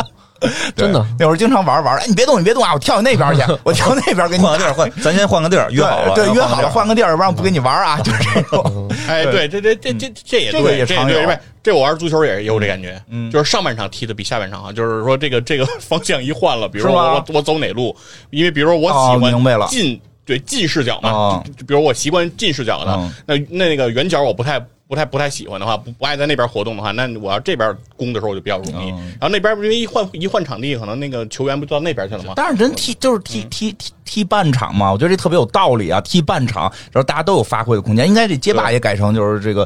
Speaker 2: 真的
Speaker 1: 对那会儿经常玩玩，哎，你别动，你别动啊，我跳你那边 去，我跳那边给你
Speaker 4: 换个地儿换，咱先换个地儿约好了，
Speaker 1: 对，对约
Speaker 4: 然后
Speaker 1: 好
Speaker 4: 换个地
Speaker 1: 了
Speaker 4: 儿
Speaker 1: 换个地儿，不然我
Speaker 2: 嗯
Speaker 1: 不跟你玩啊，就是这种，
Speaker 3: 哎，对，这这这这这也
Speaker 1: 这个
Speaker 3: 对，
Speaker 1: 也
Speaker 3: 这
Speaker 1: 常有嗯
Speaker 3: 对，对这我玩足球也有这感觉，就是上半场踢的比下半场好，就是说这个这个 方向一换了，比如说
Speaker 1: 是吗
Speaker 3: 我我我走哪路，因为比如说我喜
Speaker 1: 哦
Speaker 3: 欢
Speaker 1: 明白了
Speaker 3: 近对近视角嘛
Speaker 1: 哦，
Speaker 3: 就就比如我习惯近视角的
Speaker 1: 嗯，
Speaker 3: 那那那个远角我不太。不太不太喜欢的话，不不爱在那边活动的话，那我要这边攻的时候我就比较容易。
Speaker 1: 哦
Speaker 3: 然后那边因为一换一换场地，可能那个球员不就到那边去了吗？
Speaker 1: 但是人踢就是踢
Speaker 2: 嗯
Speaker 1: 踢踢踢半场嘛，我觉得这特别有道理啊！踢半场，然后大家都有发挥的空间。应该这街霸也改成就是这个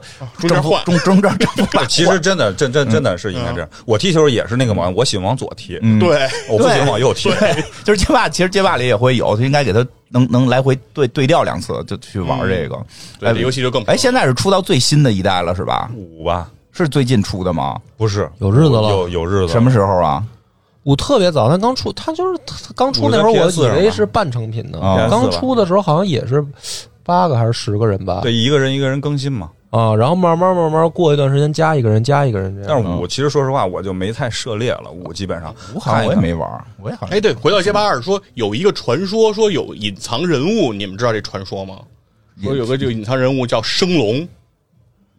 Speaker 1: 正
Speaker 3: 中间
Speaker 1: 负
Speaker 3: 换
Speaker 1: 中中正正 负把
Speaker 4: 其实真的，真真真的是应
Speaker 1: 嗯
Speaker 4: 该这样。我踢球也是那个毛病，我喜欢往左踢，
Speaker 3: 对，
Speaker 4: 我哦不喜欢往右踢。
Speaker 1: 对，就是街霸，其实街霸里也会有，就应该给他能能来回对对调两次，就去玩这个。
Speaker 3: 对，这游戏就更
Speaker 1: 哎，现在是出到最新的一代了是吧？
Speaker 4: 五吧，
Speaker 1: 是最近出的吗？
Speaker 4: 不是
Speaker 2: 有日子了
Speaker 4: 有有日子了，
Speaker 1: 什么时候啊？
Speaker 2: 我特别早，他刚出，他就是他刚出那会儿，
Speaker 4: 我在
Speaker 2: 我
Speaker 4: PS4
Speaker 2: 以为是半成品呢。
Speaker 1: 啊
Speaker 2: 刚出的时候好像也是八个还是十个人吧？
Speaker 4: 对一个人一个人更新嘛？
Speaker 2: 啊，然后慢慢慢慢过一段时间加一个人，加一个人这
Speaker 4: 但
Speaker 2: 样。
Speaker 4: 是五其实说实话，我就没太涉猎了，五基本上
Speaker 1: 我好像我也没玩，我也好像
Speaker 3: 哎，对，回到街霸二，说有一个传说，说有隐藏人物，你们知道这传说吗？说有个就隐藏人物叫升龙，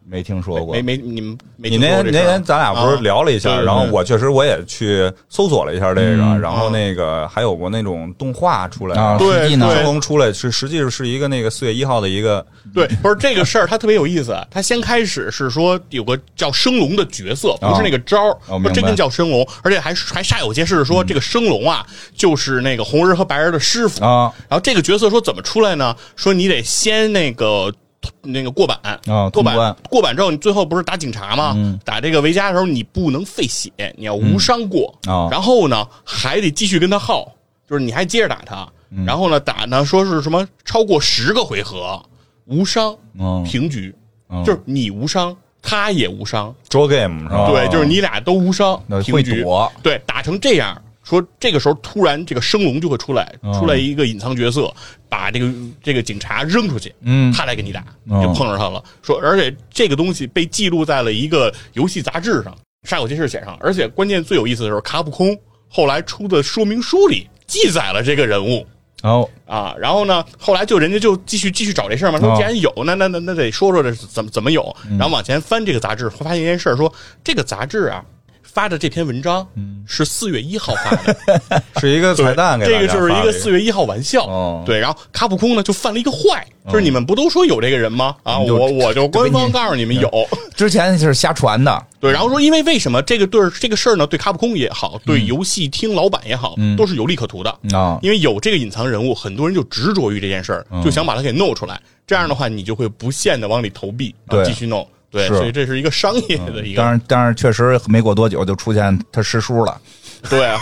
Speaker 1: 没听说过
Speaker 3: 没。没你们没
Speaker 4: 你
Speaker 3: 听
Speaker 4: 那
Speaker 3: 说过
Speaker 4: 天
Speaker 3: 这
Speaker 4: 那
Speaker 3: 事儿
Speaker 4: 天咱俩不是聊了一
Speaker 3: 啊
Speaker 4: 下，
Speaker 3: 对对
Speaker 4: 然后
Speaker 3: 对
Speaker 4: 我确实我也去搜索了一下这个，
Speaker 1: 嗯
Speaker 4: 然后那个还有过那种动画出来
Speaker 1: 啊，
Speaker 4: 啊，
Speaker 1: 实际呢
Speaker 3: 对
Speaker 4: 升龙出来是实际是一个那个四月一号的一个
Speaker 3: 对，不是这个事儿，它特别有意思。啊它先开始是说有个叫升龙的角色，不是那个招儿，
Speaker 1: 哦
Speaker 3: 不
Speaker 1: 明白
Speaker 3: 是真正叫升龙，而且还还煞有介事地说这个升龙啊，就是那个红人和白人的师傅。
Speaker 1: 啊
Speaker 3: 然后这个角色说怎么出来呢？说你得先那个。那个过板
Speaker 1: 啊
Speaker 3: 过
Speaker 1: 通关嗯
Speaker 3: 板过板之后，你最后不是打警察吗？打这个维嘉的时候，你不能费血，你要无伤过。
Speaker 1: 嗯哦
Speaker 3: 然后呢，还得继续跟他耗，就是你还接着打他。
Speaker 1: 嗯
Speaker 3: 然后呢，打呢说是什么超过十个回合无伤
Speaker 1: 嗯
Speaker 3: 平局，
Speaker 1: 嗯
Speaker 3: 就是你无伤，他也无伤，
Speaker 4: draw game 是吧？
Speaker 1: 哦
Speaker 3: 对，就是你俩都无伤
Speaker 1: 那，
Speaker 3: 平
Speaker 1: 会
Speaker 3: 局
Speaker 1: 躲，
Speaker 3: 对，打成这样，说这个时候突然这个升龙就会出来，
Speaker 1: 嗯
Speaker 3: 出来一个隐藏角色，把这个这个警察扔出去，
Speaker 1: 嗯
Speaker 3: 他来给你打，
Speaker 1: 哦
Speaker 3: 就碰着他了。说，而且这个东西被记录在了一个游戏杂志上，煞有介事写上，而且关键最有意思的是卡普空后来出的说明书里记载了这个人物。
Speaker 1: 然后
Speaker 3: 啊，然后呢，后来就人家就继续继续找这事儿嘛，说
Speaker 1: 哦
Speaker 3: 既然有，那那那那
Speaker 4: 嗯
Speaker 3: 得说说这是怎么怎么有，然后往前翻这个杂志，会发现一件事儿，说这个杂志啊。发的这篇文章是四月一号发的，
Speaker 4: 是一个
Speaker 3: 对
Speaker 4: 嗯 彩蛋给
Speaker 3: 这
Speaker 4: 大
Speaker 3: 个
Speaker 4: 家发
Speaker 3: 就
Speaker 4: 的
Speaker 3: 是
Speaker 4: 一
Speaker 3: 一个四月一号玩笑。
Speaker 4: 哦
Speaker 3: 对，然后卡普空呢就犯了一个坏，就是你们不都说有这个人吗？啊，
Speaker 4: 嗯
Speaker 1: 你就
Speaker 3: 我我就官
Speaker 1: 就给
Speaker 3: 方
Speaker 1: 你
Speaker 3: 告诉你们有。
Speaker 1: 之前是瞎传的，
Speaker 3: 对，然后说因为为什么这个对这个事儿呢，对卡普空也好，
Speaker 4: 嗯
Speaker 3: 对游戏厅老板也好，都是有利可图的。
Speaker 1: 啊
Speaker 3: 因为有这个隐藏人物，很多人就执着于这件事儿，就想把它给弄出来。这样的话，你就会不限的往里投币，然后
Speaker 1: 对
Speaker 3: 继续弄。对，
Speaker 1: 是
Speaker 3: 所以这是一个商业的一个
Speaker 1: 当然，当然，确实没过多久就出现他师叔了。
Speaker 3: 对啊，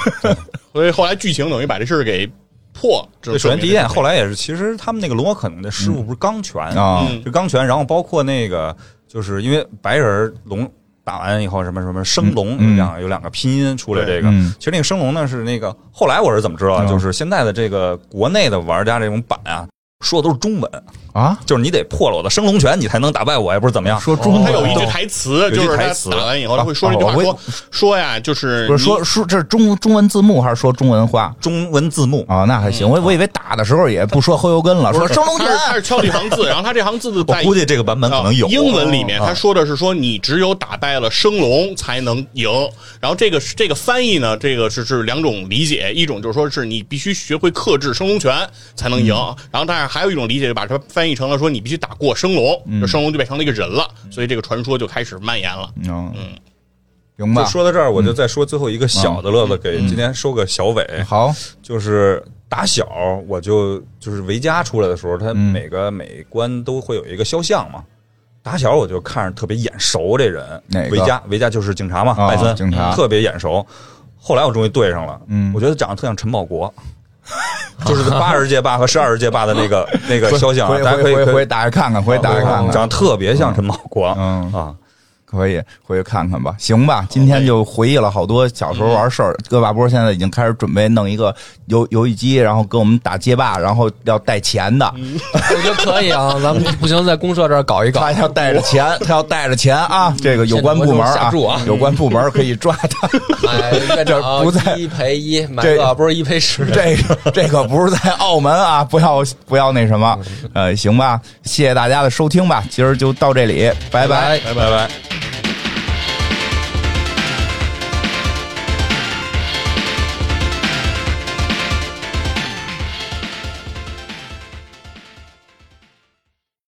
Speaker 3: 所以后来剧情等于把这事儿给破了。这
Speaker 4: 对，首先第一
Speaker 3: 件
Speaker 4: 点，后来也是，其实他们那个龙马可能的师傅不是钢拳
Speaker 1: 啊
Speaker 3: 嗯
Speaker 4: 就钢拳，然后包括那个，就是因为白人龙打完以后，什么什么升龙，
Speaker 1: 嗯
Speaker 4: 有两有两个拼音出来这个。
Speaker 1: 嗯
Speaker 4: 其实那个升龙呢是那个，后来我是怎么知道的？
Speaker 1: 嗯
Speaker 4: 就是现在的这个国内的玩家这种版啊，说的都是中文，
Speaker 1: 啊，
Speaker 4: 就是你得破了我的升龙拳，你才能打败我，也不是怎么样。
Speaker 1: 说中文
Speaker 3: 他有一句台词，
Speaker 4: 有一句
Speaker 3: 就是
Speaker 4: 台
Speaker 3: 他
Speaker 4: 词
Speaker 3: 打完以后，他会说这句
Speaker 1: 啊
Speaker 3: 话，
Speaker 1: 我
Speaker 3: 说说呀，就是
Speaker 1: 不是
Speaker 3: 你
Speaker 1: 说说这是中中文字幕还是说中文话
Speaker 4: 中文字幕，
Speaker 1: 啊？那还行，我我以为打的时候也不说后油根了，说升龙
Speaker 3: 他
Speaker 1: 拳
Speaker 3: 是他是敲了一行字，然后他这行字
Speaker 4: 我
Speaker 3: 在
Speaker 4: 估计这个版本可能有
Speaker 3: 啊英文里面他说的是说你只有打败了升龙才能赢，然后这个这个翻译呢，这个是是两种理解，一种就是说是你必须学会克制升龙拳才能赢，
Speaker 4: 嗯
Speaker 3: 然后但是还有一种理解就把它翻译成了说你必须打过升龙，
Speaker 4: 嗯
Speaker 3: 这升龙就变成了一个人了，所以这个传说就开始蔓延了。
Speaker 1: 嗯，明白
Speaker 4: 就。说到这儿，我就再说最后一个小的乐子，给今天收个小尾。
Speaker 1: 哎好，
Speaker 4: 就是打小我就就是维嘉出来的时候，
Speaker 1: 嗯
Speaker 4: 他每个每关都会有一个肖像嘛。打小我就看着特别眼熟这人，
Speaker 1: 哪个
Speaker 4: 维嘉维嘉就是警察嘛，
Speaker 1: 啊
Speaker 4: 拜森
Speaker 1: 警察
Speaker 4: 特别眼熟。后来我终于对上了，
Speaker 1: 嗯
Speaker 4: 我觉得长得特像陈宝 国，就是八十届霸和十二届霸的那 个那个肖像啊，
Speaker 1: 回
Speaker 4: 大家可
Speaker 1: 回
Speaker 4: 以
Speaker 1: 回
Speaker 4: 可以
Speaker 1: 回打开看看，回打开看看，
Speaker 4: 长得特别像陈宝国
Speaker 1: 嗯
Speaker 4: 啊。
Speaker 1: 可以回去看看吧，行吧。今天就回忆了好多小时候玩事儿。戈巴波现在已经开始准备弄一个游游戏机，然后跟我们打街霸，然后要带钱的，
Speaker 2: 我觉得可以啊，咱们不行在公社这儿搞一搞
Speaker 1: 他。要带着钱，他要带着钱啊！这个有关部门
Speaker 2: 现在我就下
Speaker 1: 啊
Speaker 2: 注啊，
Speaker 1: 有关部门可以抓他。
Speaker 2: 哎，院长
Speaker 1: 这不在
Speaker 2: 一赔一，买
Speaker 1: 这
Speaker 2: 个不是一赔十。
Speaker 1: 这个这可不是在澳门啊，不要不要那什么，呃，行吧，谢谢大家的收听吧，今儿就到这里，拜拜
Speaker 4: 拜
Speaker 2: 拜
Speaker 4: 拜拜。